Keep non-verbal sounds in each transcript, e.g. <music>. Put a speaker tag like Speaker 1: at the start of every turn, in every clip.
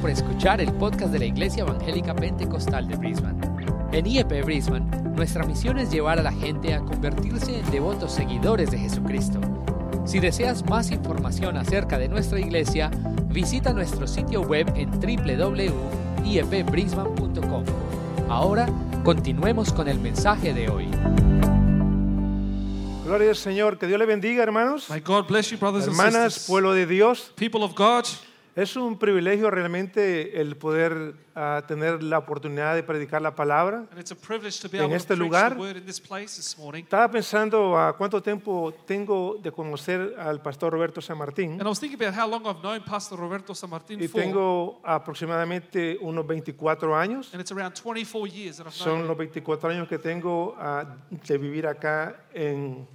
Speaker 1: por escuchar el podcast de la Iglesia Evangélica Pentecostal de Brisbane. En IEP Brisbane, nuestra misión es llevar a la gente a convertirse en devotos seguidores de Jesucristo. Si deseas más información acerca de nuestra iglesia, visita nuestro sitio web en E www.iepbrisbane.com. Ahora, continuemos con el mensaje de hoy.
Speaker 2: Gloria al Señor, que Dios le bendiga, hermanos,
Speaker 3: May God bless you, brothers and
Speaker 2: hermanas,
Speaker 3: sisters.
Speaker 2: pueblo de Dios.
Speaker 3: People of God,
Speaker 2: Es un privilegio realmente el poder ah, tener la oportunidad de predicar la palabra.
Speaker 3: and it's a privilege to be
Speaker 2: En
Speaker 3: able
Speaker 2: este
Speaker 3: to preach
Speaker 2: lugar.
Speaker 3: the word in this place this morning.
Speaker 2: Estaba pensando a cuánto tiempo tengo de conocer al pastor Roberto San Martín
Speaker 3: And I was thinking about how long I've known Pastor Roberto San Martin
Speaker 2: y
Speaker 3: for,
Speaker 2: tengo aproximadamente unos 24 años.
Speaker 3: and it's around 24 years that I've known
Speaker 2: Son
Speaker 3: him.
Speaker 2: los 24 años que tengo ah, de vivir acá en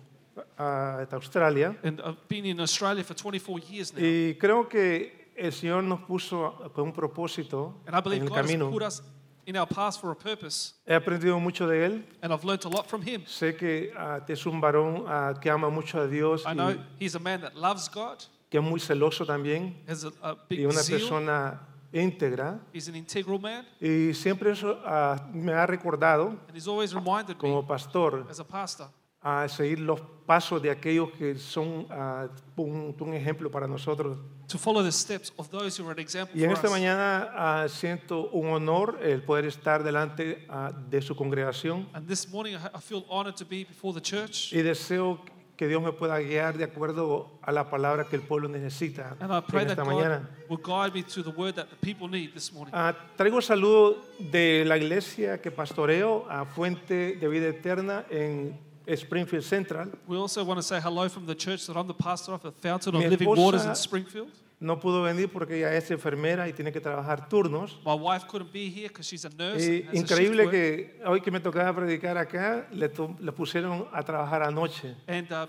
Speaker 2: ah, Australia.
Speaker 3: And I've been in Australia for 24 years now.
Speaker 2: Y creo que el Señor nos puso con un propósito
Speaker 3: and I
Speaker 2: en
Speaker 3: believe
Speaker 2: el
Speaker 3: God has
Speaker 2: camino.
Speaker 3: put us in our past for a purpose,
Speaker 2: He aprendido mucho de él.
Speaker 3: and I've learned a lot from him.
Speaker 2: Sé que ah, es un varón ah, que ama mucho a Dios
Speaker 3: I know
Speaker 2: y
Speaker 3: he's a man that loves God,
Speaker 2: que es muy celoso también
Speaker 3: has a, a
Speaker 2: y
Speaker 3: big
Speaker 2: una
Speaker 3: zeal,
Speaker 2: persona íntegra.
Speaker 3: he's an integral man,
Speaker 2: Y siempre eso ah, me ha recordado
Speaker 3: and he's always reminded me
Speaker 2: como pastor
Speaker 3: as a pastor
Speaker 2: a seguir los pasos de aquellos que son ah, un, un ejemplo para nosotros.
Speaker 3: to follow the steps of those who are an example
Speaker 2: Y en
Speaker 3: for
Speaker 2: esta
Speaker 3: us.
Speaker 2: mañana ah, siento un honor el poder estar delante ah, de su congregación
Speaker 3: And this morning, I I feel honored to be before the church.
Speaker 2: y deseo que Dios me pueda guiar de acuerdo a la palabra que el pueblo necesita
Speaker 3: And I pray
Speaker 2: en
Speaker 3: that
Speaker 2: esta
Speaker 3: God
Speaker 2: mañana.
Speaker 3: will guide me to the word that the people need this morning.
Speaker 2: Ah, traigo saludo de la iglesia que pastoreo a Fuente de Vida Eterna en Springfield Central.
Speaker 3: We also want to say hello from the church that I'm the pastor of at Fountain of
Speaker 2: Mi
Speaker 3: Living Waters in
Speaker 2: esposa-
Speaker 3: Springfield.
Speaker 2: No pudo venir porque ella es enfermera y tiene que trabajar turnos.
Speaker 3: My wife couldn't be here because she's a nurse.
Speaker 2: Y
Speaker 3: and has a shift
Speaker 2: increíble
Speaker 3: work.
Speaker 2: que hoy que me tocaba predicar acá, le, tu- le pusieron a trabajar anoche.
Speaker 3: And uh,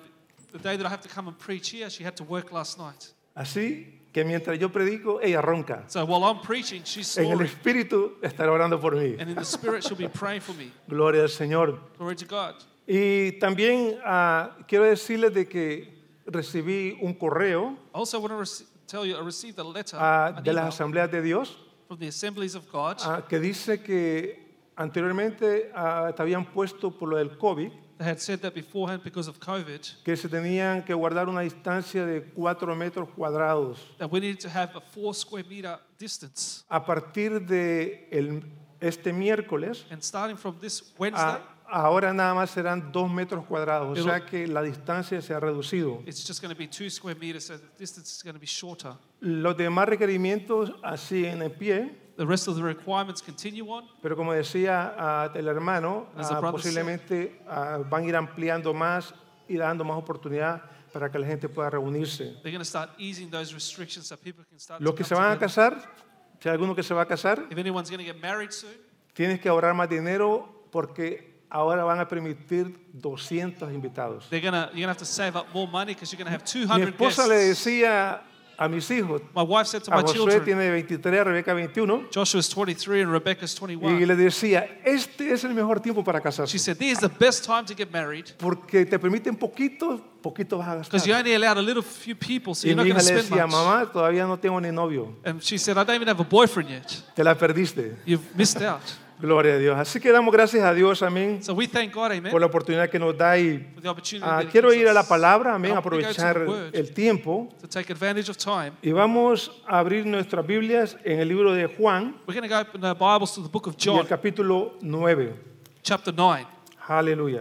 Speaker 3: the day that I have to come and preach here, she had to work last night.
Speaker 2: Así que mientras yo predico, ella ronca.
Speaker 3: So while I'm preaching, she's
Speaker 2: En el <laughs>
Speaker 3: snoring.
Speaker 2: espíritu estará orando por mí.
Speaker 3: And in the spirit, she'll be praying for me.
Speaker 2: Gloria al Señor.
Speaker 3: Glory to God.
Speaker 2: Y también ah, quiero decirles de que recibí un correo
Speaker 3: I also want to rec- tell you, I received a letter
Speaker 2: ah,
Speaker 3: an
Speaker 2: de las
Speaker 3: email
Speaker 2: asambleas de Dios
Speaker 3: from the Assemblies of God
Speaker 2: ah, que dice que anteriormente ah, te habían puesto por lo del COVID
Speaker 3: They had said that beforehand because of COVID,
Speaker 2: que se tenían que guardar una distancia de 4 metros cuadrados.
Speaker 3: that we needed to have a four square meter distance.
Speaker 2: A partir de el- este miércoles,
Speaker 3: And starting from this Wednesday,
Speaker 2: ah, ahora nada más serán 2 metros cuadrados, o
Speaker 3: Pero-
Speaker 2: sea que la distancia se ha reducido.
Speaker 3: it's just going to be two square meters, so the distance is going to be shorter.
Speaker 2: Los demás requerimientos así en el pie,
Speaker 3: The rest of the requirements continue on.
Speaker 2: Pero como decía ah, el hermano,
Speaker 3: As the
Speaker 2: ah,
Speaker 3: brother
Speaker 2: posiblemente ah, van a ir ampliando más y dando más oportunidad para que la gente pueda reunirse.
Speaker 3: They're going to start easing those restrictions so people can start. to
Speaker 2: Los que
Speaker 3: come
Speaker 2: se van a
Speaker 3: together.
Speaker 2: casar, si hay alguno que se va a casar,
Speaker 3: If anyone's going to get married soon,
Speaker 2: tienes que ahorrar más dinero porque ahora van a permitir 200 invitados.
Speaker 3: they're going to, you're going to have to save up more money because you're going to have
Speaker 2: Mi
Speaker 3: 200
Speaker 2: esposa
Speaker 3: guests.
Speaker 2: le decía a mis hijos,
Speaker 3: My wife said to
Speaker 2: a
Speaker 3: my
Speaker 2: Josué
Speaker 3: children,
Speaker 2: tiene 23, Rebeca 21,
Speaker 3: Joshua's 23 and Rebecca's
Speaker 2: y
Speaker 3: 21.
Speaker 2: le decía, este es el mejor tiempo para
Speaker 3: She
Speaker 2: casarse,
Speaker 3: said, this is the best time to get married
Speaker 2: porque te permiten poquito, poquito vas a
Speaker 3: because you
Speaker 2: gastar.
Speaker 3: only allowed a little few people,
Speaker 2: Ah.
Speaker 3: so
Speaker 2: Y
Speaker 3: you're not
Speaker 2: mi
Speaker 3: going to
Speaker 2: hija le
Speaker 3: spend
Speaker 2: decía,
Speaker 3: much.
Speaker 2: mamá, todavía no tengo ni novio.
Speaker 3: And she said, I don't even have a boyfriend yet.
Speaker 2: Te la perdiste.
Speaker 3: You've missed out.
Speaker 2: Gloria a Dios. Así que damos gracias a Dios, amén,
Speaker 3: So we thank God, amen,
Speaker 2: por la oportunidad que nos da. Y
Speaker 3: for the opportunity
Speaker 2: ah,
Speaker 3: that he
Speaker 2: quiero
Speaker 3: gives
Speaker 2: ir a la
Speaker 3: us.
Speaker 2: palabra, amén,
Speaker 3: And I want to go to the
Speaker 2: aprovechar
Speaker 3: Word,
Speaker 2: el tiempo.
Speaker 3: to take advantage of time.
Speaker 2: Y vamos a abrir nuestras Biblias en el libro de Juan,
Speaker 3: We're going to go open our Bibles to the book of
Speaker 2: y el
Speaker 3: John,
Speaker 2: capítulo 9.
Speaker 3: chapter 9,
Speaker 2: Aleluya.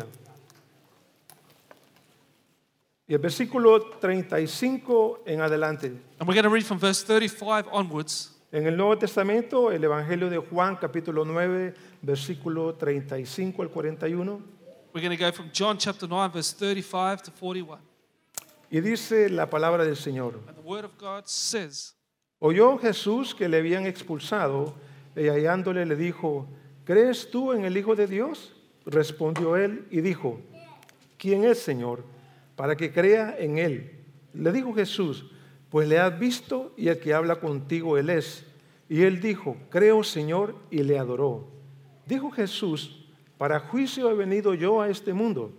Speaker 2: Y el versículo 35 en adelante.
Speaker 3: and we're going to read from verse 35 onwards.
Speaker 2: En el Nuevo Testamento, el Evangelio de Juan, capítulo 9, versículo 35 al 41.
Speaker 3: We're going to go from John chapter 9, verse 35 to 41.
Speaker 2: Y dice la palabra del Señor.
Speaker 3: And the Word of God says,
Speaker 2: Oyó Jesús que le habían expulsado y hallándole le dijo, ¿crees tú en el Hijo de Dios? Respondió él y dijo, ¿quién es Señor? Para que crea en él. Le dijo Jesús, pues le has visto y el que habla contigo él es. Y él dijo, creo Señor y le adoró. Dijo Jesús, para juicio he venido yo a este mundo,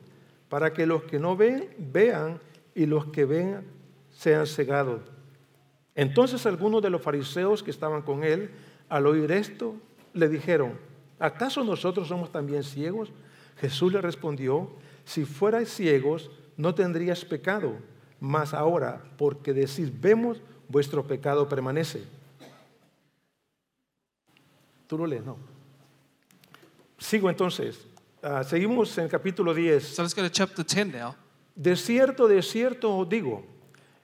Speaker 2: para que los que no ven vean y los que ven sean cegados. Entonces algunos de los fariseos que estaban con él, al oír esto, le dijeron, ¿acaso nosotros somos también ciegos? Jesús le respondió, si fuerais ciegos, no tendrías pecado, mas ahora, porque decís vemos, vuestro pecado permanece. Tú lo lees, no. Sigo entonces. Ah, seguimos en el capítulo 10.
Speaker 3: So let's go to chapter 10 now.
Speaker 2: De cierto, de cierto os digo,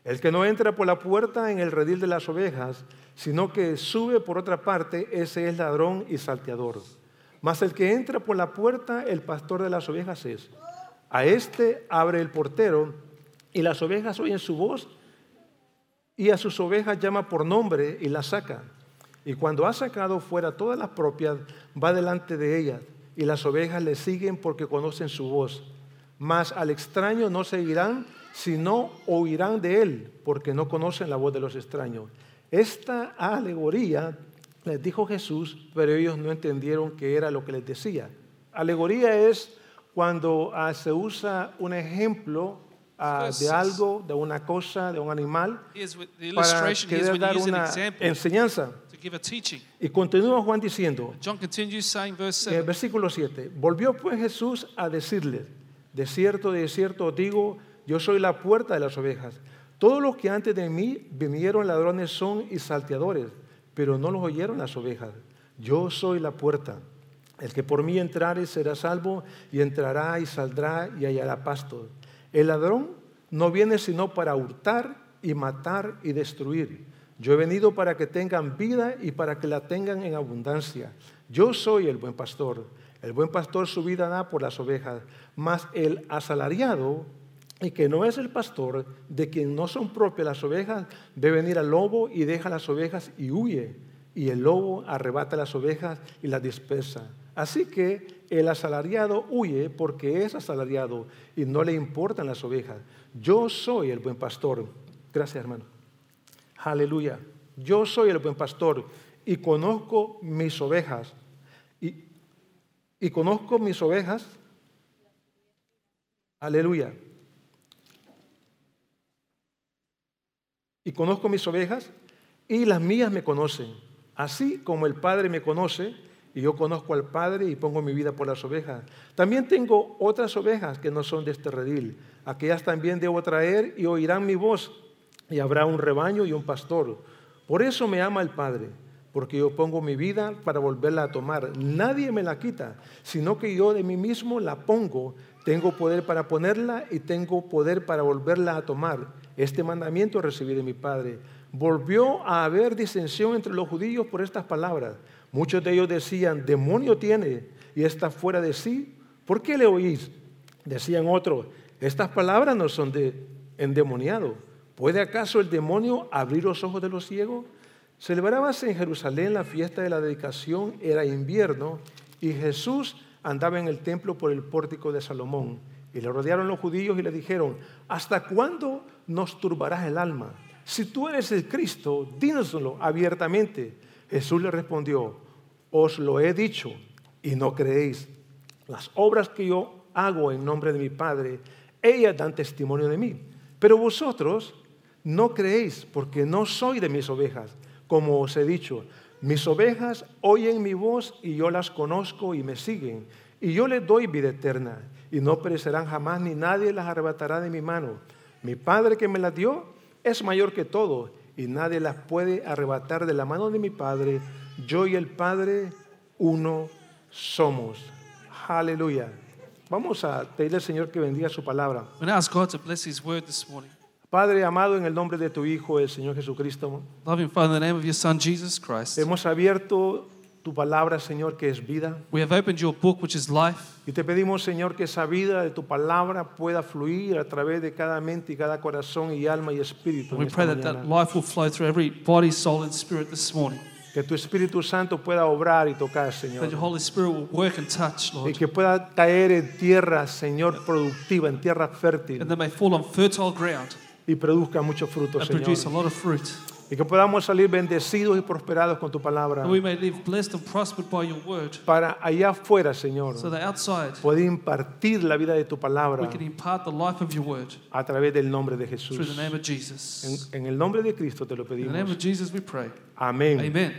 Speaker 2: el que no entra por la puerta en el redil de las ovejas, sino que sube por otra parte, ese es ladrón y salteador. Mas el que entra por la puerta, el pastor de las ovejas es. A este abre el portero y las ovejas oyen su voz y a sus ovejas llama por nombre y las saca. Y cuando ha sacado fuera todas las propias, va delante de ellas y las ovejas le siguen porque conocen su voz. Mas al extraño no seguirán, sino oirán de él, porque no conocen la voz de los extraños. Esta alegoría les dijo Jesús, pero ellos no entendieron qué era lo que les decía. Alegoría es cuando ah, se usa un ejemplo ah, de algo, de una cosa, de un animal,
Speaker 3: Here's with the
Speaker 2: para
Speaker 3: illustration. Here's
Speaker 2: querer
Speaker 3: when
Speaker 2: dar
Speaker 3: you use an
Speaker 2: una
Speaker 3: example
Speaker 2: enseñanza.
Speaker 3: to give a teaching.
Speaker 2: Y continúa Juan diciendo,
Speaker 3: John continues saying, verse
Speaker 2: En el
Speaker 3: 7.
Speaker 2: versículo 7, volvió pues Jesús a decirles, de cierto, de cierto os digo, yo soy la puerta de las ovejas. Todos los que antes de mí vinieron ladrones son y salteadores, pero no los oyeron las ovejas. Yo soy la puerta. El que por mí entrare será salvo y entrará y saldrá y hallará pasto. El ladrón no viene sino para hurtar y matar y destruir. Yo he venido para que tengan vida y para que la tengan en abundancia. Yo soy el buen pastor. El buen pastor su vida da por las ovejas, mas el asalariado, y que no es el pastor, de quien no son propias las ovejas, ve venir al lobo y deja las ovejas y huye. Y el lobo arrebata las ovejas y las dispersa. Así que el asalariado huye porque es asalariado y no le importan las ovejas. Yo soy el buen pastor. Gracias, hermano. Aleluya. Yo soy el buen pastor y conozco mis ovejas. Y, y conozco mis ovejas. Aleluya. Y conozco mis ovejas y las mías me conocen. Así como el Padre me conoce y yo conozco al Padre y pongo mi vida por las ovejas. También tengo otras ovejas que no son de este redil. Aquellas también debo traer y oirán mi voz y habrá un rebaño y un pastor. Por eso me ama el Padre, porque yo pongo mi vida para volverla a tomar. Nadie me la quita, sino que yo de mí mismo la pongo. Tengo poder para ponerla y tengo poder para volverla a tomar. Este mandamiento recibí de mi Padre. Volvió a haber disensión entre los judíos por estas palabras. Muchos de ellos decían, demonio tiene y está fuera de sí. ¿Por qué le oís? Decían otros, estas palabras no son de endemoniado. ¿Puede acaso el demonio abrir los ojos de los ciegos? Celebrábase en Jerusalén la fiesta de la dedicación, era invierno, y Jesús andaba en el templo por el pórtico de Salomón. Y le rodearon los judíos y le dijeron, ¿hasta cuándo nos turbarás el alma? Si tú eres el Cristo, dínoslo abiertamente. Jesús le respondió, os lo he dicho y no creéis. Las obras que yo hago en nombre de mi Padre, ellas dan testimonio de mí. Pero vosotros no creéis porque no soy de mis ovejas, como os he dicho. Mis ovejas oyen mi voz y yo las conozco y me siguen. Y yo les doy vida eterna y no perecerán jamás ni nadie las arrebatará de mi mano. Mi Padre que me las dio es mayor que todo y nadie las puede arrebatar de la mano de mi Padre. Yo y el Padre uno somos. Aleluya. Vamos a pedirle al Señor que bendiga su palabra.
Speaker 3: We're going to ask God to bless His word this morning.
Speaker 2: Padre amado, en el nombre de tu Hijo, el Señor Jesucristo,
Speaker 3: Loving Father, in the name of your Son, Jesus Christ,
Speaker 2: hemos abierto tu palabra, Señor, que es vida.
Speaker 3: we have opened your book, which is life.
Speaker 2: Y te pedimos, Señor, que esa vida de tu palabra pueda fluir a través de cada mente y cada corazón y alma y espíritu. en
Speaker 3: We
Speaker 2: esta
Speaker 3: pray that that
Speaker 2: mañana.
Speaker 3: life will flow through every body, soul, and spirit this morning.
Speaker 2: Que tu Espíritu Santo pueda obrar y tocar,
Speaker 3: That your
Speaker 2: Señor.
Speaker 3: Holy Spirit will work and touch,
Speaker 2: Y
Speaker 3: Lord.
Speaker 2: que pueda caer en tierra, Señor, productiva, en tierra
Speaker 3: And
Speaker 2: fértil
Speaker 3: they may fall on fertile ground
Speaker 2: y produzca muchos frutos,
Speaker 3: and produce a
Speaker 2: Señor.
Speaker 3: lot of fruit.
Speaker 2: y que podamos salir bendecidos y prosperados con tu palabra
Speaker 3: that we may live blessed and prospered by your word,
Speaker 2: para allá afuera, Señor,
Speaker 3: so that outside
Speaker 2: poder impartir la vida de tu palabra
Speaker 3: we can impart the life of your word
Speaker 2: a través del nombre de
Speaker 3: through the
Speaker 2: Jesús.
Speaker 3: name of
Speaker 2: En,
Speaker 3: Jesus.
Speaker 2: en el nombre de Cristo te lo
Speaker 3: In the name
Speaker 2: pedimos.
Speaker 3: of Jesus we pray.
Speaker 2: Amén.
Speaker 3: Amen.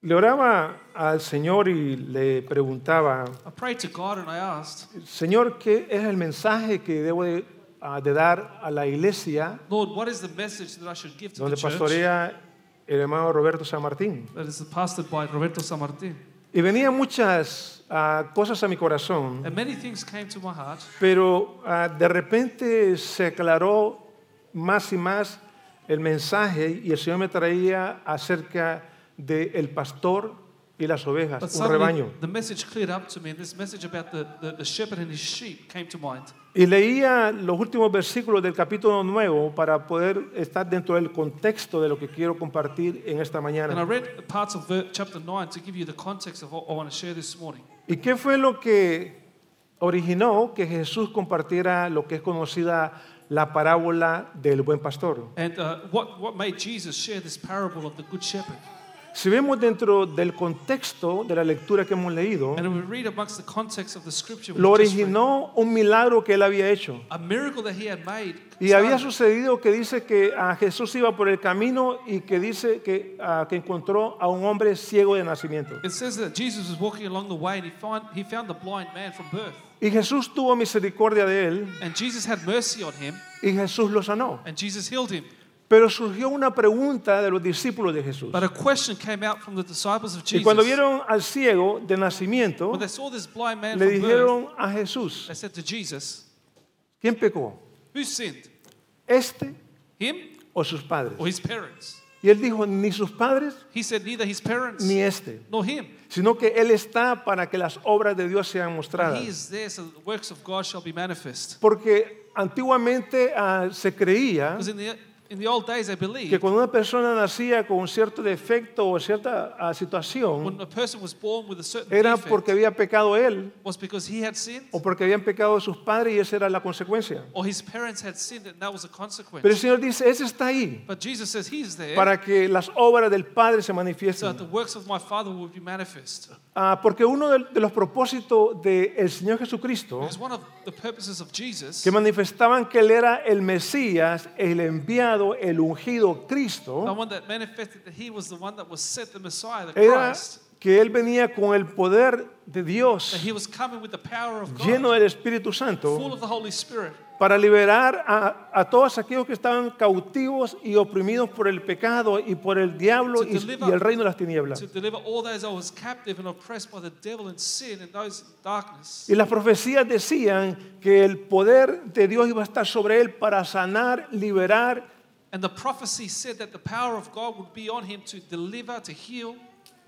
Speaker 2: Le oraba al Señor y le preguntaba,
Speaker 3: I prayed to God and I asked,
Speaker 2: Señor, ¿qué es el mensaje que debo de, ah, de dar a la iglesia
Speaker 3: Lord, what is the message that I should give to the
Speaker 2: donde
Speaker 3: church
Speaker 2: pastorea el hermano Roberto San Martín?
Speaker 3: that is pastored by Roberto Samartin?
Speaker 2: Y venían muchas ah, cosas a mi corazón.
Speaker 3: And many things came to my heart,
Speaker 2: Pero ah, de repente se aclaró más y más el mensaje y el Señor me traía acerca del pastor y las
Speaker 3: but
Speaker 2: ovejas, un
Speaker 3: suddenly
Speaker 2: rebaño.
Speaker 3: the message cleared up to me, and this message about the, the, the shepherd and his sheep came to mind.
Speaker 2: Y leía los últimos versículos del capítulo nuevo para poder estar dentro del contexto de lo que quiero compartir en esta
Speaker 3: And I
Speaker 2: mañana.
Speaker 3: read parts of ver- chapter 9 to give you the context of what I want to share this morning.
Speaker 2: ¿Y qué fue lo que originó que Jesús compartiera lo que es conocida la parábola del buen pastor?
Speaker 3: And uh, what, what made Jesus share this parable of the Good Shepherd?
Speaker 2: Si vemos dentro del contexto de la lectura que hemos leído,
Speaker 3: And we read amongst the context of the scripture, we
Speaker 2: lo
Speaker 3: just read,
Speaker 2: originó un milagro que él había hecho.
Speaker 3: a miracle that he had made.
Speaker 2: Y había
Speaker 3: started.
Speaker 2: sucedido que dice que a Jesús iba por el camino y que dice que, ah, que encontró a un hombre ciego de nacimiento.
Speaker 3: It says that Jesus was walking along the way and he, find, he found the blind man from birth.
Speaker 2: Y Jesús tuvo misericordia de él
Speaker 3: And Jesus had mercy on him
Speaker 2: y Jesús lo sanó.
Speaker 3: and Jesus healed him.
Speaker 2: Pero surgió una pregunta de los discípulos de Jesús.
Speaker 3: But a question came out from the disciples of
Speaker 2: Y
Speaker 3: Jesus.
Speaker 2: cuando vieron al ciego de nacimiento,
Speaker 3: when they saw this blind man
Speaker 2: le
Speaker 3: from birth,
Speaker 2: dijeron a Jesús,
Speaker 3: they said to Jesus,
Speaker 2: ¿quién pecó?
Speaker 3: Who sinned?
Speaker 2: ¿Este
Speaker 3: Him
Speaker 2: o sus padres?
Speaker 3: or his parents?
Speaker 2: Y él dijo, ni sus padres
Speaker 3: He said, Neither his parents
Speaker 2: ni este,
Speaker 3: nor him.
Speaker 2: sino que Él está para que las obras de Dios sean
Speaker 3: But he
Speaker 2: mostradas.
Speaker 3: is there so that the works of God shall be manifest.
Speaker 2: Porque antiguamente ah, se creía
Speaker 3: Because in the, in the old days, they
Speaker 2: que
Speaker 3: believed
Speaker 2: cuando una persona nacía con un cierto defecto o cierta ah,
Speaker 3: when
Speaker 2: situación,
Speaker 3: a person was born with a certain
Speaker 2: era
Speaker 3: defect,
Speaker 2: porque había pecado él
Speaker 3: was because he had sinned
Speaker 2: o porque habían pecado sus padres y esa era la consecuencia.
Speaker 3: or his parents had sinned and that was a consequence.
Speaker 2: Pero el Señor dice, ese está ahí
Speaker 3: but Jesus says he is there
Speaker 2: para que las obras del Padre se
Speaker 3: so that the
Speaker 2: manifiesten.
Speaker 3: works of my Father will be manifest.
Speaker 2: Ah, porque uno de, de los propósitos del Señor Jesucristo,
Speaker 3: Because one of the purposes of Jesus
Speaker 2: Oh. que manifestaban que Él era el Mesías, el enviado, el ungido Cristo,
Speaker 3: The one that manifested that he was the one that was set the Messiah, the
Speaker 2: era
Speaker 3: Christ.
Speaker 2: que él venía con el poder de
Speaker 3: That
Speaker 2: Dios,
Speaker 3: he was coming with the power of God,
Speaker 2: lleno del Espíritu
Speaker 3: full
Speaker 2: Santo,
Speaker 3: of the Holy Spirit,
Speaker 2: para liberar a, a todos aquellos que estaban cautivos y oprimidos por el pecado y por el diablo y, y el reino de las
Speaker 3: to
Speaker 2: tinieblas.
Speaker 3: deliver all those that was captive and oppressed by the devil and sin and those in darkness.
Speaker 2: Y las profecías decían que el poder de Dios iba a estar sobre él para sanar, liberar
Speaker 3: And the prophecy said that the power of God would be on him to deliver, to heal.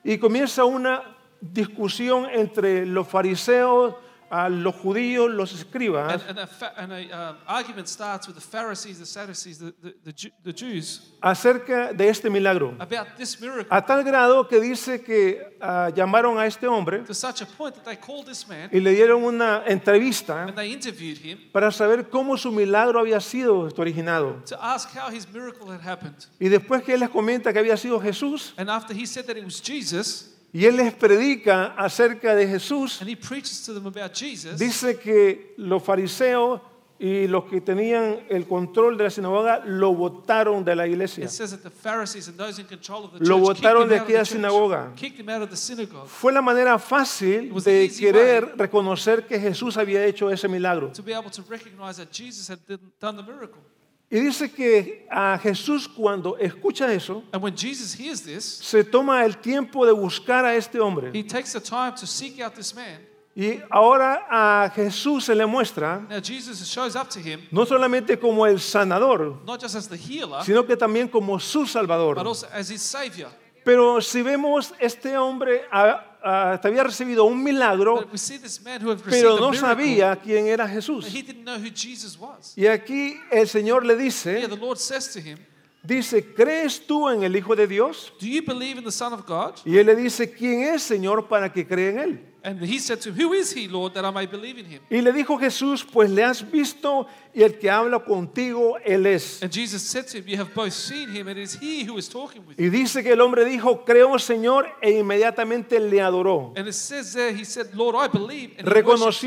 Speaker 2: y comienza una discusión entre los fariseos, a los judíos, los
Speaker 3: And,
Speaker 2: escribas,
Speaker 3: and a, fa- and a um, argument starts with the Pharisees, the Sadducees, the, the, the, Ju- the Jews
Speaker 2: acerca de este milagro.
Speaker 3: about this miracle
Speaker 2: A tal grado que dice que ah, llamaron a este hombre
Speaker 3: to such a point that they called this man
Speaker 2: y le dieron una entrevista
Speaker 3: and they interviewed him
Speaker 2: para saber cómo su milagro había sido originado.
Speaker 3: to ask how his miracle had happened.
Speaker 2: Y después que él les comenta que había sido Jesús,
Speaker 3: And after he said that it was Jesus,
Speaker 2: y él les predica acerca de Jesús,
Speaker 3: and he preaches to them about Jesus,
Speaker 2: dice que los fariseos y los que tenían el control de la sinagoga lo votaron de la iglesia.
Speaker 3: it says that the Pharisees and those in control of the
Speaker 2: Lo
Speaker 3: church kicked him,
Speaker 2: botaron de
Speaker 3: out of the
Speaker 2: aquella
Speaker 3: church,
Speaker 2: sinagoga.
Speaker 3: kicked him out of the synagogue
Speaker 2: Fue la manera fácil de querer reconocer que Jesús había hecho ese milagro.
Speaker 3: to be able to recognize that Jesus had did- done the miracle.
Speaker 2: Y dice que a Jesús cuando escucha eso,
Speaker 3: And when Jesus hears this,
Speaker 2: se toma el tiempo de buscar a este hombre.
Speaker 3: he takes the time to seek out this man.
Speaker 2: Y ahora a Jesús se le muestra
Speaker 3: Now Jesus shows up to him,
Speaker 2: no solamente como el sanador,
Speaker 3: not just as the healer,
Speaker 2: sino que también como su
Speaker 3: but
Speaker 2: salvador.
Speaker 3: also as his savior.
Speaker 2: Pero si vemos, este hombre a- a- había recibido un milagro,
Speaker 3: But we see this man who had received
Speaker 2: pero
Speaker 3: a
Speaker 2: no
Speaker 3: miracle,
Speaker 2: sabía quién era
Speaker 3: but
Speaker 2: Jesús.
Speaker 3: he didn't know who Jesus was.
Speaker 2: Y aquí el Señor le
Speaker 3: Yeah,
Speaker 2: dice,
Speaker 3: the Lord says to him,
Speaker 2: dice, ¿crees tú en el Hijo de Dios?
Speaker 3: Do you believe in the Son of God?
Speaker 2: Y él le dice, ¿quién es Señor para que cree en él?
Speaker 3: And he said to him, Who is he, Lord, that I may believe in him?
Speaker 2: Y le dijo Jesús, pues le has visto y el que habla contigo, él es.
Speaker 3: And Jesus said to him, You have both seen him, and it is he who is talking with you.
Speaker 2: Y dice que el hombre dijo, creo Señor, e inmediatamente le adoró.
Speaker 3: And it says there, he said, Lord, I believe. And he worshipped him.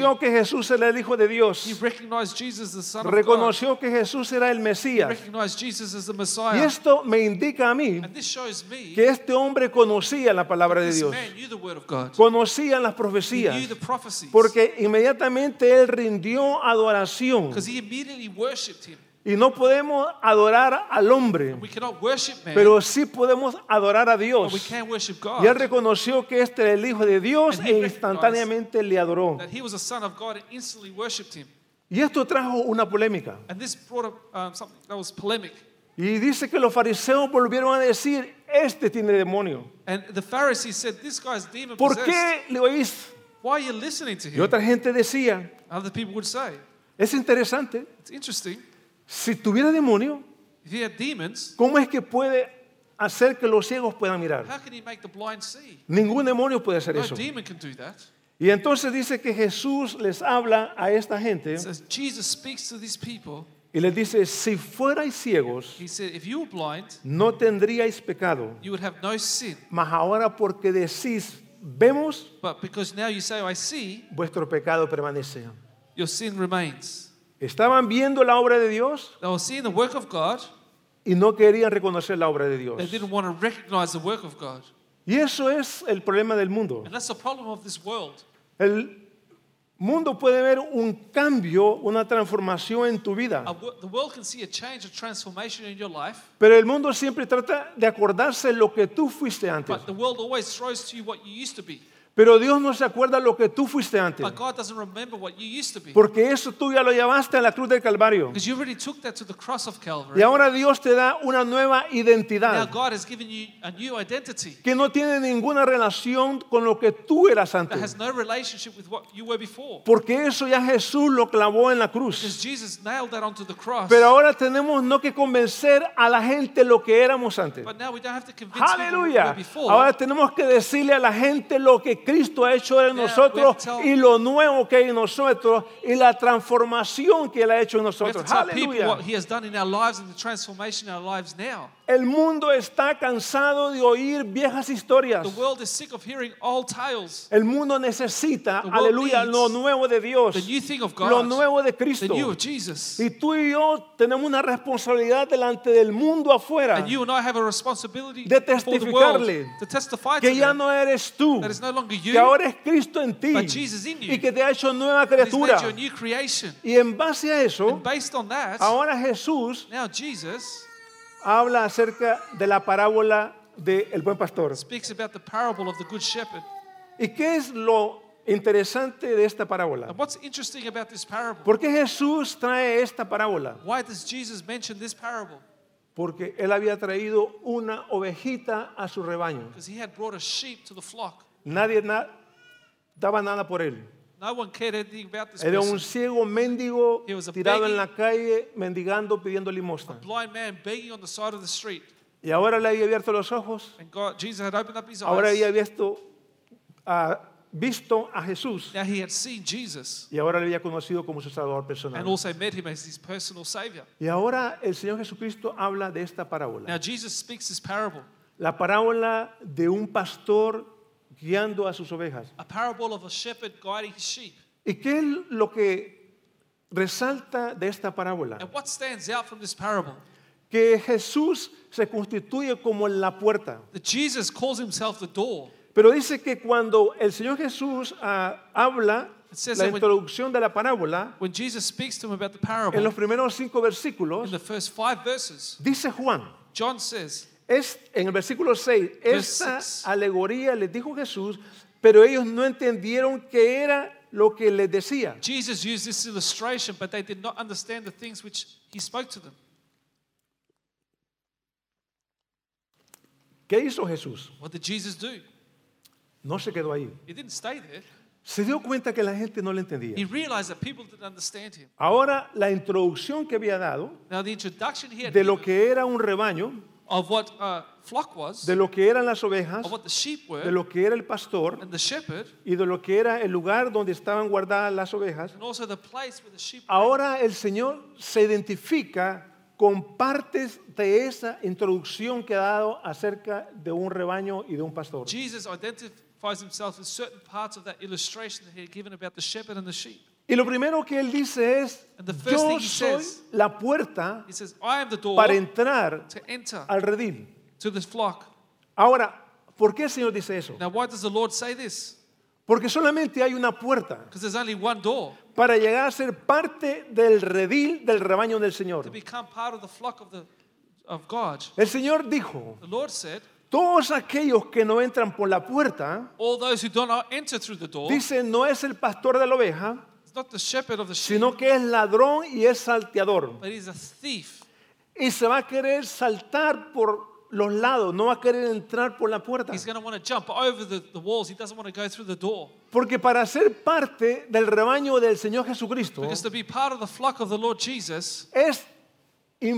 Speaker 2: Reconoció que Jesús era el Hijo de
Speaker 3: He
Speaker 2: Dios.
Speaker 3: recognized Jesus, the Son of God.
Speaker 2: Reconoció que Jesús era el
Speaker 3: He
Speaker 2: Mesías.
Speaker 3: recognized Jesus as the
Speaker 2: Y
Speaker 3: Messiah.
Speaker 2: esto me indica a mí
Speaker 3: And this shows me
Speaker 2: que este hombre conocía la palabra de
Speaker 3: this
Speaker 2: Dios,
Speaker 3: man knew the word of God.
Speaker 2: conocía las
Speaker 3: He knew
Speaker 2: profecías,
Speaker 3: the prophecies.
Speaker 2: porque inmediatamente él rindió adoración.
Speaker 3: Because he immediately worshipped him.
Speaker 2: Y no podemos adorar al hombre,
Speaker 3: We cannot worship man,
Speaker 2: pero sí podemos adorar a
Speaker 3: but we
Speaker 2: Dios.
Speaker 3: can worship
Speaker 2: Y él
Speaker 3: God.
Speaker 2: reconoció que este era el Hijo de Dios
Speaker 3: And he
Speaker 2: e instantáneamente le adoró.
Speaker 3: That he was a son of God and instantly worshipped him.
Speaker 2: Y esto trajo una polémica.
Speaker 3: And this brought up um, something that was polemic.
Speaker 2: Y dice que los fariseos volvieron a decir, este tiene demonio.
Speaker 3: And the Pharisees said, This guy's demon
Speaker 2: ¿Por
Speaker 3: possessed.
Speaker 2: qué le oís?
Speaker 3: Why are you listening to
Speaker 2: Y
Speaker 3: him?
Speaker 2: otra gente decía,
Speaker 3: Other people would say,
Speaker 2: es interesante,
Speaker 3: It's interesting.
Speaker 2: si tuviera demonio,
Speaker 3: If he had demons,
Speaker 2: ¿cómo es que puede hacer que los ciegos puedan mirar?
Speaker 3: how can he make the blind see?
Speaker 2: Ningún demonio puede hacer
Speaker 3: No
Speaker 2: eso.
Speaker 3: demon can do that.
Speaker 2: Y entonces dice que Jesús les habla a esta gente
Speaker 3: It says Jesus speaks to these people.
Speaker 2: y les dice, si fuerais ciegos,
Speaker 3: He said, If you were blind,
Speaker 2: no tendríais pecado.
Speaker 3: you would have no sin.
Speaker 2: Mas ahora porque decís, vemos,
Speaker 3: But because now you say, I see,
Speaker 2: vuestro pecado permanece.
Speaker 3: your sin remains.
Speaker 2: Estaban viendo la obra de Dios
Speaker 3: They were seeing the work of God.
Speaker 2: y no querían reconocer la obra de
Speaker 3: They
Speaker 2: Dios.
Speaker 3: didn't want to recognize the work of God.
Speaker 2: Y eso es el problema del mundo.
Speaker 3: And that's the problem of this world.
Speaker 2: El mundo puede ver un cambio, una transformación en tu vida,
Speaker 3: A wo- The world can see a change, a transformation in your life,
Speaker 2: pero el mundo siempre trata de acordarse lo que tú fuiste antes.
Speaker 3: but the world always throws to you what you used to be.
Speaker 2: Pero Dios no se acuerda lo que tú fuiste antes,
Speaker 3: But God doesn't remember what you used to be.
Speaker 2: porque eso tú ya lo llevaste a la cruz del Calvario.
Speaker 3: Because you already took that to the cross of
Speaker 2: Y
Speaker 3: Calvary.
Speaker 2: ahora Dios te da una nueva
Speaker 3: Now
Speaker 2: identidad
Speaker 3: God has given you a new identity
Speaker 2: que no tiene ninguna relación con lo que tú eras
Speaker 3: that
Speaker 2: antes,
Speaker 3: has no relationship with what you were before.
Speaker 2: porque eso ya Jesús lo clavó en la cruz.
Speaker 3: Because Jesus nailed that onto the cross.
Speaker 2: Pero ahora tenemos no que convencer a la gente lo que éramos antes.
Speaker 3: But now we don't have to convince people what we were
Speaker 2: Aleluya.
Speaker 3: before.
Speaker 2: Ahora tenemos que decirle a la gente lo que Cristo ha hecho en
Speaker 3: Now,
Speaker 2: nosotros
Speaker 3: we have to tell-
Speaker 2: y lo nuevo que hay en nosotros y la transformación que Él ha hecho en
Speaker 3: we have to
Speaker 2: nosotros.
Speaker 3: tell people
Speaker 2: Aleluya.
Speaker 3: what He has done in our lives and the transformation in our lives now.
Speaker 2: El mundo está cansado de oír viejas historias.
Speaker 3: The world is sick of hearing old tales.
Speaker 2: El mundo necesita,
Speaker 3: The world
Speaker 2: aleluya,
Speaker 3: needs
Speaker 2: lo nuevo de Dios,
Speaker 3: The new thing of God.
Speaker 2: lo nuevo de
Speaker 3: the
Speaker 2: Cristo.
Speaker 3: new of Jesus.
Speaker 2: Y tú y yo tenemos una responsabilidad delante del mundo afuera
Speaker 3: And you and I have a responsibility
Speaker 2: De
Speaker 3: before the world
Speaker 2: testificarle
Speaker 3: to testify to
Speaker 2: que ya
Speaker 3: them
Speaker 2: no eres tú,
Speaker 3: that it's no longer you,
Speaker 2: que ahora es Cristo en ti
Speaker 3: but Jesus in you.
Speaker 2: y que te ha hecho nueva
Speaker 3: that He's
Speaker 2: criatura.
Speaker 3: made you a new creation.
Speaker 2: Y en base a eso,
Speaker 3: And based on that,
Speaker 2: ahora Jesús
Speaker 3: now Jesus
Speaker 2: habla acerca de la parábola del buen pastor.
Speaker 3: speaks about the parable of the Good Shepherd.
Speaker 2: ¿Y qué es lo interesante de esta parábola?
Speaker 3: And what's interesting about this parable?
Speaker 2: ¿Por qué Jesús trae esta parábola?
Speaker 3: Why does Jesus mention this parable?
Speaker 2: Porque él había traído una ovejita a su rebaño.
Speaker 3: Because he had brought a sheep to the flock.
Speaker 2: Nadie na- daba nada por él.
Speaker 3: No one cared anything about this
Speaker 2: Era
Speaker 3: person.
Speaker 2: un ciego mendigo
Speaker 3: He was a
Speaker 2: tirado en
Speaker 3: begging-
Speaker 2: la calle, mendigando, pidiendo limosna.
Speaker 3: Blind man begging on the side of the street.
Speaker 2: Y ahora le había abierto los ojos,
Speaker 3: And God, Jesus had opened up his
Speaker 2: ahora había
Speaker 3: eyes.
Speaker 2: visto a, visto a Jesús
Speaker 3: Now he had seen Jesus
Speaker 2: y ahora le había conocido como su salvador
Speaker 3: and
Speaker 2: personal.
Speaker 3: also met him as his personal savior.
Speaker 2: Y ahora el Señor Jesucristo habla de esta
Speaker 3: Now
Speaker 2: parábola.
Speaker 3: Jesus speaks this parable,
Speaker 2: La parábola de un pastor guiando a sus ovejas.
Speaker 3: a parable of a shepherd guiding his sheep.
Speaker 2: ¿Y qué es lo que resalta de esta parábola?
Speaker 3: And what stands out from this parable?
Speaker 2: Que Jesús se constituye como la puerta.
Speaker 3: That Jesus calls himself the door.
Speaker 2: Pero dice que cuando el Señor Jesús ah, habla
Speaker 3: It says
Speaker 2: la
Speaker 3: that when-
Speaker 2: introducción de la parábola,
Speaker 3: When Jesus speaks to him about the
Speaker 2: en los
Speaker 3: parable,
Speaker 2: primeros cinco
Speaker 3: in
Speaker 2: versículos,
Speaker 3: the first five verses,
Speaker 2: dice Juan,
Speaker 3: John says,
Speaker 2: es, en el versículo 6, esta
Speaker 3: six.
Speaker 2: alegoría les dijo Jesús, pero ellos no entendieron qué era lo que les decía.
Speaker 3: Jesus used this illustration, but they did not understand the things which he spoke to them.
Speaker 2: ¿Qué hizo Jesús?
Speaker 3: What did Jesus do?
Speaker 2: No se quedó ahí.
Speaker 3: He didn't stay there.
Speaker 2: Se dio cuenta que la gente no le entendía.
Speaker 3: He realized that people didn't understand him.
Speaker 2: Ahora la introducción que había dado
Speaker 3: Now, the introduction he had
Speaker 2: de lo
Speaker 3: given
Speaker 2: que era un rebaño
Speaker 3: of what a flock was,
Speaker 2: de lo que eran las ovejas,
Speaker 3: of what the sheep
Speaker 2: de
Speaker 3: were,
Speaker 2: lo que era el pastor
Speaker 3: and the shepherd,
Speaker 2: y de lo que era el lugar donde estaban guardadas las ovejas.
Speaker 3: and also the place where the sheep were.
Speaker 2: Ahora el Señor se identifica con partes de esa introducción que ha dado acerca de un rebaño y de un pastor.
Speaker 3: Jesus identifies himself with certain parts of that illustration that he had given about the shepherd and the sheep.
Speaker 2: Y lo primero que él dice es,
Speaker 3: And the first
Speaker 2: yo
Speaker 3: thing he
Speaker 2: soy
Speaker 3: says-
Speaker 2: la puerta
Speaker 3: He says, I am the door
Speaker 2: para entrar
Speaker 3: to enter
Speaker 2: al redil.
Speaker 3: to this flock.
Speaker 2: Ahora, ¿por qué el Señor dice eso?
Speaker 3: Now, why does the Lord say this?
Speaker 2: Porque solamente hay una puerta
Speaker 3: Because there's only one door
Speaker 2: para llegar a ser parte del redil del rebaño del
Speaker 3: to
Speaker 2: Señor.
Speaker 3: become part of the flock of, the, of God.
Speaker 2: El Señor dijo,
Speaker 3: The Lord said,
Speaker 2: todos aquellos que no entran por la puerta,
Speaker 3: All those who do not enter through the door,
Speaker 2: dice, no es el pastor de la oveja,
Speaker 3: it's not the shepherd of the sheep,
Speaker 2: sino que es ladrón y es salteador.
Speaker 3: but he's a thief.
Speaker 2: Y se va a querer saltar por los lados, no va a querer entrar por la puerta.
Speaker 3: He's going to want to jump over the, the walls. He doesn't want to go through the door.
Speaker 2: Porque para ser parte del rebaño del Señor Jesucristo
Speaker 3: Because to be part of the flock of the Lord Jesus,
Speaker 2: es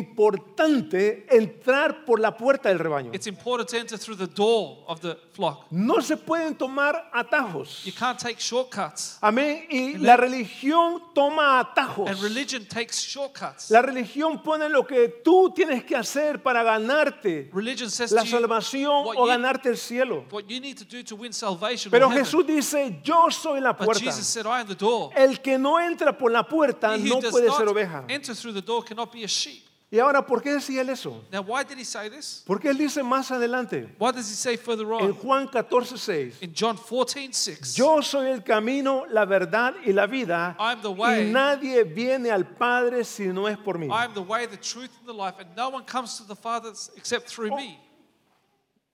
Speaker 2: importante entrar por la puerta del rebaño.
Speaker 3: it's important to enter through the door of the flock.
Speaker 2: No se pueden tomar atajos.
Speaker 3: You can't take shortcuts.
Speaker 2: Amén. Y la religión toma atajos.
Speaker 3: And religion takes shortcuts.
Speaker 2: La religión pone lo que tú tienes que hacer para ganarte
Speaker 3: Religion says
Speaker 2: la
Speaker 3: to you
Speaker 2: salvación
Speaker 3: what,
Speaker 2: o
Speaker 3: you-
Speaker 2: ganarte el cielo.
Speaker 3: what you need to do to win salvation.
Speaker 2: Pero
Speaker 3: or heaven.
Speaker 2: Jesús dice, yo soy la
Speaker 3: but
Speaker 2: puerta.
Speaker 3: Jesus said, I am the door.
Speaker 2: El que no entra por la puerta
Speaker 3: He who
Speaker 2: no
Speaker 3: does
Speaker 2: puede
Speaker 3: not
Speaker 2: ser oveja.
Speaker 3: enter through the door cannot be a sheep.
Speaker 2: Y ahora, ¿por qué decía él eso?
Speaker 3: Now, why did he say this?
Speaker 2: Porque él dice más adelante,
Speaker 3: Why does he say further
Speaker 2: en
Speaker 3: on
Speaker 2: Juan 14, 6,
Speaker 3: in John 14, 6?
Speaker 2: yo soy el camino, la verdad y la vida,
Speaker 3: I'm the
Speaker 2: y
Speaker 3: way.
Speaker 2: nadie viene al Padre si no es por mí.
Speaker 3: I am the way, the truth, and the life, and no one comes to the Father except through me.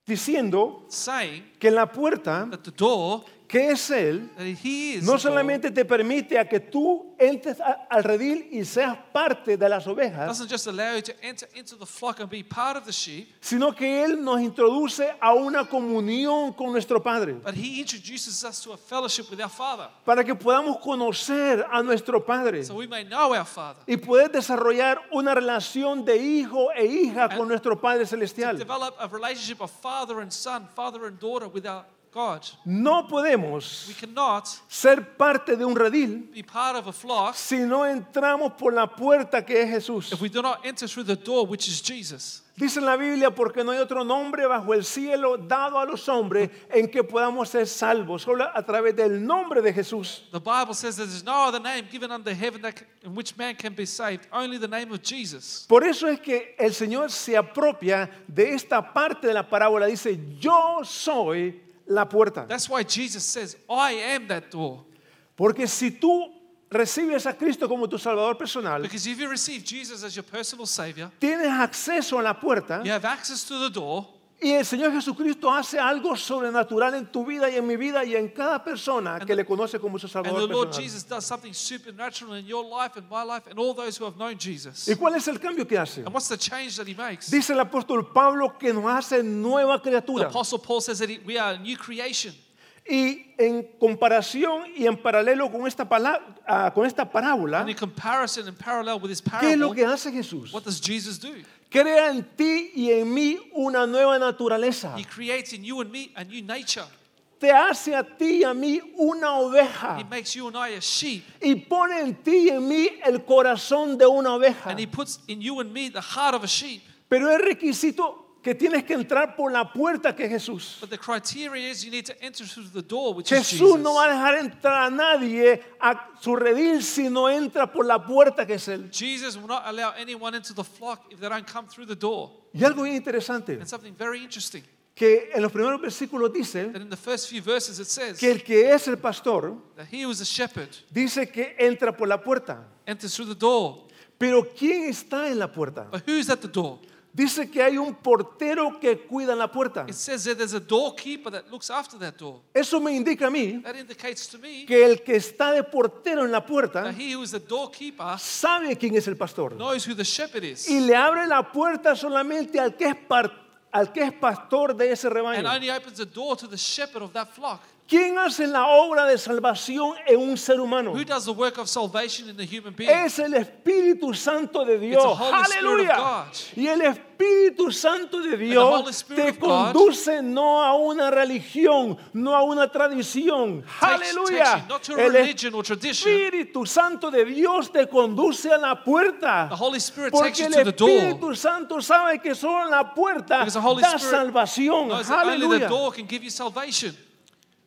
Speaker 2: Diciendo
Speaker 3: Saying
Speaker 2: que la puerta,
Speaker 3: that the door
Speaker 2: que es Él,
Speaker 3: that he is
Speaker 2: no
Speaker 3: the door,
Speaker 2: solamente te permite a que tú entres a- al redil y seas parte de las ovejas,
Speaker 3: doesn't just allow you to enter into the flock and be part of the sheep,
Speaker 2: sino que Él nos introduce a una comunión con nuestro Padre,
Speaker 3: but he introduces us to a fellowship with our Father,
Speaker 2: para que podamos conocer a nuestro Padre
Speaker 3: so we may know our Father,
Speaker 2: y poder desarrollar una relación de hijo e hija con nuestro Padre Celestial.
Speaker 3: develop a relationship of father and son, father and daughter with our God.
Speaker 2: No podemos
Speaker 3: We cannot
Speaker 2: ser parte de un redil
Speaker 3: be part of a flock
Speaker 2: si no entramos por la puerta que es Jesús.
Speaker 3: if we do not enter through the door, which is Jesus.
Speaker 2: Dice en la Biblia, porque no hay otro nombre bajo el cielo dado a los hombres en que podamos ser salvos, solo a través del nombre de Jesús.
Speaker 3: The Bible says that there's no other name given under heaven that, c- in which man can be saved, only the name of Jesus.
Speaker 2: Por eso es que el Señor se apropia de esta parte de la parábola. Dice, yo soy la puerta.
Speaker 3: That's why Jesus says, I am that door.
Speaker 2: Porque si tú recibes a Cristo como tu Salvador personal,
Speaker 3: Because if you receive Jesus as your personal Savior,
Speaker 2: tienes acceso a la puerta
Speaker 3: you have access to the door,
Speaker 2: y el Señor Jesucristo hace algo sobrenatural en tu vida y en mi vida y en cada persona que le conoce como su
Speaker 3: and the
Speaker 2: Salvador
Speaker 3: Lord
Speaker 2: personal.
Speaker 3: Jesus does something supernatural in your life and my life and all those who have known Jesus.
Speaker 2: ¿Y cuál es el cambio que hace?
Speaker 3: And what's the change that He makes? The
Speaker 2: Dice el apóstol Pablo que nos hace nueva criatura.
Speaker 3: Apostle Paul says that he- we are a new creation.
Speaker 2: Y en comparación y en paralelo con esta, pala- ah, con esta parábola,
Speaker 3: And in comparison and parallel with this
Speaker 2: ¿qué es lo
Speaker 3: parable,
Speaker 2: que hace Jesús?
Speaker 3: what does Jesus do?
Speaker 2: Crea en ti y en mí una nueva naturaleza.
Speaker 3: He creates in you and me a new nature.
Speaker 2: Te hace a ti y a mí una oveja.
Speaker 3: He makes you and I a sheep,
Speaker 2: Y pone en ti y en mí el corazón de una oveja.
Speaker 3: and he puts in you and me the heart of a sheep.
Speaker 2: Pero es requisito que tienes que entrar por la puerta que es Jesús.
Speaker 3: But the criteria is you need to enter through the door, which is
Speaker 2: Jesús
Speaker 3: Jesus.
Speaker 2: no va a dejar entrar a nadie a su redil si no entra por la puerta que es Él.
Speaker 3: Jesus will not allow anyone into the flock if they don't come through the door.
Speaker 2: Y algo bien interesante,
Speaker 3: And something very interesting
Speaker 2: que en los primeros versículos dice
Speaker 3: that in the first few verses it says
Speaker 2: que el que es el pastor
Speaker 3: that he was a shepherd,
Speaker 2: dice que entra por la puerta.
Speaker 3: enters through the door.
Speaker 2: Pero ¿quién está en la puerta?
Speaker 3: But who's at the door?
Speaker 2: Dice que hay un portero que cuida la puerta.
Speaker 3: It says that there's a doorkeeper that looks after that door.
Speaker 2: Eso me indica a mí
Speaker 3: That indicates to me
Speaker 2: que el que está de portero en la
Speaker 3: that
Speaker 2: puerta
Speaker 3: he who is the doorkeeper
Speaker 2: sabe quién es el pastor.
Speaker 3: knows who the shepherd is.
Speaker 2: Y le abre la puerta solamente al que es, par- al que es pastor de ese
Speaker 3: and
Speaker 2: rebaño.
Speaker 3: only opens the door to the shepherd of that flock.
Speaker 2: ¿Quién hace la obra de salvación en un ser humano?
Speaker 3: Who does the work of salvation in the human being?
Speaker 2: Es el Espíritu Santo de Dios.
Speaker 3: Holy Spirit of
Speaker 2: Aleluya.
Speaker 3: God.
Speaker 2: Y el Espíritu Santo de
Speaker 3: Holy
Speaker 2: Dios
Speaker 3: Spirit
Speaker 2: te
Speaker 3: of God
Speaker 2: conduce no a una religión, no a una tradición.
Speaker 3: Takes- takes
Speaker 2: Aleluya.
Speaker 3: you Not to a
Speaker 2: El
Speaker 3: religion or tradition.
Speaker 2: Espíritu Santo de Dios te conduce a la puerta.
Speaker 3: The Holy Spirit
Speaker 2: Porque
Speaker 3: takes you
Speaker 2: el
Speaker 3: to the door.
Speaker 2: Espíritu Santo sabe que solo la puerta
Speaker 3: Because the Holy
Speaker 2: da
Speaker 3: Spirit
Speaker 2: salvación.
Speaker 3: knows that only the
Speaker 2: Aleluya.
Speaker 3: door can give you salvation.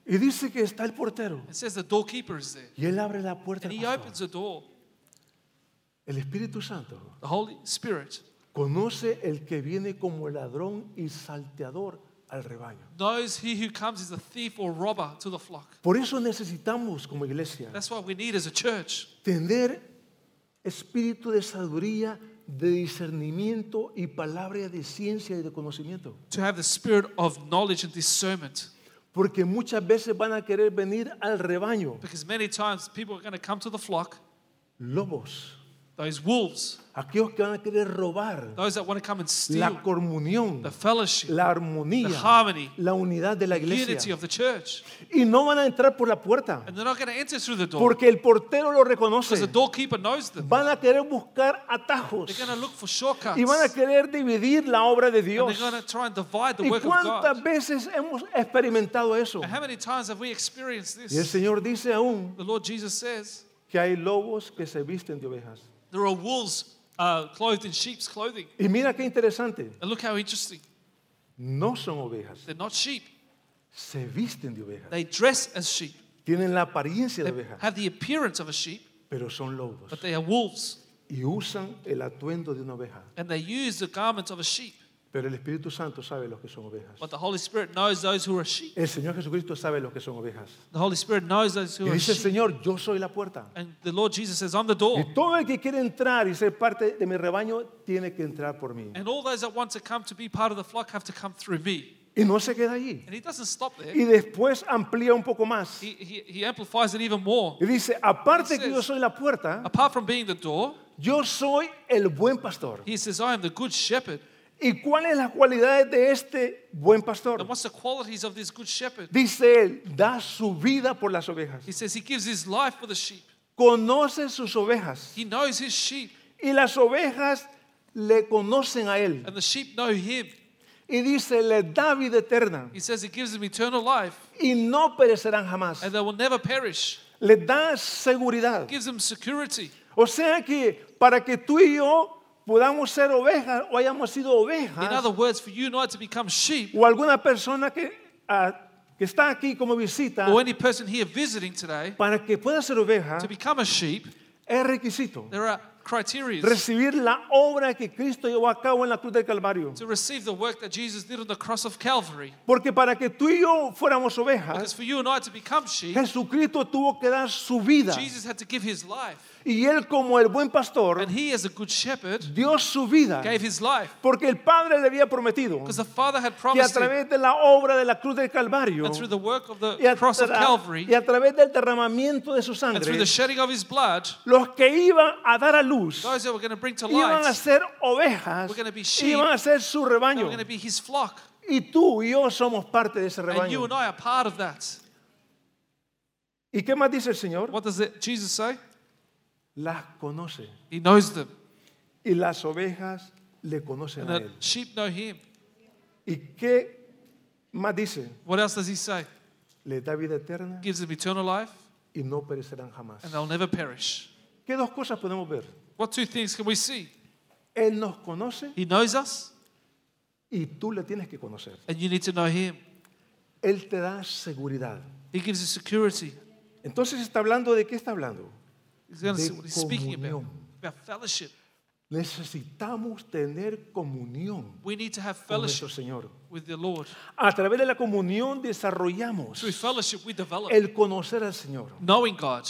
Speaker 2: Y dice que está el portero.
Speaker 3: It says the doorkeeper is there.
Speaker 2: Y él abre la puerta.
Speaker 3: And he
Speaker 2: pastor.
Speaker 3: opens the door.
Speaker 2: El Espíritu Santo
Speaker 3: The Holy Spirit
Speaker 2: conoce el que viene como ladrón y salteador al rebaño.
Speaker 3: knows he who comes is a thief or robber to the flock.
Speaker 2: Por eso necesitamos como iglesia
Speaker 3: That's what we need as a church.
Speaker 2: tener espíritu de sabiduría, de discernimiento y palabra de ciencia y de conocimiento.
Speaker 3: To have the spirit of knowledge and discernment.
Speaker 2: Porque muchas veces van a querer venir al rebaño
Speaker 3: Because many times people are going to come to the flock,
Speaker 2: lobos,
Speaker 3: those wolves,
Speaker 2: aquellos que van a querer robar
Speaker 3: those that want to come and steal
Speaker 2: la comunión,
Speaker 3: the fellowship,
Speaker 2: la armonía,
Speaker 3: the harmony,
Speaker 2: la unidad de la
Speaker 3: unity
Speaker 2: iglesia.
Speaker 3: of the church.
Speaker 2: Y no van a entrar por la puerta.
Speaker 3: And they're not going to enter through the door
Speaker 2: Porque el portero lo
Speaker 3: because the
Speaker 2: reconoce.
Speaker 3: doorkeeper knows them.
Speaker 2: Van a querer buscar atajos
Speaker 3: They're going to look for shortcuts.
Speaker 2: y van a
Speaker 3: And
Speaker 2: querer dividir la obra de
Speaker 3: they're
Speaker 2: Dios.
Speaker 3: going to try and divide the
Speaker 2: ¿Y
Speaker 3: work of
Speaker 2: cuántas
Speaker 3: God.
Speaker 2: veces hemos experimentado eso?
Speaker 3: And how many times have we experienced
Speaker 2: Y el
Speaker 3: this?
Speaker 2: Señor dice aún
Speaker 3: The Lord Jesus says,
Speaker 2: que hay lobos que se visten de ovejas.
Speaker 3: There are wolves uh, clothed in sheep's clothing.
Speaker 2: Y mira qué interesante,
Speaker 3: And look how interesting.
Speaker 2: no son ovejas,
Speaker 3: They're not sheep.
Speaker 2: se visten de ovejas.
Speaker 3: They dress as sheep.
Speaker 2: Tienen la apariencia de
Speaker 3: They
Speaker 2: ovejas,
Speaker 3: have the appearance of a sheep,
Speaker 2: pero son lobos.
Speaker 3: but they are wolves.
Speaker 2: Y usan el atuendo de una oveja.
Speaker 3: And they use the garments of a sheep.
Speaker 2: Pero el Espíritu Santo sabe los que son ovejas.
Speaker 3: But the Holy Spirit knows those who are sheep.
Speaker 2: El Señor Jesucristo sabe los que son ovejas.
Speaker 3: The Holy Spirit knows those
Speaker 2: Y
Speaker 3: who are
Speaker 2: dice el
Speaker 3: sheep.
Speaker 2: Señor, yo soy la puerta.
Speaker 3: And the Lord Jesus says, I'm the door.
Speaker 2: Y todo el que quiere entrar y ser parte de mi rebaño tiene que entrar por mí.
Speaker 3: And all those that want to come to be part of the flock have to come through me.
Speaker 2: Y no se queda allí.
Speaker 3: And he doesn't stop there.
Speaker 2: Y después amplía un poco más.
Speaker 3: He, he, he amplifies it even more.
Speaker 2: Y dice, aparte que yo soy la puerta,
Speaker 3: Apart from being the door,
Speaker 2: yo soy el buen pastor.
Speaker 3: he says, I am the good shepherd.
Speaker 2: ¿Y cuáles las cualidades de este buen pastor?
Speaker 3: And what's the qualities of this good shepherd?
Speaker 2: Dice él, da su vida por las ovejas.
Speaker 3: He says he gives his life for the sheep.
Speaker 2: Conoce sus ovejas.
Speaker 3: He knows his sheep,
Speaker 2: Y las ovejas le conocen a él.
Speaker 3: and the sheep know him.
Speaker 2: Y dice, les da vida eterna.
Speaker 3: He says he gives them eternal life,
Speaker 2: Y no perecerán jamás.
Speaker 3: and they will never perish.
Speaker 2: Les da seguridad.
Speaker 3: He gives them security.
Speaker 2: O sea que para que tú y yo podamos ser ovejas o hayamos sido
Speaker 3: In
Speaker 2: ovejas
Speaker 3: other words, for you and I to become sheep,
Speaker 2: o alguna persona que, ah, que está aquí como visita,
Speaker 3: or any person here visiting today,
Speaker 2: para que pueda ser oveja
Speaker 3: to become a sheep,
Speaker 2: es requisito
Speaker 3: there are criteria
Speaker 2: recibir la obra que Cristo llevó a cabo en la cruz del Calvario.
Speaker 3: to receive the work that Jesus did on the cross of Calvary.
Speaker 2: Porque para que tú y yo fuéramos
Speaker 3: Because
Speaker 2: ovejas,
Speaker 3: for you and I to become sheep,
Speaker 2: Jesucristo tuvo que dar su vida.
Speaker 3: Jesus had to give his life.
Speaker 2: Y él como el buen pastor
Speaker 3: And he, as a good shepherd,
Speaker 2: dio su vida.
Speaker 3: gave his life.
Speaker 2: Porque el Padre le había prometido
Speaker 3: Because the Father had
Speaker 2: que a
Speaker 3: promised him,
Speaker 2: través de la obra de la cruz del Calvario
Speaker 3: and through the work of
Speaker 2: y a,
Speaker 3: the cross of
Speaker 2: tra-
Speaker 3: Calvary,
Speaker 2: y a través del derramamiento de su
Speaker 3: And
Speaker 2: sangre,
Speaker 3: through the shedding of his blood,
Speaker 2: los que iban a dar a luz
Speaker 3: those that we're going to bring to
Speaker 2: iban a
Speaker 3: life,
Speaker 2: ser ovejas,
Speaker 3: We're gonna be
Speaker 2: y
Speaker 3: sheep.
Speaker 2: iban a ser su
Speaker 3: we're
Speaker 2: rebaño.
Speaker 3: going to be his flock.
Speaker 2: Y tú y yo somos parte de ese
Speaker 3: And you
Speaker 2: rebaño.
Speaker 3: and I are part of that.
Speaker 2: ¿Y qué más dice el Señor?
Speaker 3: What does it, Jesus say?
Speaker 2: Las conoce.
Speaker 3: He knows them.
Speaker 2: Y las ovejas le conocen
Speaker 3: And
Speaker 2: a
Speaker 3: the
Speaker 2: Él.
Speaker 3: sheep know him.
Speaker 2: ¿Y qué más dice?
Speaker 3: What else does he say?
Speaker 2: Les da vida eterna
Speaker 3: Gives them eternal life
Speaker 2: y no perecerán jamás.
Speaker 3: and they'll never perish.
Speaker 2: ¿Qué dos cosas podemos ver?
Speaker 3: What two things can we see?
Speaker 2: Él nos conoce
Speaker 3: He knows us
Speaker 2: y tú le tienes que conocer.
Speaker 3: and you need to know him.
Speaker 2: Él te da seguridad.
Speaker 3: He gives you security.
Speaker 2: Entonces está hablando de qué está hablando.
Speaker 3: He's going to
Speaker 2: De
Speaker 3: see what he's speaking about.
Speaker 2: comunión.
Speaker 3: About fellowship.
Speaker 2: Necesitamos tener comunión
Speaker 3: We need to have
Speaker 2: con nuestro
Speaker 3: fellowship
Speaker 2: Señor.
Speaker 3: with the Lord.
Speaker 2: A través de la comunión desarrollamos
Speaker 3: Through fellowship, we develop
Speaker 2: el conocer al Señor.
Speaker 3: knowing God.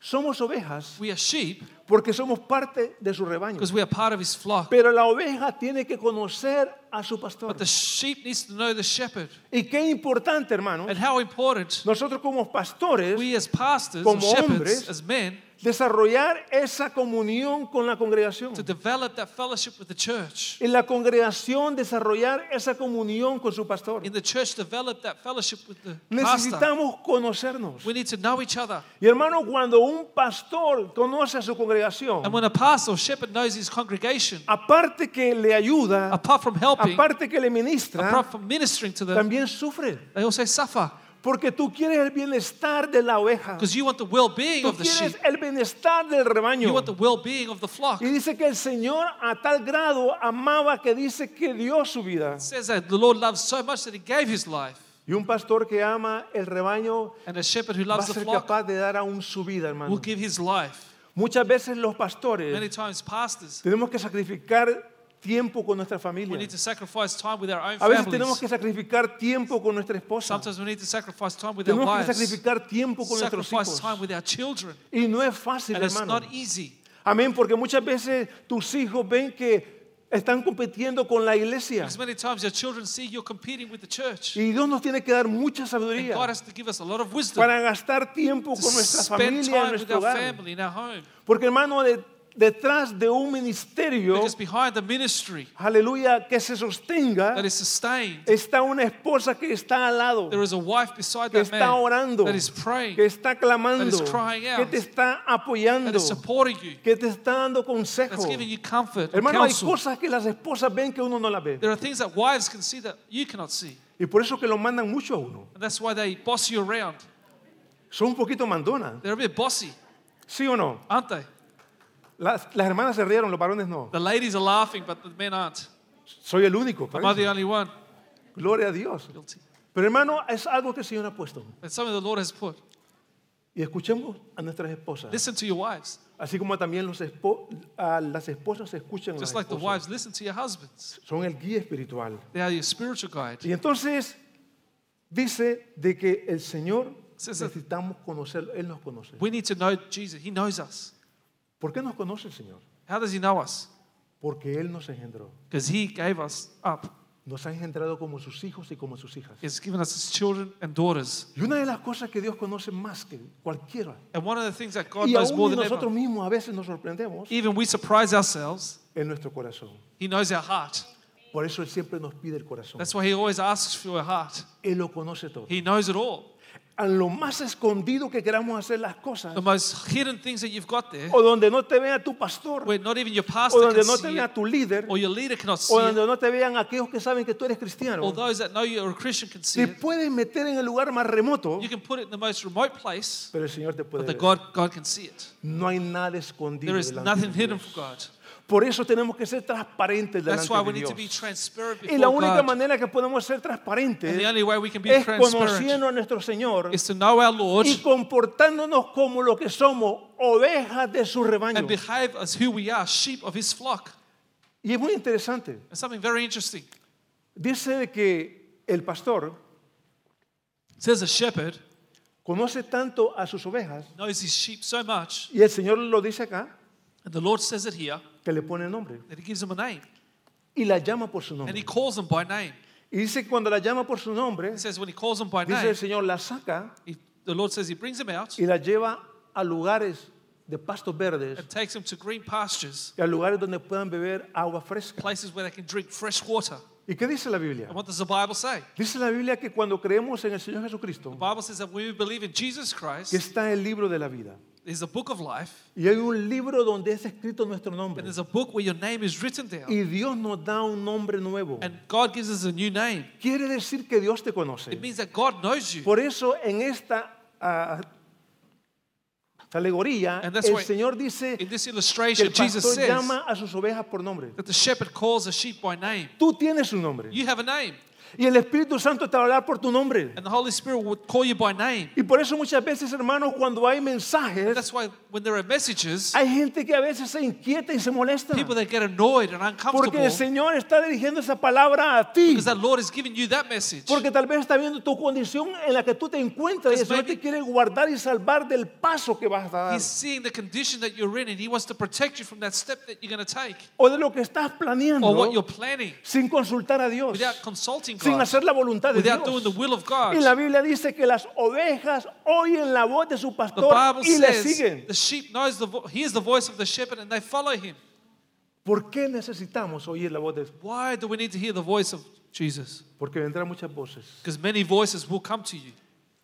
Speaker 2: Somos ovejas
Speaker 3: We are sheep
Speaker 2: porque somos parte de su rebaño.
Speaker 3: because we are part of his flock.
Speaker 2: Pero la oveja tiene que conocer a su pastor.
Speaker 3: But the sheep needs to know the shepherd.
Speaker 2: Y qué importante, hermano.
Speaker 3: And how important
Speaker 2: Nosotros como pastores
Speaker 3: we as pastors or
Speaker 2: Como
Speaker 3: shepherds,
Speaker 2: hombres,
Speaker 3: as men,
Speaker 2: desarrollar esa comunión con la congregación.
Speaker 3: to develop that fellowship with the church.
Speaker 2: En la congregación desarrollar esa comunión con su pastor.
Speaker 3: In the church, develop that fellowship with the pastor.
Speaker 2: Necesitamos conocernos.
Speaker 3: We need to know each other.
Speaker 2: Y hermano, cuando un pastor conoce a su congregación,
Speaker 3: And when a pastor or shepherd knows his congregation,
Speaker 2: aparte que le ayuda,
Speaker 3: apart from helping,
Speaker 2: aparte que le ministra,
Speaker 3: apart from ministering to them,
Speaker 2: también sufre.
Speaker 3: they also suffer
Speaker 2: Porque tú quieres el bienestar de la oveja.
Speaker 3: because you want the well-being
Speaker 2: Tú
Speaker 3: of the sheep.
Speaker 2: quieres el bienestar del
Speaker 3: You
Speaker 2: rebaño.
Speaker 3: want the well-being of the flock.
Speaker 2: Y
Speaker 3: It
Speaker 2: dice que el Señor a tal grado amaba que dice que dio su vida.
Speaker 3: says that the Lord loves so much that he gave his life.
Speaker 2: Y un pastor que ama el rebaño
Speaker 3: And a shepherd who
Speaker 2: va a
Speaker 3: loves the
Speaker 2: ser
Speaker 3: flock
Speaker 2: capaz de dar aún su vida, hermano.
Speaker 3: will give his life.
Speaker 2: Muchas veces los
Speaker 3: Many
Speaker 2: pastores
Speaker 3: times pastors,
Speaker 2: tenemos que sacrificar tiempo con nuestra
Speaker 3: we
Speaker 2: familia.
Speaker 3: need to sacrifice time with our own
Speaker 2: A veces tenemos
Speaker 3: families.
Speaker 2: que sacrificar tiempo con nuestra esposa.
Speaker 3: Sometimes we need to sacrifice time with our
Speaker 2: Tenemos que
Speaker 3: wives.
Speaker 2: sacrificar tiempo con nuestros
Speaker 3: Sacrifice
Speaker 2: hijos.
Speaker 3: time with our children.
Speaker 2: Y no es fácil,
Speaker 3: And it's
Speaker 2: hermano.
Speaker 3: not easy.
Speaker 2: Amén, porque muchas veces tus hijos ven que están compitiendo con la iglesia.
Speaker 3: Because many times your children see you're competing with the church.
Speaker 2: Y Dios nos tiene que dar mucha
Speaker 3: And God
Speaker 2: sabiduría
Speaker 3: has to give us a lot of wisdom
Speaker 2: para gastar tiempo
Speaker 3: to
Speaker 2: con nuestra
Speaker 3: spend
Speaker 2: familia, en
Speaker 3: time with
Speaker 2: nuestro
Speaker 3: our
Speaker 2: hogar.
Speaker 3: family in our home.
Speaker 2: Porque hermano, de- detrás de un ministerio,
Speaker 3: Because behind the ministry
Speaker 2: aleluya, que se sostenga,
Speaker 3: that is sustained,
Speaker 2: está una esposa que está al lado,
Speaker 3: there is a wife beside
Speaker 2: que
Speaker 3: that
Speaker 2: está
Speaker 3: man
Speaker 2: orando,
Speaker 3: that is praying,
Speaker 2: que está clamando,
Speaker 3: that is crying
Speaker 2: que
Speaker 3: out,
Speaker 2: te está
Speaker 3: that
Speaker 2: apoyando,
Speaker 3: is supporting you,
Speaker 2: que te está dando
Speaker 3: that's
Speaker 2: consejo.
Speaker 3: giving you comfort and
Speaker 2: Hermano, hay
Speaker 3: counsel.
Speaker 2: cosas que las esposas ven que uno no las ve.
Speaker 3: There are things that wives can see that you cannot see.
Speaker 2: Y por eso que lo mandan mucho a uno.
Speaker 3: And that's why they boss you around.
Speaker 2: Son un poquito mandonas.
Speaker 3: They're a bit bossy,
Speaker 2: ¿Sí o no?
Speaker 3: aren't they?
Speaker 2: Las, las hermanas se rieron, los varones no.
Speaker 3: The ladies are laughing, but the men aren't.
Speaker 2: Soy el único.
Speaker 3: Am I
Speaker 2: parece.
Speaker 3: the only one?
Speaker 2: Gloria a Dios.
Speaker 3: Guilty.
Speaker 2: Pero hermano, es algo que el Señor ha puesto.
Speaker 3: That's something the Lord has put.
Speaker 2: Y escuchemos a nuestras esposas.
Speaker 3: Listen to your wives.
Speaker 2: Así como también los espo- a las esposas escuchan a los
Speaker 3: Just like the
Speaker 2: esposos.
Speaker 3: wives, listen to your husbands.
Speaker 2: Son el guía espiritual.
Speaker 3: They are your spiritual guide.
Speaker 2: Y entonces dice de que el Señor
Speaker 3: Sí, sí.
Speaker 2: necesitamos conocerlo. Él nos conoce.
Speaker 3: We need to know Jesus. He knows us.
Speaker 2: ¿Por qué nos conoce el Señor?
Speaker 3: How does He know us?
Speaker 2: Porque Él nos engendró.
Speaker 3: Because He gave us up.
Speaker 2: Nos ha engendrado como sus hijos y como sus hijas.
Speaker 3: He's given us His children and daughters.
Speaker 2: Y una de las cosas que Dios conoce más que cualquiera,
Speaker 3: And one of the things that God
Speaker 2: y
Speaker 3: knows
Speaker 2: aún
Speaker 3: more
Speaker 2: ni
Speaker 3: than
Speaker 2: nosotros
Speaker 3: ever,
Speaker 2: mismos a veces nos sorprendemos,
Speaker 3: even we surprise ourselves,
Speaker 2: en nuestro corazón.
Speaker 3: He knows our heart.
Speaker 2: Por eso Él siempre nos pide el corazón.
Speaker 3: That's why He always asks for your heart.
Speaker 2: Él lo conoce todo.
Speaker 3: He knows it all.
Speaker 2: A lo más escondido que queramos hacer las cosas,
Speaker 3: The most hidden things that you've got there,
Speaker 2: o donde no te vea tu pastor,
Speaker 3: where not even your
Speaker 2: o
Speaker 3: pastor
Speaker 2: donde
Speaker 3: can
Speaker 2: no te
Speaker 3: see it,
Speaker 2: vea tu líder,
Speaker 3: or your leader cannot see
Speaker 2: o
Speaker 3: it,
Speaker 2: donde no te vean aquellos que saben que tú eres cristiano,
Speaker 3: or those that know you're a Christian can see
Speaker 2: te
Speaker 3: it.
Speaker 2: puedes meter en el lugar más remoto,
Speaker 3: You can put it in the most remote place,
Speaker 2: pero el Señor te
Speaker 3: but
Speaker 2: puede
Speaker 3: the
Speaker 2: ver.
Speaker 3: God, God can see it.
Speaker 2: No hay nada escondido.
Speaker 3: There is
Speaker 2: delante de
Speaker 3: nothing hidden
Speaker 2: Dios.
Speaker 3: from God.
Speaker 2: Por eso tenemos que ser transparentes
Speaker 3: That's
Speaker 2: delante
Speaker 3: why we
Speaker 2: de
Speaker 3: need to
Speaker 2: Dios.
Speaker 3: be transparent
Speaker 2: Y
Speaker 3: before
Speaker 2: la única
Speaker 3: God.
Speaker 2: manera que podemos ser
Speaker 3: And the
Speaker 2: transparentes
Speaker 3: only way we can be
Speaker 2: es
Speaker 3: transparent
Speaker 2: conociendo a nuestro Señor
Speaker 3: is to know our Lord
Speaker 2: y comportándonos como lo que somos, ovejas de su rebaño.
Speaker 3: and behave as who we are, sheep of His flock.
Speaker 2: Y es muy interesante.
Speaker 3: And something very interesting.
Speaker 2: Dice de que el pastor
Speaker 3: It says a shepherd
Speaker 2: conoce tanto a sus ovejas
Speaker 3: knows his sheep so much,
Speaker 2: y el Señor lo dice acá
Speaker 3: and the Lord says it here,
Speaker 2: que le pone nombre
Speaker 3: that He gives them a name,
Speaker 2: y la llama por su
Speaker 3: and He
Speaker 2: nombre.
Speaker 3: calls them by name.
Speaker 2: Y dice que cuando la llama por su nombre,
Speaker 3: It says when He calls them by
Speaker 2: dice
Speaker 3: name,
Speaker 2: el Señor la saca
Speaker 3: he, the Lord says He brings them out
Speaker 2: y la lleva a lugares de pastos verdes
Speaker 3: and takes them to green pastures,
Speaker 2: y a lugares donde puedan beber agua fresca.
Speaker 3: places where they can drink fresh water.
Speaker 2: ¿Y qué dice la Biblia?
Speaker 3: And what does the Bible say?
Speaker 2: Dice la Biblia que cuando creemos en el Señor
Speaker 3: The
Speaker 2: Jesucristo,
Speaker 3: Bible says that when we believe in Jesus
Speaker 2: que
Speaker 3: Christ,
Speaker 2: está el libro de la vida.
Speaker 3: there's a book of life,
Speaker 2: Y hay un libro donde es escrito nuestro nombre.
Speaker 3: and there's a book where your name is written down,
Speaker 2: Y Dios nos da un nombre nuevo.
Speaker 3: and God gives us a new name.
Speaker 2: Quiere decir que Dios te
Speaker 3: It
Speaker 2: conoce.
Speaker 3: means that God knows you.
Speaker 2: Por eso en esta ah, alegoría,
Speaker 3: And that's
Speaker 2: el
Speaker 3: why-
Speaker 2: Señor dice
Speaker 3: In
Speaker 2: que
Speaker 3: this
Speaker 2: el
Speaker 3: illustration, Jesus
Speaker 2: pastor
Speaker 3: says
Speaker 2: llama a sus ovejas por nombre.
Speaker 3: that the shepherd calls a sheep by name.
Speaker 2: Tú tienes un nombre.
Speaker 3: You have a name,
Speaker 2: Y el Espíritu Santo te va a hablar por tu nombre.
Speaker 3: and the Holy Spirit would call you by name.
Speaker 2: Y por eso muchas veces, hermanos, cuando hay mensajes,
Speaker 3: That's why when there are messages,
Speaker 2: hay gente que a veces se inquieta y se molesta.
Speaker 3: people that get annoyed and
Speaker 2: Porque el
Speaker 3: uncomfortable
Speaker 2: Señor está dirigiendo esa palabra a ti.
Speaker 3: because that Lord has given you that message.
Speaker 2: Porque tal vez está viendo tu condición en la que tú te encuentras y el
Speaker 3: Because
Speaker 2: Señor te
Speaker 3: maybe-
Speaker 2: quiere guardar y salvar del paso que vas a dar.
Speaker 3: He's seeing the condition that you're in, and He wants to protect you from that step that you're going to take
Speaker 2: O de lo que estás
Speaker 3: or what
Speaker 2: planeando
Speaker 3: you're planning
Speaker 2: sin consultar a Dios.
Speaker 3: without consulting
Speaker 2: sin
Speaker 3: God
Speaker 2: hacer la voluntad de
Speaker 3: without doing the
Speaker 2: Dios.
Speaker 3: will of
Speaker 2: Y la
Speaker 3: God.
Speaker 2: Biblia dice que las ovejas oyen la voz de su
Speaker 3: The
Speaker 2: pastor
Speaker 3: Bible
Speaker 2: y le
Speaker 3: says
Speaker 2: siguen.
Speaker 3: the sheep knows the vo- hears the voice of the shepherd and they follow him.
Speaker 2: ¿Por qué necesitamos oír la voz de
Speaker 3: Why do we need to hear the voice of Jesus?
Speaker 2: Porque vendrán muchas voces.
Speaker 3: Because many voices will come to you.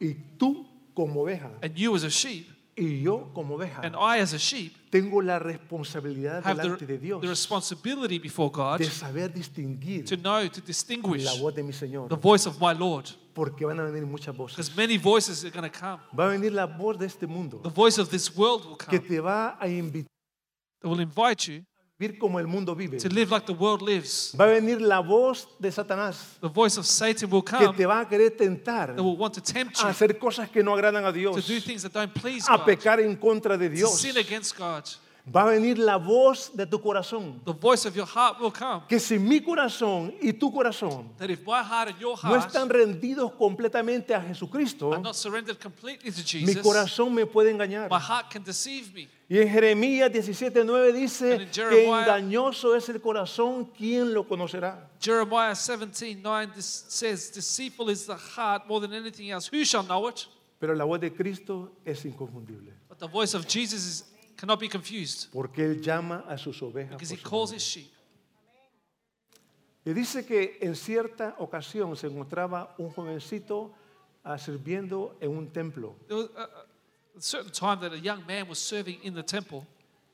Speaker 2: Y tú como oveja
Speaker 3: And you as a sheep
Speaker 2: y yo como oveja
Speaker 3: and I as a sheep
Speaker 2: tengo la responsabilidad
Speaker 3: have
Speaker 2: delante de
Speaker 3: the,
Speaker 2: Dios
Speaker 3: the responsibility before God
Speaker 2: de saber distinguir
Speaker 3: to know, to distinguish
Speaker 2: la voz de mi
Speaker 3: the
Speaker 2: Señor,
Speaker 3: voice of my Lord.
Speaker 2: porque van a venir muchas voces.
Speaker 3: Because many voices are going to come.
Speaker 2: Va a venir la voz de este mundo
Speaker 3: The voice of this world will
Speaker 2: que
Speaker 3: come.
Speaker 2: te va a invitar
Speaker 3: That will invite you
Speaker 2: a vivir como el mundo vive.
Speaker 3: to live like the world lives.
Speaker 2: Va a venir la voz de Satanás
Speaker 3: The voice of Satan will
Speaker 2: que
Speaker 3: come.
Speaker 2: te va a querer tentar
Speaker 3: That will want to tempt
Speaker 2: a
Speaker 3: you
Speaker 2: hacer cosas que no agradan a
Speaker 3: to
Speaker 2: Dios,
Speaker 3: do things that don't please
Speaker 2: a
Speaker 3: God.
Speaker 2: pecar en contra de
Speaker 3: To
Speaker 2: Dios.
Speaker 3: sin against God.
Speaker 2: Va a venir la voz de tu corazón.
Speaker 3: The voice of your heart will come.
Speaker 2: Que si mi corazón y tu corazón
Speaker 3: That if my heart and your
Speaker 2: no
Speaker 3: heart
Speaker 2: están rendidos completamente a Jesucristo,
Speaker 3: are not surrendered completely to
Speaker 2: mi
Speaker 3: Jesus,
Speaker 2: corazón me puede engañar.
Speaker 3: my heart can deceive me.
Speaker 2: Y en Jeremías 17:9
Speaker 3: And
Speaker 2: dice
Speaker 3: in
Speaker 2: que
Speaker 3: Jeremiah-
Speaker 2: engañoso es el corazón, ¿quién lo conocerá?
Speaker 3: Jeremiah 17 9 this says, Deceitful is the heart more than anything else. Who shall know it?
Speaker 2: Pero la voz de Cristo es inconfundible,
Speaker 3: But the voice of Jesus is, cannot be confused
Speaker 2: porque él llama a sus ovejas.
Speaker 3: because he
Speaker 2: por su
Speaker 3: calls
Speaker 2: nombre.
Speaker 3: his sheep.
Speaker 2: Y dice que en cierta ocasión se encontraba un jovencito ah, sirviendo en un templo.
Speaker 3: There was a, a- a certain time that a young man was serving in the temple,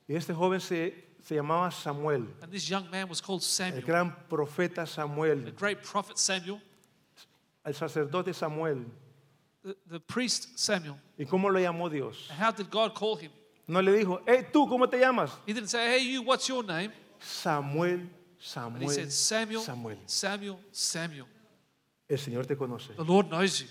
Speaker 2: Y este joven se, se llamaba Samuel,
Speaker 3: and this young man was called
Speaker 2: el
Speaker 3: Samuel,
Speaker 2: gran profeta
Speaker 3: the
Speaker 2: Samuel,
Speaker 3: great prophet Samuel,
Speaker 2: el sacerdote Samuel.
Speaker 3: the, the priest Samuel.
Speaker 2: ¿Y cómo lo llamó Dios?
Speaker 3: And How did God call him?
Speaker 2: No le dijo, hey tú, ¿cómo te llamas?
Speaker 3: He didn't say, Hey, you, what's your name?
Speaker 2: Samuel,
Speaker 3: But he
Speaker 2: Samuel,
Speaker 3: said, Samuel,
Speaker 2: Samuel.
Speaker 3: Samuel, Samuel.
Speaker 2: El Señor te conoce,
Speaker 3: The Lord knows you.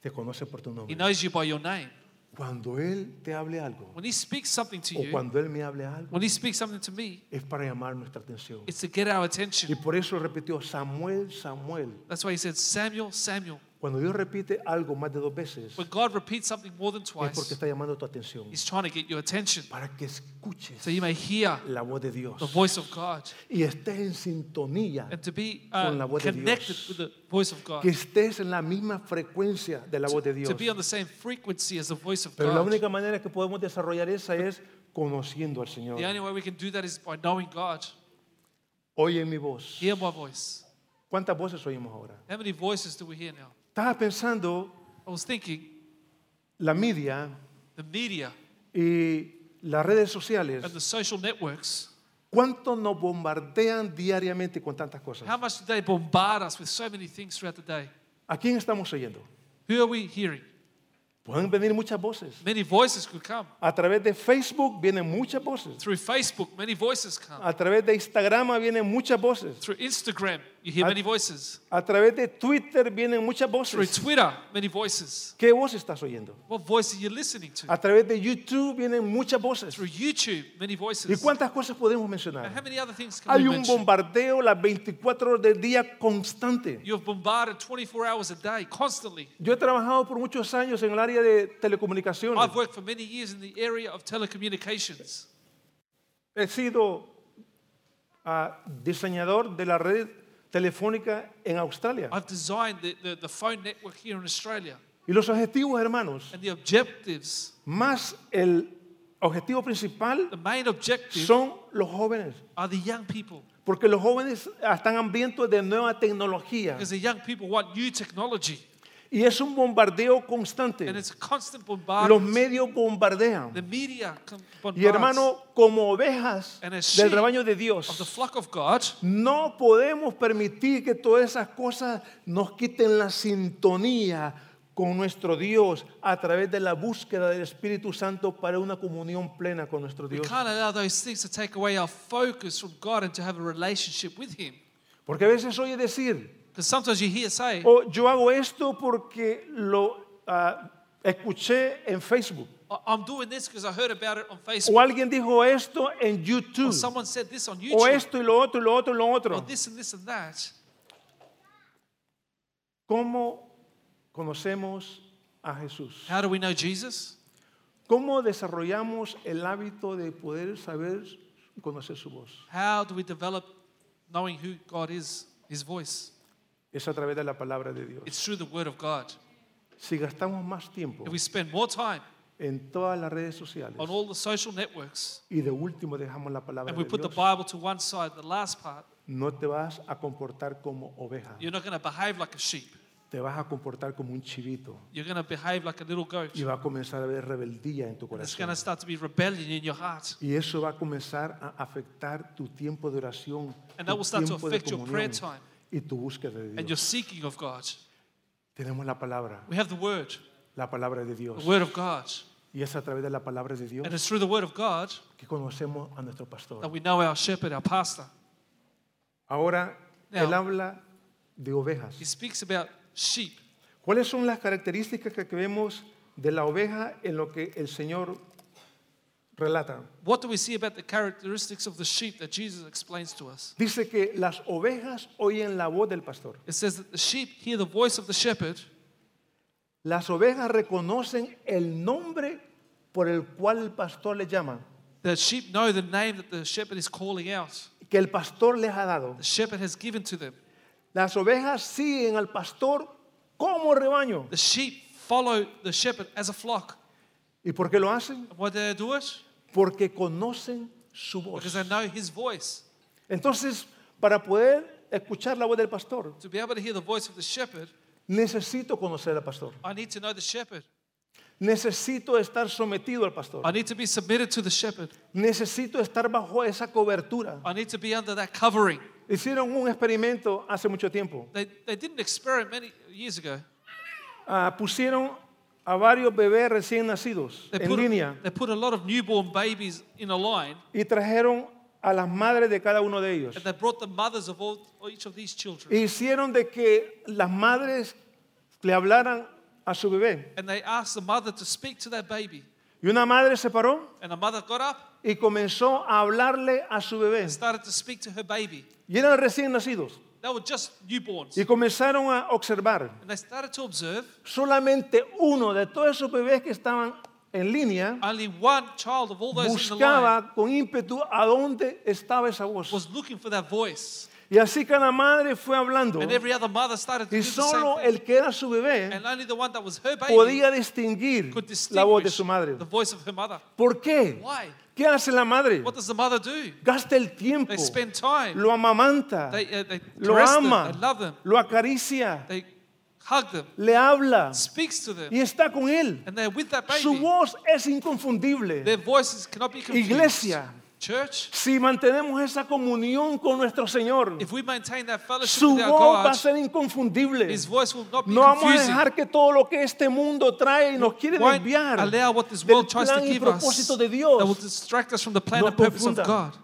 Speaker 2: te conoce por tu
Speaker 3: He
Speaker 2: nombre.
Speaker 3: knows you by your name.
Speaker 2: Cuando Él te hable algo,
Speaker 3: When he speaks something to
Speaker 2: o
Speaker 3: you,
Speaker 2: cuando Él me hable algo,
Speaker 3: when he speaks something to me,
Speaker 2: es para llamar nuestra atención.
Speaker 3: it's to get our
Speaker 2: Y
Speaker 3: attention.
Speaker 2: por eso repitió, Samuel, Samuel.
Speaker 3: That's why he said, Samuel, Samuel.
Speaker 2: Cuando Dios repite algo más de dos veces,
Speaker 3: When God repeats something more than
Speaker 2: es porque
Speaker 3: twice,
Speaker 2: está llamando tu atención
Speaker 3: he's trying to get your attention
Speaker 2: para que escuches
Speaker 3: so you may hear
Speaker 2: la voz de
Speaker 3: the
Speaker 2: Dios
Speaker 3: voice of God
Speaker 2: y estés en sintonía,
Speaker 3: and to be
Speaker 2: Con la
Speaker 3: uh,
Speaker 2: voz de
Speaker 3: connected
Speaker 2: Dios.
Speaker 3: with the voice of God,
Speaker 2: que estés en la misma frecuencia de la voz de Dios.
Speaker 3: to be on the same frequency as the voice of
Speaker 2: Pero la
Speaker 3: God.
Speaker 2: única manera que podemos desarrollar esa es conociendo al Señor.
Speaker 3: The only way we can do that is by knowing God.
Speaker 2: Oye mi voz.
Speaker 3: Hear my voice.
Speaker 2: ¿Cuántas voces oímos ahora?
Speaker 3: How many voices do we hear now?
Speaker 2: Estaba pensando
Speaker 3: I was thinking
Speaker 2: la media
Speaker 3: the media
Speaker 2: y las redes
Speaker 3: and the
Speaker 2: sociales.
Speaker 3: social networks,
Speaker 2: ¿Cuánto nos bombardean diariamente con tantas
Speaker 3: how
Speaker 2: cosas?
Speaker 3: much do they bombard us with so many things throughout the day?
Speaker 2: ¿A quién estamos oyendo?
Speaker 3: Who are we hearing?
Speaker 2: Pueden venir muchas voces.
Speaker 3: Many voices could come.
Speaker 2: A través de Facebook vienen muchas voces.
Speaker 3: Through Facebook, many voices come.
Speaker 2: A través de Instagram vienen muchas voces.
Speaker 3: Through Instagram, you hear many voices.
Speaker 2: A través de Twitter vienen muchas
Speaker 3: Through
Speaker 2: voces.
Speaker 3: Twitter, many voices.
Speaker 2: ¿Qué voz estás oyendo?
Speaker 3: What voice are you listening to?
Speaker 2: A través de YouTube vienen muchas voces.
Speaker 3: Through YouTube, many
Speaker 2: ¿Y
Speaker 3: voices.
Speaker 2: cuántas cosas podemos
Speaker 3: And how
Speaker 2: mencionar?
Speaker 3: many other things can
Speaker 2: Hay
Speaker 3: we
Speaker 2: un
Speaker 3: mention?
Speaker 2: bombardeo las 24 horas del día constante.
Speaker 3: You're bombarded 24 hours a day, constantly.
Speaker 2: Yo he trabajado por muchos años en el área de telecomunicaciones.
Speaker 3: I've worked for many years in the area of telecommunications.
Speaker 2: He sido ah, diseñador de la red telefónica en Australia.
Speaker 3: I've designed the, the, the phone network here in Australia.
Speaker 2: Y los objetivos, hermanos,
Speaker 3: And the objectives,
Speaker 2: más el objetivo principal
Speaker 3: the main objective,
Speaker 2: son los jóvenes.
Speaker 3: are the young people.
Speaker 2: Porque los jóvenes están hambrientos de nueva tecnología.
Speaker 3: Because the young people want new technology.
Speaker 2: Y es un bombardeo constante.
Speaker 3: And it's a constant
Speaker 2: Los
Speaker 3: bombardment.
Speaker 2: medios bombardean.
Speaker 3: The media com-
Speaker 2: Y
Speaker 3: bombards
Speaker 2: hermano, como ovejas
Speaker 3: And as
Speaker 2: del
Speaker 3: sheep
Speaker 2: rebaño de
Speaker 3: of the
Speaker 2: Dios,
Speaker 3: flock of God.
Speaker 2: no podemos permitir que todas esas cosas nos quiten la sintonía con nuestro Dios a través de la búsqueda del Espíritu Santo para una comunión plena con nuestro
Speaker 3: We
Speaker 2: Dios.
Speaker 3: can't allow those things to take away our focus from God and to have a relationship with Him.
Speaker 2: Porque a veces oye decir,
Speaker 3: Because sometimes you hear say,
Speaker 2: oh, yo hago esto porque lo ah, escuché en Facebook.
Speaker 3: "I- I'm doing this because I heard about it on Facebook.
Speaker 2: O alguien dijo esto en
Speaker 3: Or
Speaker 2: YouTube.
Speaker 3: someone said this on
Speaker 2: O
Speaker 3: YouTube.
Speaker 2: esto y lo otro y lo otro y lo
Speaker 3: Or
Speaker 2: otro.
Speaker 3: this and this and that.
Speaker 2: ¿Cómo conocemos a Jesús?
Speaker 3: How do we know Jesus?
Speaker 2: ¿Cómo desarrollamos el hábito de poder saber y conocer su voz?
Speaker 3: How do we develop knowing who God is, His voice?
Speaker 2: es a través de la palabra de Dios.
Speaker 3: It's through the Word of God.
Speaker 2: Si gastamos más tiempo
Speaker 3: If we spend more time
Speaker 2: en todas las redes sociales
Speaker 3: on all the social networks
Speaker 2: y de último dejamos la palabra
Speaker 3: and
Speaker 2: de
Speaker 3: we put the
Speaker 2: Dios,
Speaker 3: Bible to one side, the last part,
Speaker 2: no te vas a comportar como oveja,
Speaker 3: you're not going to behave like a sheep.
Speaker 2: te vas a comportar como un chivito
Speaker 3: You're going to behave like a little goat.
Speaker 2: y va a comenzar a haber rebeldía en tu
Speaker 3: It's going
Speaker 2: corazón.
Speaker 3: to start to be rebellion in your heart.
Speaker 2: Y eso va a comenzar a afectar tu tiempo de oración,
Speaker 3: And that will
Speaker 2: tu
Speaker 3: start to
Speaker 2: tiempo de
Speaker 3: affect your prayer
Speaker 2: comunión
Speaker 3: time.
Speaker 2: y tu búsqueda de
Speaker 3: And your
Speaker 2: Dios.
Speaker 3: seeking of God.
Speaker 2: Tenemos la palabra,
Speaker 3: We have the Word,
Speaker 2: la palabra de
Speaker 3: the
Speaker 2: Dios.
Speaker 3: Word of God.
Speaker 2: Y es a través de la palabra de Dios
Speaker 3: And it's through the Word of God
Speaker 2: que conocemos a nuestro
Speaker 3: that
Speaker 2: pastor.
Speaker 3: we know our shepherd, our pastor.
Speaker 2: Ahora,
Speaker 3: Now-
Speaker 2: él habla de ovejas.
Speaker 3: He speaks about sheep.
Speaker 2: ¿Cuáles son las características que que vemos de la oveja en lo que el Señor relata?
Speaker 3: What do we see about the characteristics of the sheep that Jesus explains to us?
Speaker 2: Dice que las ovejas oyen la voz del pastor.
Speaker 3: It says that the sheep hear the voice of the shepherd,
Speaker 2: Las ovejas reconocen el nombre por el cual el pastor les llama,
Speaker 3: the sheep know the name that the shepherd is calling out,
Speaker 2: que el pastor les ha dado.
Speaker 3: the shepherd has given to them.
Speaker 2: Las ovejas siguen al pastor como rebaño.
Speaker 3: The sheep follow the shepherd as a flock.
Speaker 2: ¿Y por qué lo hacen?
Speaker 3: And why do they do it?
Speaker 2: Porque conocen su voz.
Speaker 3: Because they know his voice.
Speaker 2: Entonces, para poder escuchar la voz del pastor,
Speaker 3: To be able to hear the voice of the shepherd,
Speaker 2: necesito conocer al pastor.
Speaker 3: I need to know the shepherd.
Speaker 2: Necesito estar sometido al pastor.
Speaker 3: I need to be submitted to the shepherd.
Speaker 2: Necesito estar bajo esa cobertura.
Speaker 3: I need to be under that covering.
Speaker 2: Hicieron un experimento hace mucho tiempo.
Speaker 3: They, they did an experiment many years ago.
Speaker 2: Ah, pusieron a varios bebés recién nacidos
Speaker 3: They
Speaker 2: en
Speaker 3: put,
Speaker 2: línea
Speaker 3: they put a lot of newborn babies in a line
Speaker 2: y trajeron a las madres de cada uno de ellos.
Speaker 3: and they brought the mothers of all, of each of these children.
Speaker 2: Hicieron de que las madres le hablaran a su bebé.
Speaker 3: And they asked the mother to speak to that baby.
Speaker 2: Y una madre se paró
Speaker 3: And the mother got up
Speaker 2: y comenzó a hablarle a su bebé.
Speaker 3: and started to speak to her baby.
Speaker 2: Y eran recién nacidos.
Speaker 3: They were just newborns.
Speaker 2: Y comenzaron a observar.
Speaker 3: And they started to observe
Speaker 2: solamente uno de todos esos bebés que estaban en línea
Speaker 3: only one child of all those in the line
Speaker 2: buscaba con ímpetu a dónde estaba esa voz.
Speaker 3: was looking for that voice.
Speaker 2: Y así cada madre fue hablando
Speaker 3: And every other mother started to
Speaker 2: y
Speaker 3: do the same
Speaker 2: solo
Speaker 3: thing.
Speaker 2: el que era su bebé
Speaker 3: And only the one that was her baby
Speaker 2: podía distinguir
Speaker 3: could
Speaker 2: la voz de
Speaker 3: distinguish
Speaker 2: su madre.
Speaker 3: the voice of her mother.
Speaker 2: ¿Por qué?
Speaker 3: Why?
Speaker 2: ¿Qué hace la madre?
Speaker 3: What does the mother do?
Speaker 2: Gasta el tiempo,
Speaker 3: They spend time.
Speaker 2: lo amamanta,
Speaker 3: They, uh, they
Speaker 2: lo
Speaker 3: caress them.
Speaker 2: ama,
Speaker 3: They love them.
Speaker 2: lo acaricia,
Speaker 3: They hug them.
Speaker 2: le habla
Speaker 3: Speaks to them.
Speaker 2: y está con él.
Speaker 3: And they're with that
Speaker 2: Su
Speaker 3: baby.
Speaker 2: voz es inconfundible.
Speaker 3: Their voices cannot be confused.
Speaker 2: Iglesia.
Speaker 3: Church,
Speaker 2: Si mantenemos esa comunión con nuestro Señor,
Speaker 3: if we maintain that fellowship
Speaker 2: su
Speaker 3: with our
Speaker 2: voz va a
Speaker 3: God,
Speaker 2: ser inconfundible.
Speaker 3: His voice will not be
Speaker 2: No vamos a
Speaker 3: confusing.
Speaker 2: dejar que todo lo que este mundo trae y nos quiere
Speaker 3: Won't
Speaker 2: desviar
Speaker 3: allow what this
Speaker 2: del
Speaker 3: world tries to
Speaker 2: plan y
Speaker 3: give us
Speaker 2: propósito de
Speaker 3: that will
Speaker 2: Dios.
Speaker 3: distract us from the plan
Speaker 2: No
Speaker 3: and purpose of
Speaker 2: confunda.
Speaker 3: God.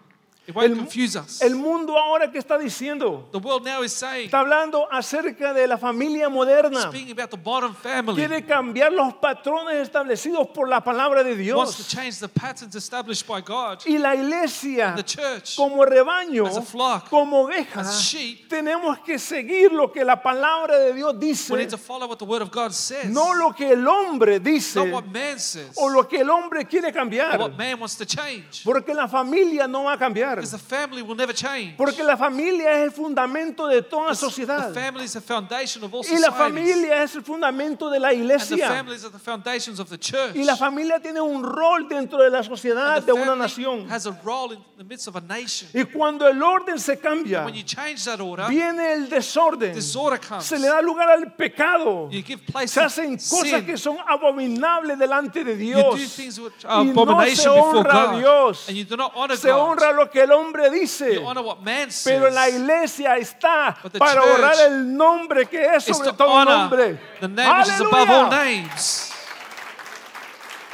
Speaker 3: It won't
Speaker 2: El,
Speaker 3: confuse us.
Speaker 2: el mundo ahora que está diciendo,
Speaker 3: the world now is saying,
Speaker 2: está hablando acerca de la familia moderna.
Speaker 3: speaking about the modern family,
Speaker 2: Quiere cambiar los patrones establecidos por la palabra de
Speaker 3: wants to
Speaker 2: Dios.
Speaker 3: change the patterns established by God.
Speaker 2: Y la iglesia,
Speaker 3: The church,
Speaker 2: como rebaño,
Speaker 3: as a flock,
Speaker 2: como oveja,
Speaker 3: as sheep,
Speaker 2: tenemos que seguir lo que la palabra de Dios
Speaker 3: we
Speaker 2: dice
Speaker 3: need to follow what the Word of God says,
Speaker 2: No lo que el hombre
Speaker 3: not
Speaker 2: dice
Speaker 3: what man says,
Speaker 2: o lo que el hombre quiere
Speaker 3: or what
Speaker 2: cambiar.
Speaker 3: man wants to change.
Speaker 2: Porque la familia no va a cambiar.
Speaker 3: Because the family will never change.
Speaker 2: Porque la familia es el fundamento de toda
Speaker 3: The
Speaker 2: sociedad.
Speaker 3: family is the foundation of all
Speaker 2: Y la
Speaker 3: societies.
Speaker 2: familia es el fundamento de la
Speaker 3: and the
Speaker 2: iglesia.
Speaker 3: families are the foundations of the church.
Speaker 2: Y la familia tiene un rol dentro de la sociedad,
Speaker 3: And
Speaker 2: de
Speaker 3: the
Speaker 2: una
Speaker 3: family
Speaker 2: nación.
Speaker 3: has a role in the midst of a nation.
Speaker 2: Y cuando el orden se cambia,
Speaker 3: When you change that order,
Speaker 2: viene el desorden.
Speaker 3: disorder comes.
Speaker 2: Se le da lugar al pecado.
Speaker 3: you give place
Speaker 2: Se
Speaker 3: to
Speaker 2: hacen cosas
Speaker 3: sin.
Speaker 2: que son abominables delante de
Speaker 3: you do
Speaker 2: Dios.
Speaker 3: things which
Speaker 2: Y
Speaker 3: are
Speaker 2: no se
Speaker 3: abomination before
Speaker 2: honra a
Speaker 3: God.
Speaker 2: Dios.
Speaker 3: And you do not honor
Speaker 2: Se
Speaker 3: God.
Speaker 2: honra lo que el hombre dice.
Speaker 3: You honor what man says.
Speaker 2: Pero la iglesia está
Speaker 3: But the
Speaker 2: para
Speaker 3: church
Speaker 2: honrar el nombre que es
Speaker 3: is
Speaker 2: sobre
Speaker 3: to
Speaker 2: todo
Speaker 3: honor
Speaker 2: nombre.
Speaker 3: the name which is above
Speaker 2: ¡Aleluya!
Speaker 3: all names.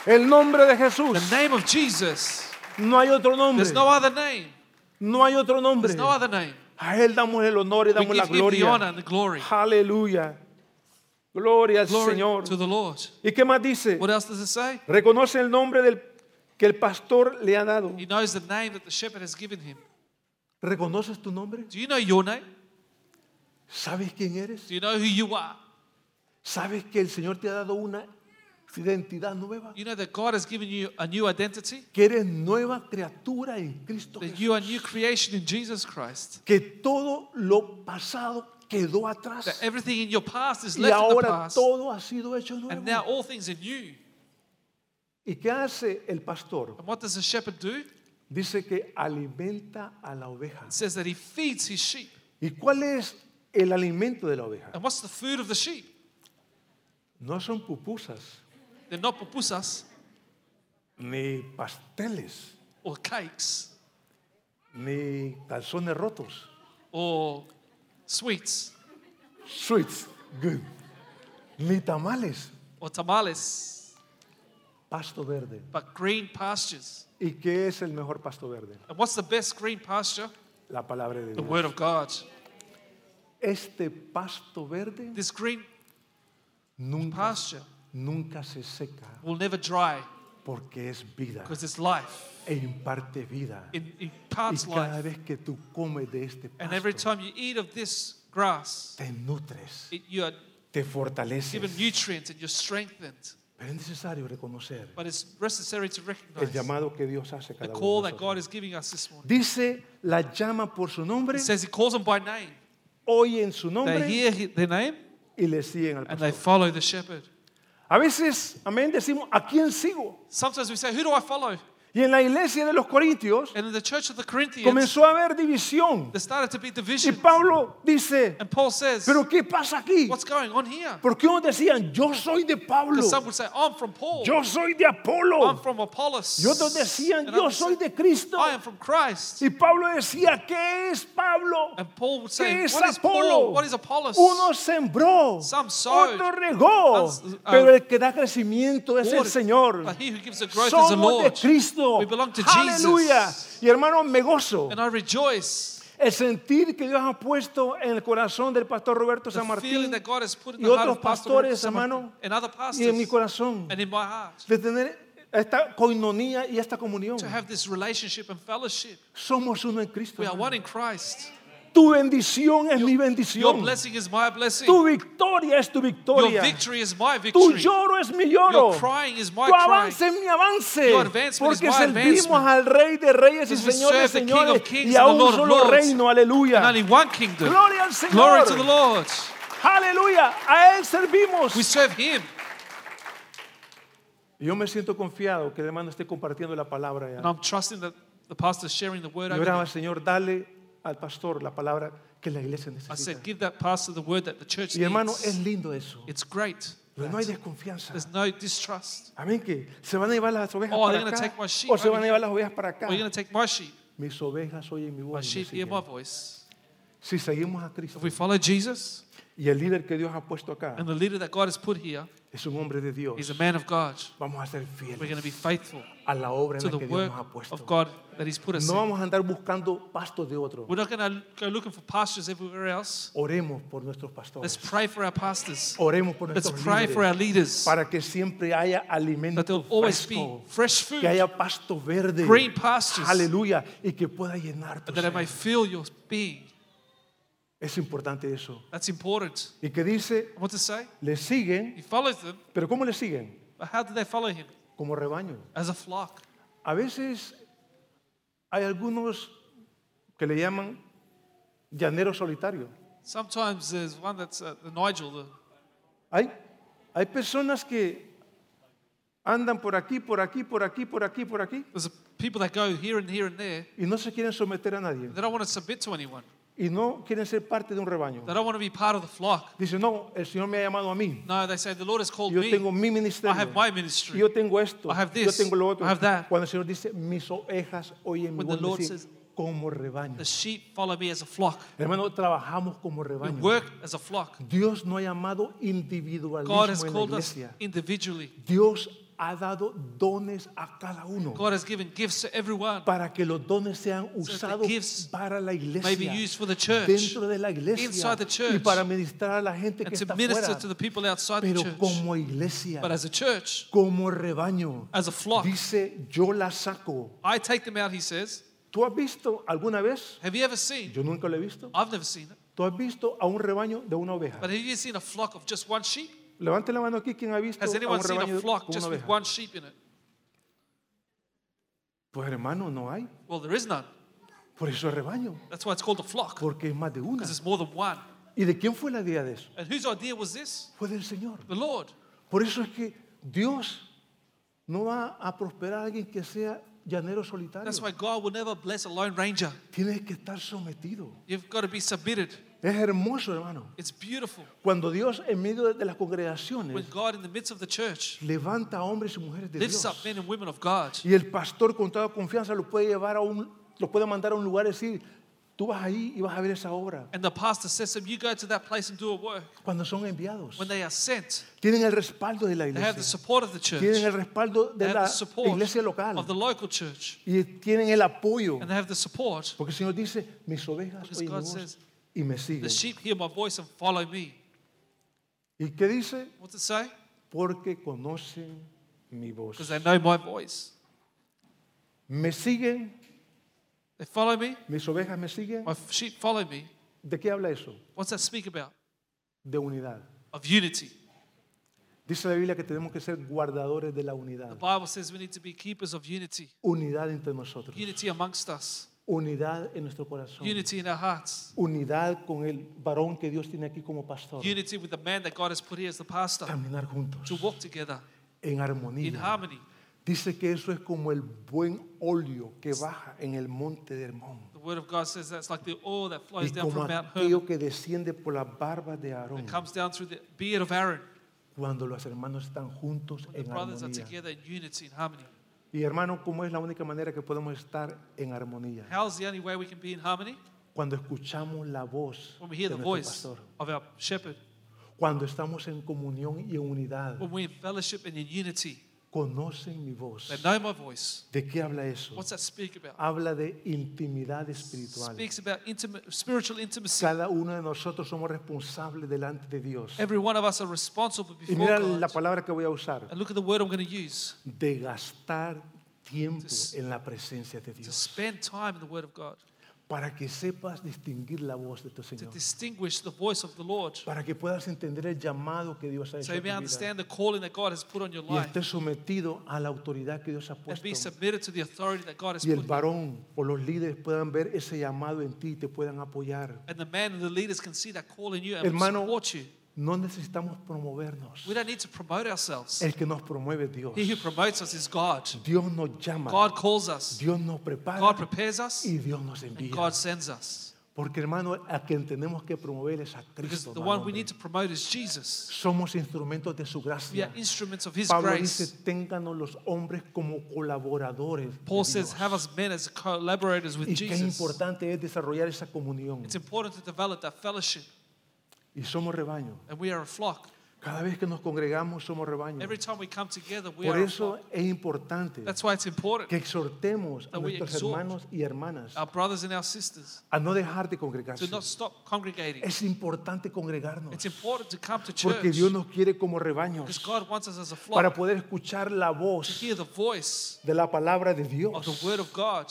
Speaker 2: El nombre de Jesús.
Speaker 3: The name of Jesus.
Speaker 2: No hay otro nombre.
Speaker 3: There's no other name.
Speaker 2: No hay otro nombre.
Speaker 3: There's no other name.
Speaker 2: A Él damos el honor y
Speaker 3: We
Speaker 2: damos la
Speaker 3: give him the honor
Speaker 2: gloria.
Speaker 3: and the glory.
Speaker 2: Aleluya. Gloria al
Speaker 3: Glory
Speaker 2: Señor.
Speaker 3: to the Lord.
Speaker 2: ¿Y qué más dice?
Speaker 3: What else does it say?
Speaker 2: Reconoce el nombre del, que el pastor le ha dado.
Speaker 3: He knows the name that the shepherd has given him.
Speaker 2: ¿Reconoces tu nombre?
Speaker 3: Do you know your name?
Speaker 2: ¿Sabes quién eres?
Speaker 3: Do you know who you are?
Speaker 2: ¿Sabes que el Señor te ha dado una identidad nueva?
Speaker 3: You know that God has given you a new identity?
Speaker 2: Que eres nueva criatura en Cristo
Speaker 3: That
Speaker 2: Jesús.
Speaker 3: you are a new creation in Jesus Christ.
Speaker 2: que todo lo pasado quedó
Speaker 3: That
Speaker 2: atrás.
Speaker 3: everything in your past is
Speaker 2: Y
Speaker 3: left in the
Speaker 2: ahora
Speaker 3: past.
Speaker 2: todo ha sido hecho nuevo.
Speaker 3: And now all things are new.
Speaker 2: ¿Y qué hace el pastor?
Speaker 3: And what does the shepherd do?
Speaker 2: Dice que alimenta a la oveja.
Speaker 3: It says that he feeds his sheep.
Speaker 2: ¿Y cuál es el alimento de la oveja?
Speaker 3: And what's the food of the sheep?
Speaker 2: No son pupusas
Speaker 3: They're not pupusas
Speaker 2: ni pasteles.
Speaker 3: or cakes
Speaker 2: ni calzones rotos.
Speaker 3: or sweets
Speaker 2: Sweets, good. Ni tamales,
Speaker 3: or tamales,
Speaker 2: pasto verde.
Speaker 3: but green pastures.
Speaker 2: ¿Y qué es el mejor pasto verde?
Speaker 3: And what's the best green pasture?
Speaker 2: La palabra de
Speaker 3: The
Speaker 2: Dios.
Speaker 3: Word of God.
Speaker 2: Este pasto verde
Speaker 3: This green
Speaker 2: nunca,
Speaker 3: pasture
Speaker 2: nunca se seca
Speaker 3: will never dry
Speaker 2: porque es vida
Speaker 3: because it's life.
Speaker 2: e imparte vida.
Speaker 3: It
Speaker 2: Y
Speaker 3: imparts
Speaker 2: cada
Speaker 3: life.
Speaker 2: vez que tú comes de este
Speaker 3: And every
Speaker 2: pasto,
Speaker 3: time you eat of this grass,
Speaker 2: te nutres,
Speaker 3: it, you are
Speaker 2: te
Speaker 3: given
Speaker 2: fortaleces.
Speaker 3: nutrients and you're strengthened.
Speaker 2: Pero es necesario reconocer
Speaker 3: But it's necessary to
Speaker 2: el
Speaker 3: recognize
Speaker 2: llamado que Dios hace
Speaker 3: the
Speaker 2: cada
Speaker 3: call
Speaker 2: uno. de
Speaker 3: that God
Speaker 2: nosotros.
Speaker 3: is giving us this morning.
Speaker 2: Dice, la llama por su nombre,
Speaker 3: It says He calls them by name.
Speaker 2: oye en su
Speaker 3: They
Speaker 2: nombre
Speaker 3: hear hi- their name
Speaker 2: y le siguen al
Speaker 3: and they
Speaker 2: pastor.
Speaker 3: follow the shepherd.
Speaker 2: A veces, amén, decimos, ¿a quién sigo?
Speaker 3: Sometimes we say, Who do I follow?
Speaker 2: Y en la iglesia de los Corintios
Speaker 3: And in the church of the Corinthians,
Speaker 2: comenzó a haber división.
Speaker 3: there started to be
Speaker 2: Y
Speaker 3: division.
Speaker 2: Pablo dice,
Speaker 3: And Paul says,
Speaker 2: ¿pero qué pasa aquí?
Speaker 3: What's going on here?
Speaker 2: Porque unos decían, yo soy de Pablo,
Speaker 3: Because some would say, I'm from Paul.
Speaker 2: yo soy de
Speaker 3: I'm
Speaker 2: Apolo.
Speaker 3: from Apollos.
Speaker 2: Y otros decían,
Speaker 3: And
Speaker 2: yo
Speaker 3: others
Speaker 2: soy
Speaker 3: said,
Speaker 2: de Cristo.
Speaker 3: I am from Christ.
Speaker 2: Y Pablo decía, ¿qué es Pablo?
Speaker 3: And Paul
Speaker 2: ¿Qué
Speaker 3: would say,
Speaker 2: es
Speaker 3: What is Paul?
Speaker 2: Apolo?
Speaker 3: What is Apollos?
Speaker 2: Uno sembró,
Speaker 3: Some sowed.
Speaker 2: otro regó,
Speaker 3: Others, uh,
Speaker 2: pero el que da crecimiento es el
Speaker 3: Water.
Speaker 2: Señor.
Speaker 3: But he who gives the growth is the
Speaker 2: Somos de
Speaker 3: Lord.
Speaker 2: Cristo.
Speaker 3: We belong to
Speaker 2: Aleluya.
Speaker 3: Jesus.
Speaker 2: Y hermano, me gozo.
Speaker 3: And I rejoice
Speaker 2: El sentir que Dios ha puesto en el corazón del pastor Roberto
Speaker 3: the
Speaker 2: San Martín
Speaker 3: feeling that God has put in
Speaker 2: y
Speaker 3: the heart
Speaker 2: otros
Speaker 3: of Pastor Roberto
Speaker 2: pastores,
Speaker 3: San
Speaker 2: hermano,
Speaker 3: Martín and other
Speaker 2: y en mi
Speaker 3: pastors
Speaker 2: corazón,
Speaker 3: and in my heart.
Speaker 2: de tener esta coinonía y esta comunión.
Speaker 3: To have this relationship and fellowship.
Speaker 2: Somos uno en Cristo.
Speaker 3: We are
Speaker 2: hermano.
Speaker 3: one in Christ.
Speaker 2: Tu bendición es mi
Speaker 3: Your
Speaker 2: bendición.
Speaker 3: blessing is my blessing.
Speaker 2: Tu victoria es tu
Speaker 3: Your
Speaker 2: victoria.
Speaker 3: victory is my
Speaker 2: Tu
Speaker 3: victory.
Speaker 2: lloro es mi lloro.
Speaker 3: Your crying is my
Speaker 2: tu
Speaker 3: crying.
Speaker 2: avance es mi avance.
Speaker 3: Your advancement is
Speaker 2: Porque
Speaker 3: my
Speaker 2: servimos
Speaker 3: advancement.
Speaker 2: al Rey de Reyes y
Speaker 3: Because we
Speaker 2: Señor de
Speaker 3: serve the King of
Speaker 2: Señores
Speaker 3: Kings
Speaker 2: y a
Speaker 3: and the
Speaker 2: un
Speaker 3: Lord of
Speaker 2: solo
Speaker 3: Lords.
Speaker 2: reino. Aleluya.
Speaker 3: And only one kingdom.
Speaker 2: Gloria al Señor.
Speaker 3: Glory to the Lord.
Speaker 2: Aleluya. A Él servimos.
Speaker 3: We serve Him.
Speaker 2: Yo me siento confiado que el hermano esté compartiendo la palabra.
Speaker 3: And
Speaker 2: Ya.
Speaker 3: I'm trusting that the pastor's sharing the word
Speaker 2: Yo
Speaker 3: over
Speaker 2: oraba,
Speaker 3: them.
Speaker 2: Señor, dale al pastor la palabra que la iglesia
Speaker 3: I
Speaker 2: necesita.
Speaker 3: said, give that pastor the word that the church
Speaker 2: Y hermano, es
Speaker 3: needs.
Speaker 2: lindo eso.
Speaker 3: It's great.
Speaker 2: Pero no hay desconfianza.
Speaker 3: There's no distrust.
Speaker 2: Amén que se van a llevar las ovejas
Speaker 3: Oh,
Speaker 2: para
Speaker 3: they're gonna
Speaker 2: acá
Speaker 3: take my sheep
Speaker 2: o se
Speaker 3: over
Speaker 2: van a llevar las ovejas para acá.
Speaker 3: We're going to take my sheep.
Speaker 2: Mis ovejas oyen mi
Speaker 3: My
Speaker 2: voz. y me
Speaker 3: sheep hear
Speaker 2: siguen.
Speaker 3: my voice.
Speaker 2: Si seguimos a Cristo
Speaker 3: If we follow Jesus
Speaker 2: y el líder que Dios ha puesto acá
Speaker 3: and the leader that God has put here,
Speaker 2: es un hombre de
Speaker 3: he's a
Speaker 2: Dios,
Speaker 3: man of God.
Speaker 2: vamos a ser
Speaker 3: We're going to be
Speaker 2: fieles
Speaker 3: faithful
Speaker 2: a la obra
Speaker 3: to
Speaker 2: en
Speaker 3: the
Speaker 2: la que Dios
Speaker 3: work
Speaker 2: nos ha puesto.
Speaker 3: of God that he's put us
Speaker 2: No
Speaker 3: in.
Speaker 2: vamos a andar buscando pastos de otros.
Speaker 3: We're not going to go looking for pastors everywhere else.
Speaker 2: Oremos por nuestros
Speaker 3: Let's
Speaker 2: pastores.
Speaker 3: pray for our pastors.
Speaker 2: Oremos por
Speaker 3: Let's
Speaker 2: nuestros
Speaker 3: pray for
Speaker 2: líderes
Speaker 3: our leaders
Speaker 2: para que siempre haya
Speaker 3: that
Speaker 2: alimento
Speaker 3: there'll always be
Speaker 2: fresco,
Speaker 3: fresh
Speaker 2: que
Speaker 3: food
Speaker 2: haya pasto verde.
Speaker 3: Green pastures.
Speaker 2: Aleluya, y que pueda llenar tu
Speaker 3: and that
Speaker 2: ser.
Speaker 3: it may fill your being.
Speaker 2: Es importante eso.
Speaker 3: That's important.
Speaker 2: Y que dice,
Speaker 3: And What to say?
Speaker 2: le siguen,
Speaker 3: He follows them,
Speaker 2: pero ¿cómo le siguen?
Speaker 3: but how do they follow him?
Speaker 2: Como rebaño.
Speaker 3: As a flock.
Speaker 2: A veces hay algunos que le llaman llanero solitario.
Speaker 3: Sometimes there's one that's uh, the Nigel, the,
Speaker 2: Hay, hay personas que andan por aquí, por aquí, por aquí, por aquí, por aquí,
Speaker 3: there's a, people that go here and here and there.
Speaker 2: y no se quieren someter a nadie,
Speaker 3: They don't want to submit to anyone.
Speaker 2: y no quieren ser parte de un rebaño.
Speaker 3: They don't want to be part of the flock.
Speaker 2: Dicen, no, el Señor me ha llamado a mí,
Speaker 3: No, they say the Lord has called
Speaker 2: yo
Speaker 3: me.
Speaker 2: tengo mi
Speaker 3: I
Speaker 2: ministerio,
Speaker 3: have my
Speaker 2: y
Speaker 3: ministry.
Speaker 2: yo tengo esto,
Speaker 3: I have
Speaker 2: yo
Speaker 3: this,
Speaker 2: tengo lo otro.
Speaker 3: I have that.
Speaker 2: Cuando el Señor dice, mis ovejas oyen mi
Speaker 3: When the
Speaker 2: voz,
Speaker 3: Lord
Speaker 2: decir,
Speaker 3: says-
Speaker 2: como rebaño.
Speaker 3: The sheep follow me as a flock.
Speaker 2: Hermano, trabajamos como
Speaker 3: We
Speaker 2: rebaño.
Speaker 3: work as a flock.
Speaker 2: Dios no ha llamado
Speaker 3: God has
Speaker 2: individualismo en la
Speaker 3: called us
Speaker 2: iglesia.
Speaker 3: individually.
Speaker 2: Dios ha dado dones a cada uno
Speaker 3: God has given gifts to everyone.
Speaker 2: para que los dones sean usados
Speaker 3: gifts
Speaker 2: para la
Speaker 3: may be
Speaker 2: iglesia,
Speaker 3: used for the church,
Speaker 2: dentro de la iglesia
Speaker 3: inside the
Speaker 2: y
Speaker 3: church,
Speaker 2: para ministrar a la gente
Speaker 3: and
Speaker 2: que
Speaker 3: to
Speaker 2: está
Speaker 3: minister
Speaker 2: fuera.
Speaker 3: to the people outside the
Speaker 2: Pero
Speaker 3: church.
Speaker 2: como iglesia,
Speaker 3: But as a church,
Speaker 2: como rebaño,
Speaker 3: as a flock,
Speaker 2: dice, yo la saco.
Speaker 3: I take them out, he says.
Speaker 2: ¿Tú has visto alguna vez?
Speaker 3: Have you ever seen?
Speaker 2: Yo nunca lo he visto.
Speaker 3: I've never seen it.
Speaker 2: ¿Tú has visto a un rebaño de una oveja?
Speaker 3: But have you seen a flock of just one sheep?
Speaker 2: Levante la mano aquí quien ha visto
Speaker 3: Has
Speaker 2: a
Speaker 3: anyone
Speaker 2: un
Speaker 3: seen
Speaker 2: rebaño
Speaker 3: a
Speaker 2: de- con
Speaker 3: flock
Speaker 2: una
Speaker 3: just with
Speaker 2: oveja.
Speaker 3: one sheep in it?
Speaker 2: Pues hermano, no hay.
Speaker 3: Well, there is none.
Speaker 2: Por eso es rebaño,
Speaker 3: That's why it's called a flock,
Speaker 2: porque es más de una.
Speaker 3: because it's more than one.
Speaker 2: ¿Y de quién fue la idea de eso?
Speaker 3: And whose idea was this?
Speaker 2: Fue del Señor.
Speaker 3: The Lord.
Speaker 2: Por eso es que Dios no va a prosperar a alguien que sea llanero solitario.
Speaker 3: That's why God will never bless a lone ranger.
Speaker 2: Tienes que estar sometido.
Speaker 3: You've got to be submitted.
Speaker 2: Es hermoso, hermano.
Speaker 3: It's beautiful
Speaker 2: Cuando Dios en medio de las
Speaker 3: when
Speaker 2: congregaciones
Speaker 3: God, in the midst of the church,
Speaker 2: levanta a hombres y mujeres de
Speaker 3: lifts up
Speaker 2: Dios
Speaker 3: men and women of God.
Speaker 2: y el pastor con toda confianza lo puede llevar a un lo puede mandar a un lugar y decir, tú vas ahí y vas a ver esa obra.
Speaker 3: And the pastor says to them, You go to that place and do a work.
Speaker 2: Cuando son enviados,
Speaker 3: When they are sent,
Speaker 2: tienen el respaldo de la
Speaker 3: they have the
Speaker 2: iglesia,
Speaker 3: support of the
Speaker 2: tienen
Speaker 3: church,
Speaker 2: el respaldo
Speaker 3: they
Speaker 2: de
Speaker 3: have the
Speaker 2: la
Speaker 3: support
Speaker 2: iglesia
Speaker 3: of
Speaker 2: local
Speaker 3: the local church,
Speaker 2: y tienen el apoyo,
Speaker 3: and they have the support.
Speaker 2: porque el Señor dice, mis ovejas
Speaker 3: Because
Speaker 2: oyen mi
Speaker 3: God
Speaker 2: voz
Speaker 3: says,
Speaker 2: y me siguen.
Speaker 3: The sheep hear my voice and follow me.
Speaker 2: ¿Y qué dice?
Speaker 3: What's it say?
Speaker 2: Porque conocen mi voz.
Speaker 3: Because they know my voice.
Speaker 2: Me siguen,
Speaker 3: They follow me.
Speaker 2: mis ovejas me siguen.
Speaker 3: My sheep follow me.
Speaker 2: ¿De qué habla eso?
Speaker 3: What's that speak about?
Speaker 2: De unidad.
Speaker 3: Of unity.
Speaker 2: Dice la Biblia que tenemos que ser guardadores de la
Speaker 3: The
Speaker 2: unidad.
Speaker 3: Bible says we need to be keepers of unity.
Speaker 2: Unidad entre nosotros.
Speaker 3: Unity amongst us.
Speaker 2: Unidad en nuestro corazón.
Speaker 3: Unity in our hearts.
Speaker 2: Unidad con el varón que Dios tiene aquí como pastor.
Speaker 3: Unity with the man that God has put here as the pastor.
Speaker 2: Caminar juntos.
Speaker 3: To walk together
Speaker 2: En
Speaker 3: in
Speaker 2: armonía.
Speaker 3: harmony.
Speaker 2: Dice que eso es como el buen óleo que baja en el monte de Hermón.
Speaker 3: The word of God says that's like the oil that flows
Speaker 2: Y
Speaker 3: down
Speaker 2: como
Speaker 3: from Mount Hermon
Speaker 2: aquello que desciende por las barbas de Aarón.
Speaker 3: and comes down through the beard of Aaron.
Speaker 2: Cuando los hermanos están juntos
Speaker 3: When
Speaker 2: en
Speaker 3: the brothers are
Speaker 2: armonía.
Speaker 3: together in unity and harmony.
Speaker 2: Y hermano, ¿cómo es la única manera que podemos estar en armonía?
Speaker 3: How's the only way we can be in harmony?
Speaker 2: Cuando escuchamos la voz
Speaker 3: When we hear
Speaker 2: de
Speaker 3: the
Speaker 2: nuestro
Speaker 3: voice
Speaker 2: pastor.
Speaker 3: of our shepherd.
Speaker 2: Cuando estamos en comunión y en unidad,
Speaker 3: When we in fellowship and in unity.
Speaker 2: conocen mi voz.
Speaker 3: They know my voice.
Speaker 2: ¿De qué habla eso?
Speaker 3: What's that speak about?
Speaker 2: Habla de intimidad espiritual.
Speaker 3: Speaks about intimate, spiritual intimacy.
Speaker 2: Cada uno de nosotros somos responsables delante de Dios.
Speaker 3: Every one of us are responsible
Speaker 2: Y
Speaker 3: before
Speaker 2: mira
Speaker 3: God.
Speaker 2: la palabra que voy a usar,
Speaker 3: And look at the word I'm going to use
Speaker 2: de gastar tiempo
Speaker 3: Just-
Speaker 2: en la presencia de
Speaker 3: to
Speaker 2: Dios
Speaker 3: spend time in the word of God,
Speaker 2: para que sepas distinguir la voz de tu
Speaker 3: to
Speaker 2: Señor,
Speaker 3: distinguish the voice of the Lord,
Speaker 2: para que puedas entender el llamado que Dios ha hecho
Speaker 3: so
Speaker 2: a
Speaker 3: you
Speaker 2: tu
Speaker 3: may
Speaker 2: vida.
Speaker 3: understand the calling that God has put on your
Speaker 2: y
Speaker 3: life
Speaker 2: estés sometido a la autoridad que Dios ha
Speaker 3: and
Speaker 2: puesto
Speaker 3: be submitted to the authority that God has
Speaker 2: y el
Speaker 3: put on you.
Speaker 2: varón o los líderes puedan ver ese llamado en ti y te puedan apoyar.
Speaker 3: And the man and the leaders can see that call in you and
Speaker 2: Hermano,
Speaker 3: support you.
Speaker 2: No necesitamos promovernos.
Speaker 3: We don't need to promote ourselves.
Speaker 2: El que nos promueve es Dios.
Speaker 3: He who promotes us is God.
Speaker 2: Dios nos llama,
Speaker 3: God calls us,
Speaker 2: Dios nos prepara
Speaker 3: God prepares us,
Speaker 2: y Dios nos
Speaker 3: and
Speaker 2: envía.
Speaker 3: God sends us.
Speaker 2: Porque hermano, a quien tenemos que promover es a
Speaker 3: Because
Speaker 2: Cristo.
Speaker 3: the
Speaker 2: no al
Speaker 3: one we
Speaker 2: hombre.
Speaker 3: need to promote is Jesus.
Speaker 2: Somos instrumentos de su
Speaker 3: We are
Speaker 2: gracia.
Speaker 3: instruments of His
Speaker 2: Pablo
Speaker 3: grace.
Speaker 2: dice, ténganos los hombres como colaboradores. de
Speaker 3: Paul says,
Speaker 2: Dios".
Speaker 3: have us men as collaborators with
Speaker 2: y qué
Speaker 3: Jesus.
Speaker 2: importante es desarrollar esa comunión.
Speaker 3: It's important to develop that fellowship,
Speaker 2: Y somos rebaño.
Speaker 3: and we are a flock.
Speaker 2: Cada vez que nos congregamos somos rebaño.
Speaker 3: Every time we come together, we
Speaker 2: Mm. Por
Speaker 3: are a
Speaker 2: eso
Speaker 3: flock.
Speaker 2: es importante
Speaker 3: That's why it's important,
Speaker 2: que exhortemos a
Speaker 3: that we
Speaker 2: nuestros
Speaker 3: exhort
Speaker 2: hermanos y hermanas
Speaker 3: our brothers and our sisters,
Speaker 2: a no dejar de congregarse.
Speaker 3: to not stop congregating.
Speaker 2: Es importante congregarnos
Speaker 3: It's important to come to
Speaker 2: porque Dios
Speaker 3: church
Speaker 2: nos quiere como
Speaker 3: because
Speaker 2: rebaños
Speaker 3: God wants us as a
Speaker 2: para
Speaker 3: flock
Speaker 2: poder escuchar la
Speaker 3: to
Speaker 2: voz
Speaker 3: hear the voice
Speaker 2: de la palabra de
Speaker 3: of the
Speaker 2: Dios.
Speaker 3: Word of God.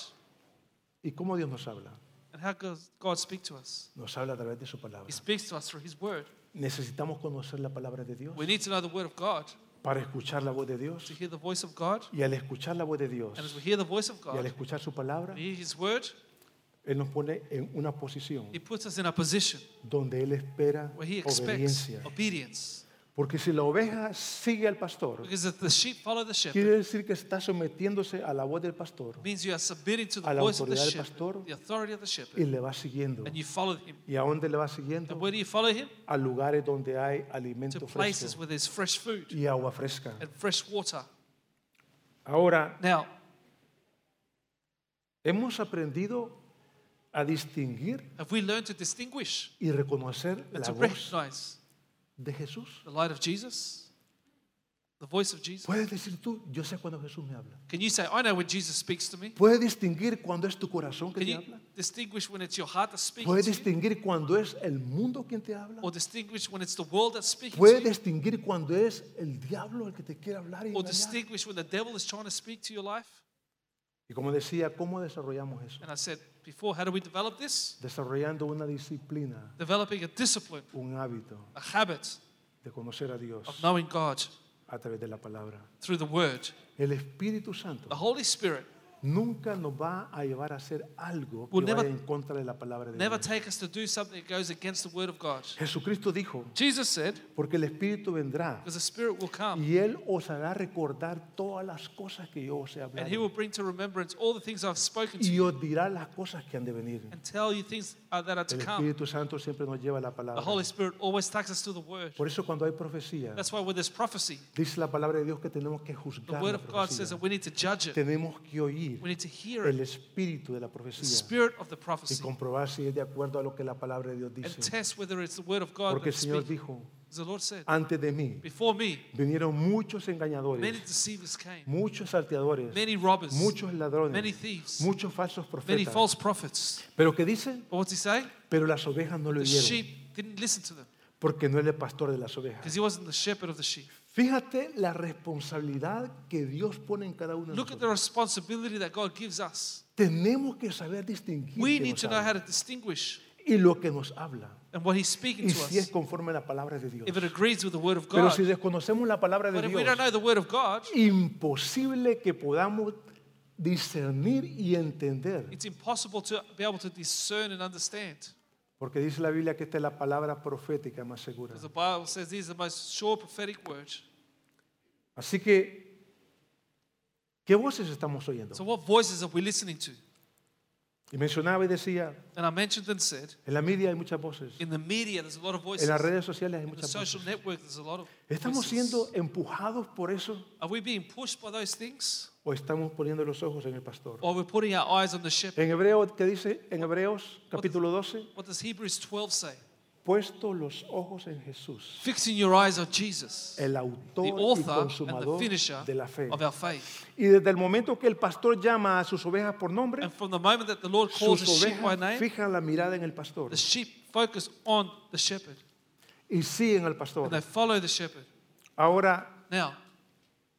Speaker 2: ¿Y cómo Dios nos habla?
Speaker 3: And how does God speak to us?
Speaker 2: Nos habla a través de su palabra.
Speaker 3: He speaks to us through His Word.
Speaker 2: Necesitamos conocer la palabra de Dios
Speaker 3: We need to know the Word of God
Speaker 2: para escuchar la voz de
Speaker 3: to
Speaker 2: Dios.
Speaker 3: hear the voice of God.
Speaker 2: Y al escuchar la voz de
Speaker 3: And as
Speaker 2: Dios
Speaker 3: we hear the voice of
Speaker 2: y al
Speaker 3: God,
Speaker 2: escuchar su palabra,
Speaker 3: we hear His Word,
Speaker 2: Él nos pone en una posición
Speaker 3: He puts us in a position
Speaker 2: donde Él espera
Speaker 3: where Pues, He expects
Speaker 2: obediencia.
Speaker 3: obedience.
Speaker 2: Porque si la oveja sigue al pastor,
Speaker 3: Because if the sheep follow the shepherd,
Speaker 2: quiere decir que está sometiéndose a la voz del pastor
Speaker 3: it means you are submitting to
Speaker 2: a
Speaker 3: the
Speaker 2: la
Speaker 3: voice of the
Speaker 2: autoridad del
Speaker 3: shepherd,
Speaker 2: pastor
Speaker 3: the authority of the
Speaker 2: y
Speaker 3: shepherd,
Speaker 2: le va siguiendo.
Speaker 3: and you follow him.
Speaker 2: ¿Y a dónde le va
Speaker 3: And
Speaker 2: siguiendo?
Speaker 3: where do you follow him?
Speaker 2: A lugares donde hay
Speaker 3: To
Speaker 2: alimento
Speaker 3: places
Speaker 2: fresco
Speaker 3: where there's fresh food
Speaker 2: y agua fresca.
Speaker 3: and fresh water.
Speaker 2: Ahora,
Speaker 3: Now,
Speaker 2: hemos aprendido a distinguir
Speaker 3: have we learned to distinguish
Speaker 2: y reconocer
Speaker 3: and
Speaker 2: la
Speaker 3: to
Speaker 2: voz
Speaker 3: recognize
Speaker 2: de Jesús.
Speaker 3: the light of Jesus, the voice of Jesus?
Speaker 2: Puedes decir tú, yo sé cuando Jesús me habla.
Speaker 3: Can you say, I know when Jesus speaks to me?
Speaker 2: Puedes distinguir cuando es tu corazón que
Speaker 3: Can
Speaker 2: te
Speaker 3: you
Speaker 2: habla.
Speaker 3: distinguish when it's your heart that's speaking
Speaker 2: Puedes
Speaker 3: to you?
Speaker 2: distinguir cuando es el mundo quien te habla.
Speaker 3: Or distinguish when it's the world that's speaking
Speaker 2: Puedes
Speaker 3: to you?
Speaker 2: distinguir cuando es el diablo el que te quiere hablar y
Speaker 3: Or
Speaker 2: engañar.
Speaker 3: distinguish when the devil is trying to speak to your life?
Speaker 2: Y como decía, ¿cómo desarrollamos eso?
Speaker 3: And I said before, how do we develop this?
Speaker 2: Desarrollando una disciplina,
Speaker 3: Developing a discipline,
Speaker 2: un hábito
Speaker 3: a habit
Speaker 2: de conocer a Dios
Speaker 3: of knowing God
Speaker 2: a través de la palabra.
Speaker 3: through the Word.
Speaker 2: El Espíritu Santo
Speaker 3: The Holy Spirit
Speaker 2: nunca nos va a llevar a hacer algo que
Speaker 3: Will never-
Speaker 2: vaya en contra de la palabra de
Speaker 3: never
Speaker 2: Dios.
Speaker 3: take us to do something that goes against the word of God.
Speaker 2: Jesucristo dijo,
Speaker 3: Jesus said,
Speaker 2: porque el Espíritu vendrá
Speaker 3: because the Spirit will come
Speaker 2: y Él os hará recordar todas las cosas que yo os he
Speaker 3: and He
Speaker 2: hablado
Speaker 3: will bring to remembrance all the things I've spoken to
Speaker 2: y
Speaker 3: you
Speaker 2: os dirá las cosas que han de venir.
Speaker 3: and tell you things uh, that are to
Speaker 2: El
Speaker 3: come.
Speaker 2: Espíritu Santo siempre nos lleva a la palabra.
Speaker 3: The Holy Spirit always takes us to the word.
Speaker 2: Por eso cuando hay profecía,
Speaker 3: That's why when there's prophecy,
Speaker 2: dice la palabra de Dios que tenemos que
Speaker 3: the
Speaker 2: juzgar
Speaker 3: word
Speaker 2: la
Speaker 3: of God says
Speaker 2: profecía.
Speaker 3: that we need to judge it.
Speaker 2: Tenemos que
Speaker 3: We
Speaker 2: oír
Speaker 3: need to hear
Speaker 2: el
Speaker 3: it.
Speaker 2: espíritu de la
Speaker 3: The
Speaker 2: profecía
Speaker 3: spirit of the
Speaker 2: y
Speaker 3: prophecy
Speaker 2: comprobar si es de acuerdo a lo que la palabra de Dios
Speaker 3: and
Speaker 2: dice.
Speaker 3: test whether it's the word of God
Speaker 2: Porque el
Speaker 3: that's
Speaker 2: Señor
Speaker 3: speaking.
Speaker 2: dijo,
Speaker 3: As the Lord said,
Speaker 2: antes de mí
Speaker 3: before me,
Speaker 2: vinieron muchos
Speaker 3: many
Speaker 2: engañadores,
Speaker 3: deceivers came,
Speaker 2: muchos salteadores,
Speaker 3: many robbers,
Speaker 2: muchos
Speaker 3: many
Speaker 2: ladrones,
Speaker 3: thieves,
Speaker 2: muchos falsos
Speaker 3: many
Speaker 2: profetas.
Speaker 3: false prophets.
Speaker 2: Pero que dice,
Speaker 3: But what's he say?
Speaker 2: pero las ovejas no lo
Speaker 3: The
Speaker 2: oyeron
Speaker 3: sheep didn't listen to them
Speaker 2: porque no era el pastor de las ovejas.
Speaker 3: because he wasn't the shepherd of the sheep.
Speaker 2: Fíjate la responsabilidad que Dios pone en cada uno de
Speaker 3: Look at the
Speaker 2: nosotros.
Speaker 3: responsibility that God gives us.
Speaker 2: Tenemos que saber distinguir
Speaker 3: We
Speaker 2: qué
Speaker 3: need
Speaker 2: nos
Speaker 3: to know
Speaker 2: habla
Speaker 3: how to distinguish
Speaker 2: y lo que nos habla.
Speaker 3: and what he's speaking
Speaker 2: Y
Speaker 3: to
Speaker 2: si es
Speaker 3: us
Speaker 2: conforme a la palabra de Dios.
Speaker 3: if it agrees with the word of
Speaker 2: Pero si
Speaker 3: God.
Speaker 2: desconocemos la palabra
Speaker 3: But
Speaker 2: de
Speaker 3: if we don't
Speaker 2: Dios,
Speaker 3: know the word of God,
Speaker 2: imposible que podamos discernir y entender.
Speaker 3: it's impossible to be able to discern and understand.
Speaker 2: Porque dice la Biblia que esta es la palabra profética más segura.
Speaker 3: Because the Bible says these are the most sure prophetic word.
Speaker 2: Así que, ¿qué voces estamos oyendo?
Speaker 3: So what voices are we listening to?
Speaker 2: Y mencionaba y decía,
Speaker 3: And I mentioned and said,
Speaker 2: en la media hay muchas voces,
Speaker 3: in the media there's a lot of voices.
Speaker 2: en las
Speaker 3: In
Speaker 2: redes sociales hay
Speaker 3: the
Speaker 2: muchas voces.
Speaker 3: social network there's a lot of
Speaker 2: ¿Estamos
Speaker 3: voices.
Speaker 2: siendo empujados por eso
Speaker 3: Are we being pushed by those things?
Speaker 2: o estamos poniendo los ojos en el pastor?
Speaker 3: Or we're putting our eyes on the shepherd?
Speaker 2: En hebreo, ¿qué dice? En Hebreos capítulo 12,
Speaker 3: What does Hebrews 12 say?
Speaker 2: puesto los ojos en Jesús,
Speaker 3: Fixing your eyes on Jesus.
Speaker 2: el
Speaker 3: the
Speaker 2: autor y
Speaker 3: author and the
Speaker 2: consumador
Speaker 3: finisher
Speaker 2: de la fe.
Speaker 3: of our faith.
Speaker 2: Y desde el momento que el pastor llama a sus ovejas por nombre,
Speaker 3: And from the moment that the Lord calls
Speaker 2: sus
Speaker 3: the sheep by
Speaker 2: ovejas
Speaker 3: name,
Speaker 2: fijan la mirada en el pastor
Speaker 3: the sheep focus on the shepherd
Speaker 2: y siguen al
Speaker 3: and they
Speaker 2: pastor.
Speaker 3: follow the shepherd.
Speaker 2: Ahora,
Speaker 3: Now,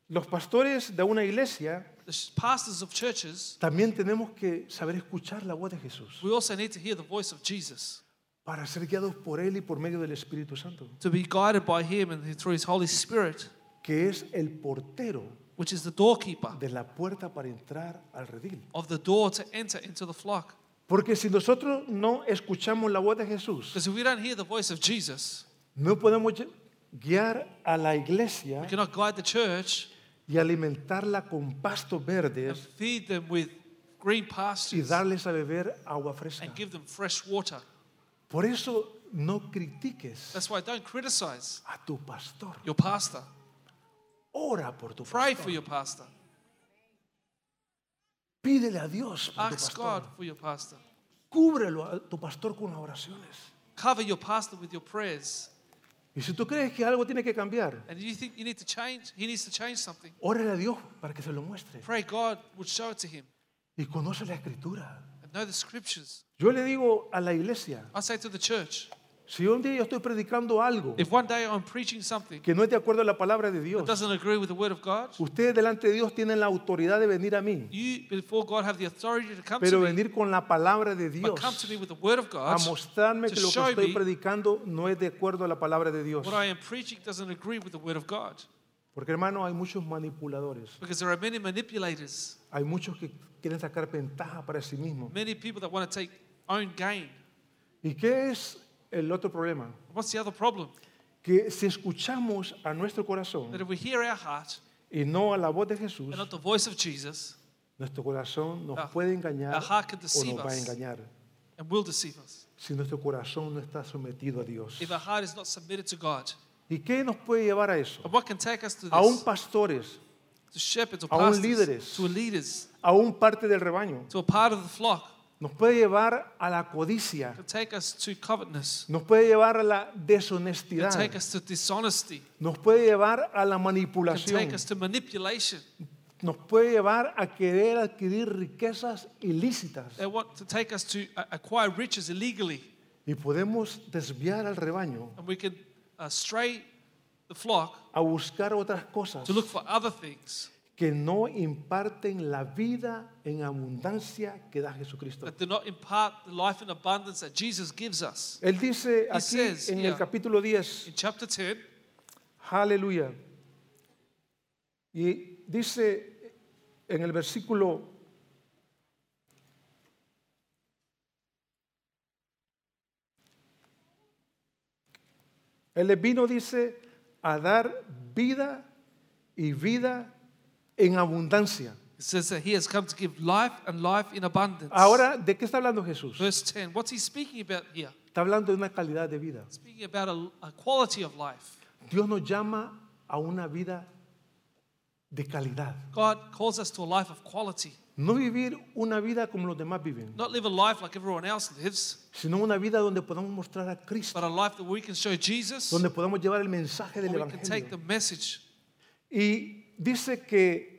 Speaker 2: los pastores de una iglesia
Speaker 3: the sh- pastors of churches,
Speaker 2: también tenemos que saber escuchar la voz de Jesús
Speaker 3: we also need to hear the voice of Jesus
Speaker 2: para ser guiados por Él y por medio del Espíritu Santo,
Speaker 3: to be guided by Him and through His Holy Spirit,
Speaker 2: que es el portero
Speaker 3: which is the doorkeeper
Speaker 2: de la puerta para entrar al redil.
Speaker 3: of the door to enter into the flock.
Speaker 2: Porque si nosotros no escuchamos la voz de Jesús,
Speaker 3: Because if we don't hear the voice of Jesus,
Speaker 2: no podemos lle- guiar a la
Speaker 3: we
Speaker 2: iglesia
Speaker 3: cannot guide the church
Speaker 2: y alimentarla con pastos
Speaker 3: and
Speaker 2: verdes
Speaker 3: feed them with green
Speaker 2: y
Speaker 3: pastures
Speaker 2: darles a beber agua fresca.
Speaker 3: and give them fresh water.
Speaker 2: Por eso no critiques
Speaker 3: That's why don't criticize
Speaker 2: a tu pastor.
Speaker 3: your pastor.
Speaker 2: Ora por tu
Speaker 3: Pray for your
Speaker 2: pastor.
Speaker 3: pastor.
Speaker 2: Pídele a Dios por tu
Speaker 3: Ask God
Speaker 2: pastor.
Speaker 3: for your pastor.
Speaker 2: Cúbrelo a tu pastor con las oraciones.
Speaker 3: Cover your pastor with your prayers.
Speaker 2: Y si tú crees que algo tiene que cambiar,
Speaker 3: And you think you need to change, he needs to change something.
Speaker 2: órale a Dios para que se lo muestre.
Speaker 3: Pray God would show it to him
Speaker 2: Y conoce la escritura.
Speaker 3: and know the scriptures.
Speaker 2: Yo le digo a la iglesia,
Speaker 3: I say to the church,
Speaker 2: si un día yo estoy predicando algo
Speaker 3: if one day I'm preaching something
Speaker 2: que no es de acuerdo a la palabra de
Speaker 3: that
Speaker 2: Dios,
Speaker 3: doesn't agree with the word of God,
Speaker 2: ustedes delante de Dios tienen la autoridad de venir a mí,
Speaker 3: you before God have the authority to come
Speaker 2: pero
Speaker 3: to me,
Speaker 2: venir con la palabra de
Speaker 3: but come to
Speaker 2: Dios
Speaker 3: me with the word of
Speaker 2: a
Speaker 3: God.
Speaker 2: mostrarme
Speaker 3: to
Speaker 2: que lo que
Speaker 3: show
Speaker 2: estoy
Speaker 3: me
Speaker 2: predicando no es de acuerdo a la palabra de Dios.
Speaker 3: What I am preaching doesn't agree with the word of God.
Speaker 2: Porque hermano, hay muchos manipuladores,
Speaker 3: Because there are many manipulators,
Speaker 2: hay muchos que quieren sacar ventaja para sí mismos.
Speaker 3: many people that want to take own gain.
Speaker 2: ¿Y qué es el otro problema?
Speaker 3: What's the other problem?
Speaker 2: Que si escuchamos a nuestro
Speaker 3: That
Speaker 2: corazón
Speaker 3: if we hear our heart
Speaker 2: y no a la voz de Jesús,
Speaker 3: and not the voice of Jesus,
Speaker 2: Nuestro corazón nos
Speaker 3: Our-
Speaker 2: puede engañar
Speaker 3: our heart can
Speaker 2: o
Speaker 3: deceive
Speaker 2: nos va a
Speaker 3: us.
Speaker 2: engañar
Speaker 3: and will deceive us.
Speaker 2: si nuestro corazón no está sometido a Dios.
Speaker 3: If our heart is not submitted to God,
Speaker 2: ¿Y qué nos puede llevar a eso?
Speaker 3: and what can take us to
Speaker 2: Aún
Speaker 3: this?
Speaker 2: pastores,
Speaker 3: To shepherds or
Speaker 2: aún
Speaker 3: pastors,
Speaker 2: líderes.
Speaker 3: to leaders,
Speaker 2: aún parte del rebaño,
Speaker 3: to a part of the flock,
Speaker 2: nos puede llevar a la codicia,
Speaker 3: can take us to covetousness,
Speaker 2: nos puede llevar a la
Speaker 3: can
Speaker 2: deshonestidad,
Speaker 3: take us to dishonesty,
Speaker 2: nos puede llevar a la
Speaker 3: can take
Speaker 2: manipulación,
Speaker 3: us to manipulation.
Speaker 2: nos puede llevar a querer adquirir riquezas ilícitas
Speaker 3: They want to take us to a- acquire riches illegally,
Speaker 2: y podemos desviar al rebaño
Speaker 3: and we can uh, stray the flock
Speaker 2: a buscar otras cosas
Speaker 3: to look for other things
Speaker 2: que no imparten la vida en abundancia que da Jesucristo.
Speaker 3: that do not impart the life and abundance that Jesus gives us.
Speaker 2: Él dice aquí
Speaker 3: says
Speaker 2: en
Speaker 3: here-
Speaker 2: el capítulo 10,
Speaker 3: In chapter 10,
Speaker 2: aleluya. Y dice en el versículo Él les vino, dice, a dar vida y vida en abundancia.
Speaker 3: It says that he has come to give life and life in abundance.
Speaker 2: Ahora, ¿de qué está hablando Jesús?
Speaker 3: Verse 10. What's he speaking about here?
Speaker 2: Está hablando de una calidad de vida.
Speaker 3: Speaking about a, a quality of life.
Speaker 2: Dios nos llama a una vida de calidad.
Speaker 3: God calls us to a life of quality.
Speaker 2: No vivir una vida como los demás viven,
Speaker 3: Not live a life like everyone else lives,
Speaker 2: sino una vida donde podamos mostrar a Cristo,
Speaker 3: but a life that we can show Jesus,
Speaker 2: donde podamos llevar el mensaje
Speaker 3: where
Speaker 2: del
Speaker 3: we can take the
Speaker 2: Evangelio.
Speaker 3: message.
Speaker 2: Y dice que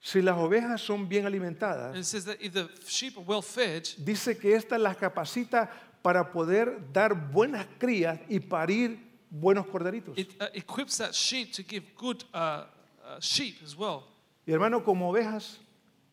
Speaker 2: si las ovejas son bien
Speaker 3: And
Speaker 2: alimentadas,
Speaker 3: it says that if the sheep are well fed,
Speaker 2: dice que esta las capacita para poder dar buenas crías y parir buenos corderitos.
Speaker 3: it uh, equips that sheep to give good uh, uh, sheep as well.
Speaker 2: Y hermano, como ovejas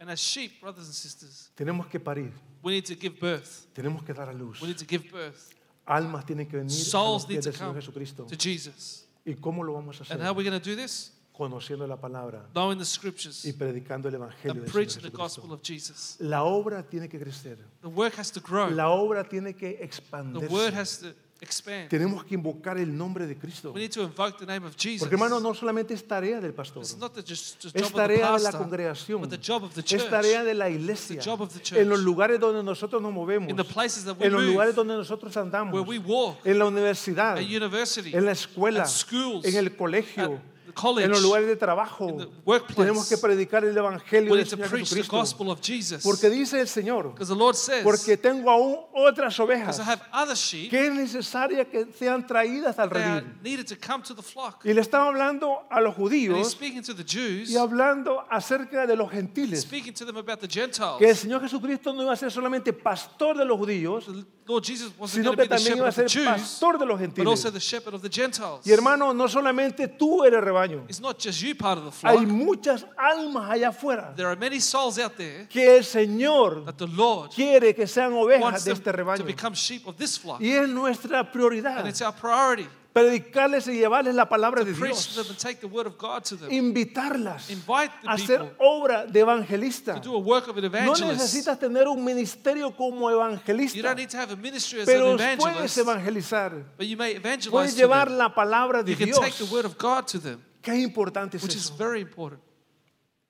Speaker 3: And as sheep, brothers and sisters,
Speaker 2: tenemos que parir,
Speaker 3: we need to give birth.
Speaker 2: tenemos que dar a luz.
Speaker 3: We need to give birth.
Speaker 2: Almas tienen que venir a los
Speaker 3: Souls need
Speaker 2: pies
Speaker 3: to
Speaker 2: del Señor
Speaker 3: come
Speaker 2: Jesucristo.
Speaker 3: to Jesus.
Speaker 2: ¿Y cómo lo vamos a
Speaker 3: And how are
Speaker 2: hacer?
Speaker 3: we going to do this?
Speaker 2: Conociendo la palabra
Speaker 3: Knowing the
Speaker 2: y
Speaker 3: scriptures
Speaker 2: predicando el Evangelio
Speaker 3: and
Speaker 2: del Señor
Speaker 3: preaching the
Speaker 2: Jesucristo.
Speaker 3: gospel of Jesus.
Speaker 2: La obra tiene que crecer.
Speaker 3: The work has to grow.
Speaker 2: La obra tiene que
Speaker 3: The word
Speaker 2: expandirse.
Speaker 3: has to expand.
Speaker 2: Tenemos que invocar el nombre de Cristo.
Speaker 3: We need to invoke the name of Jesus.
Speaker 2: Porque hermano, no solamente es tarea del pastor.
Speaker 3: It's not the, just, the
Speaker 2: Es
Speaker 3: job of the
Speaker 2: tarea de la
Speaker 3: pastor,
Speaker 2: congregación.
Speaker 3: but the job of the church.
Speaker 2: Es tarea de la iglesia.
Speaker 3: It's the job of the church.
Speaker 2: En los lugares donde nosotros nos movemos.
Speaker 3: In the places that we
Speaker 2: En los
Speaker 3: move,
Speaker 2: lugares donde nosotros andamos.
Speaker 3: where we walk,
Speaker 2: En la universidad.
Speaker 3: at university,
Speaker 2: En la escuela.
Speaker 3: at schools,
Speaker 2: En el colegio.
Speaker 3: at the college,
Speaker 2: En los lugares de trabajo.
Speaker 3: in the workplace.
Speaker 2: Tenemos que predicar el evangelio
Speaker 3: we
Speaker 2: del
Speaker 3: need to
Speaker 2: Señor
Speaker 3: preach the
Speaker 2: Jesucristo.
Speaker 3: gospel of Jesus.
Speaker 2: Porque dice el Señor.
Speaker 3: Because the Lord says,
Speaker 2: Porque tengo aún otras
Speaker 3: because
Speaker 2: ovejas
Speaker 3: I have other sheep
Speaker 2: que es necesaria que sean traídas al
Speaker 3: that are
Speaker 2: redil.
Speaker 3: needed to come to the flock.
Speaker 2: Y le estaba hablando a los
Speaker 3: And he's
Speaker 2: judíos
Speaker 3: speaking to the Jews,
Speaker 2: y hablando acerca de los gentiles.
Speaker 3: speaking to them about the Gentiles.
Speaker 2: Que el Señor Jesucristo no iba a ser solamente pastor de los judíos,
Speaker 3: The Lord Jesus wasn't
Speaker 2: sino
Speaker 3: going
Speaker 2: que
Speaker 3: to be the
Speaker 2: también
Speaker 3: shepherd
Speaker 2: iba a
Speaker 3: of the
Speaker 2: ser
Speaker 3: Jews,
Speaker 2: pastor de los
Speaker 3: but also
Speaker 2: gentiles.
Speaker 3: the shepherd of the Gentiles.
Speaker 2: Y hermano, no solamente tú eres rebaño.
Speaker 3: it's not just you part of the flock.
Speaker 2: Hay muchas almas allá afuera
Speaker 3: There are many souls out there
Speaker 2: que el Señor
Speaker 3: that the Lord
Speaker 2: quiere que sean
Speaker 3: wants
Speaker 2: ovejas de
Speaker 3: them
Speaker 2: este
Speaker 3: to
Speaker 2: rebaño.
Speaker 3: become sheep of this flock.
Speaker 2: Y es nuestra
Speaker 3: And
Speaker 2: prioridad
Speaker 3: it's our priority
Speaker 2: predicarles y llevarles la palabra de
Speaker 3: to preach to
Speaker 2: Dios.
Speaker 3: them and take the word of God to them.
Speaker 2: invitarlas
Speaker 3: Invite the
Speaker 2: a hacer
Speaker 3: people
Speaker 2: obra de evangelista.
Speaker 3: este Do a work of an
Speaker 2: No
Speaker 3: evangelist.
Speaker 2: necesitas tener un ministerio como
Speaker 3: You
Speaker 2: evangelista,
Speaker 3: don't need to have a ministry as an
Speaker 2: pero puedes
Speaker 3: evangelist,
Speaker 2: evangelizar,
Speaker 3: but you may evangelize
Speaker 2: puedes
Speaker 3: to
Speaker 2: llevar
Speaker 3: them.
Speaker 2: la palabra de
Speaker 3: You can take the
Speaker 2: Dios.
Speaker 3: word of God to them,
Speaker 2: Qué importante es
Speaker 3: which is
Speaker 2: eso,
Speaker 3: very important.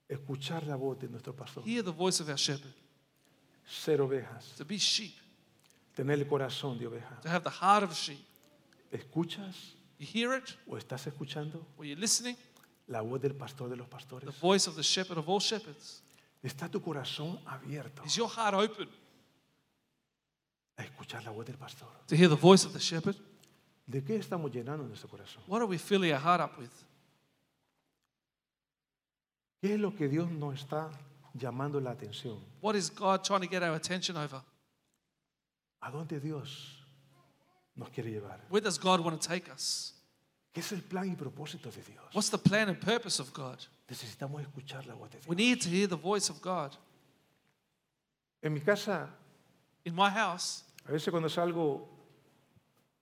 Speaker 2: escuchar la voz de nuestro pastor,
Speaker 3: Hear the voice of our shepherd,
Speaker 2: ser ovejas,
Speaker 3: to be sheep,
Speaker 2: tener el corazón de oveja.
Speaker 3: to have the heart of a sheep.
Speaker 2: ¿Escuchas
Speaker 3: You hear it,
Speaker 2: o estás escuchando
Speaker 3: or you're listening,
Speaker 2: la voz del pastor de los
Speaker 3: the
Speaker 2: pastores?
Speaker 3: voice of the shepherd of all shepherds.
Speaker 2: ¿Está tu corazón abierto
Speaker 3: Is your heart open
Speaker 2: a escuchar la voz del pastor?
Speaker 3: to hear the voice of the shepherd?
Speaker 2: ¿De qué estamos llenando nuestro corazón?
Speaker 3: What are we filling our heart up with?
Speaker 2: ¿Qué es lo que Dios nos está llamando la atención?
Speaker 3: What is God trying to get our attention over?
Speaker 2: ¿A dónde Dios nos quiere llevar?
Speaker 3: Where does God want to take us?
Speaker 2: ¿Qué es el plan y propósito de Dios?
Speaker 3: What's the plan and purpose of God?
Speaker 2: Necesitamos escuchar la voz de
Speaker 3: We
Speaker 2: Dios.
Speaker 3: need to hear the voice of God.
Speaker 2: En mi casa,
Speaker 3: In my house,
Speaker 2: a veces cuando salgo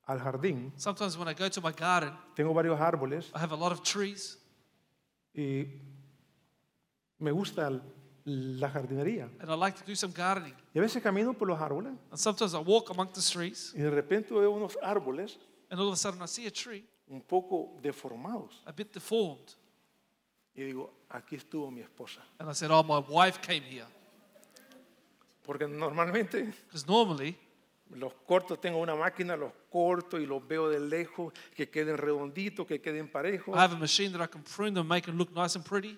Speaker 2: al jardín,
Speaker 3: sometimes when I go to my garden,
Speaker 2: tengo varios árboles
Speaker 3: I have a lot of trees.
Speaker 2: y me gusta l- la jardinería.
Speaker 3: and I like to do some gardening.
Speaker 2: Y a veces camino por los árboles
Speaker 3: And sometimes I walk among the trees,
Speaker 2: y de repente veo unos árboles
Speaker 3: and all of a sudden I see a tree
Speaker 2: un poco deformados.
Speaker 3: a bit deformed.
Speaker 2: Y digo, aquí estuvo mi esposa.
Speaker 3: And I said, Oh, my wife came here.
Speaker 2: Porque normalmente
Speaker 3: Because normally
Speaker 2: Los cortos, tengo una máquina, los corto y los veo de lejos, que queden redonditos, que queden parejos.
Speaker 3: I have a machine that I can prune them, make them look nice and pretty,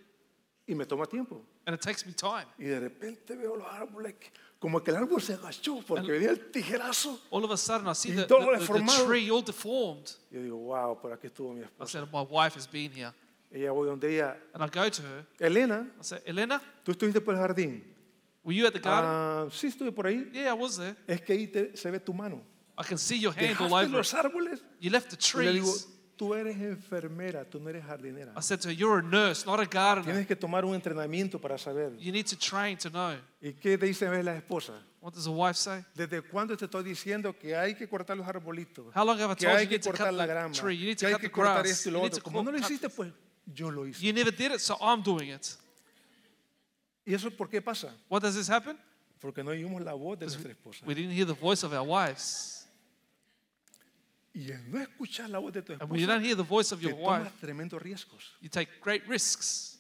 Speaker 2: Y me toma tiempo.
Speaker 3: and it takes me time.
Speaker 2: Y de repente veo los árboles, que- como que el árbol se agachó porque venía el tijerazo.
Speaker 3: All of a sudden I see
Speaker 2: Y
Speaker 3: the, the,
Speaker 2: todo
Speaker 3: the- the
Speaker 2: deformado.
Speaker 3: tree all deformed.
Speaker 2: Y yo digo, wow, por aquí estuvo mi
Speaker 3: I
Speaker 2: esposa.
Speaker 3: said, My wife has been here.
Speaker 2: Ella voy donde ella,
Speaker 3: And I go to her.
Speaker 2: Elena,
Speaker 3: I said, Elena,
Speaker 2: ¿tú estuviste por el jardín?
Speaker 3: were you at the garden?
Speaker 2: Ah, sí, estuve por ahí.
Speaker 3: yeah, I was there.
Speaker 2: Es que ahí te- se ve tu mano.
Speaker 3: I can see your hand all
Speaker 2: Dejaste
Speaker 3: over.
Speaker 2: los
Speaker 3: it.
Speaker 2: árboles.
Speaker 3: You left the
Speaker 2: Y le digo,
Speaker 3: trees.
Speaker 2: tú eres enfermera, tú no eres jardinera.
Speaker 3: I said to her, You're a nurse, not a gardener.
Speaker 2: Tienes que tomar un entrenamiento para saber.
Speaker 3: You need to train to know.
Speaker 2: ¿Y qué te dice la esposa?
Speaker 3: What does a wife say?
Speaker 2: ¿Desde cuándo te estoy diciendo que hay que cortar los arbolitos?
Speaker 3: How long have I
Speaker 2: Que
Speaker 3: told you
Speaker 2: hay
Speaker 3: you
Speaker 2: que
Speaker 3: need to
Speaker 2: cortar
Speaker 3: cut
Speaker 2: la
Speaker 3: the
Speaker 2: grama.
Speaker 3: tree? You need
Speaker 2: Que
Speaker 3: to
Speaker 2: hay
Speaker 3: cut the
Speaker 2: que cortar
Speaker 3: grass.
Speaker 2: esto y lo
Speaker 3: You need
Speaker 2: otro.
Speaker 3: to
Speaker 2: Como no lo
Speaker 3: cut
Speaker 2: hiciste,
Speaker 3: this.
Speaker 2: pues yo lo hice.
Speaker 3: You never did it, so I'm doing it.
Speaker 2: ¿Y eso por qué pasa?
Speaker 3: What does this happen?
Speaker 2: Porque no oímos la voz de nuestra esposa.
Speaker 3: We didn't hear the voice of our wives.
Speaker 2: Y el no escuchar la voz de tu
Speaker 3: And when you don't
Speaker 2: esposa,
Speaker 3: hear the voice of
Speaker 2: te
Speaker 3: your wife,
Speaker 2: tomas tremendos riesgos.
Speaker 3: you take great risks.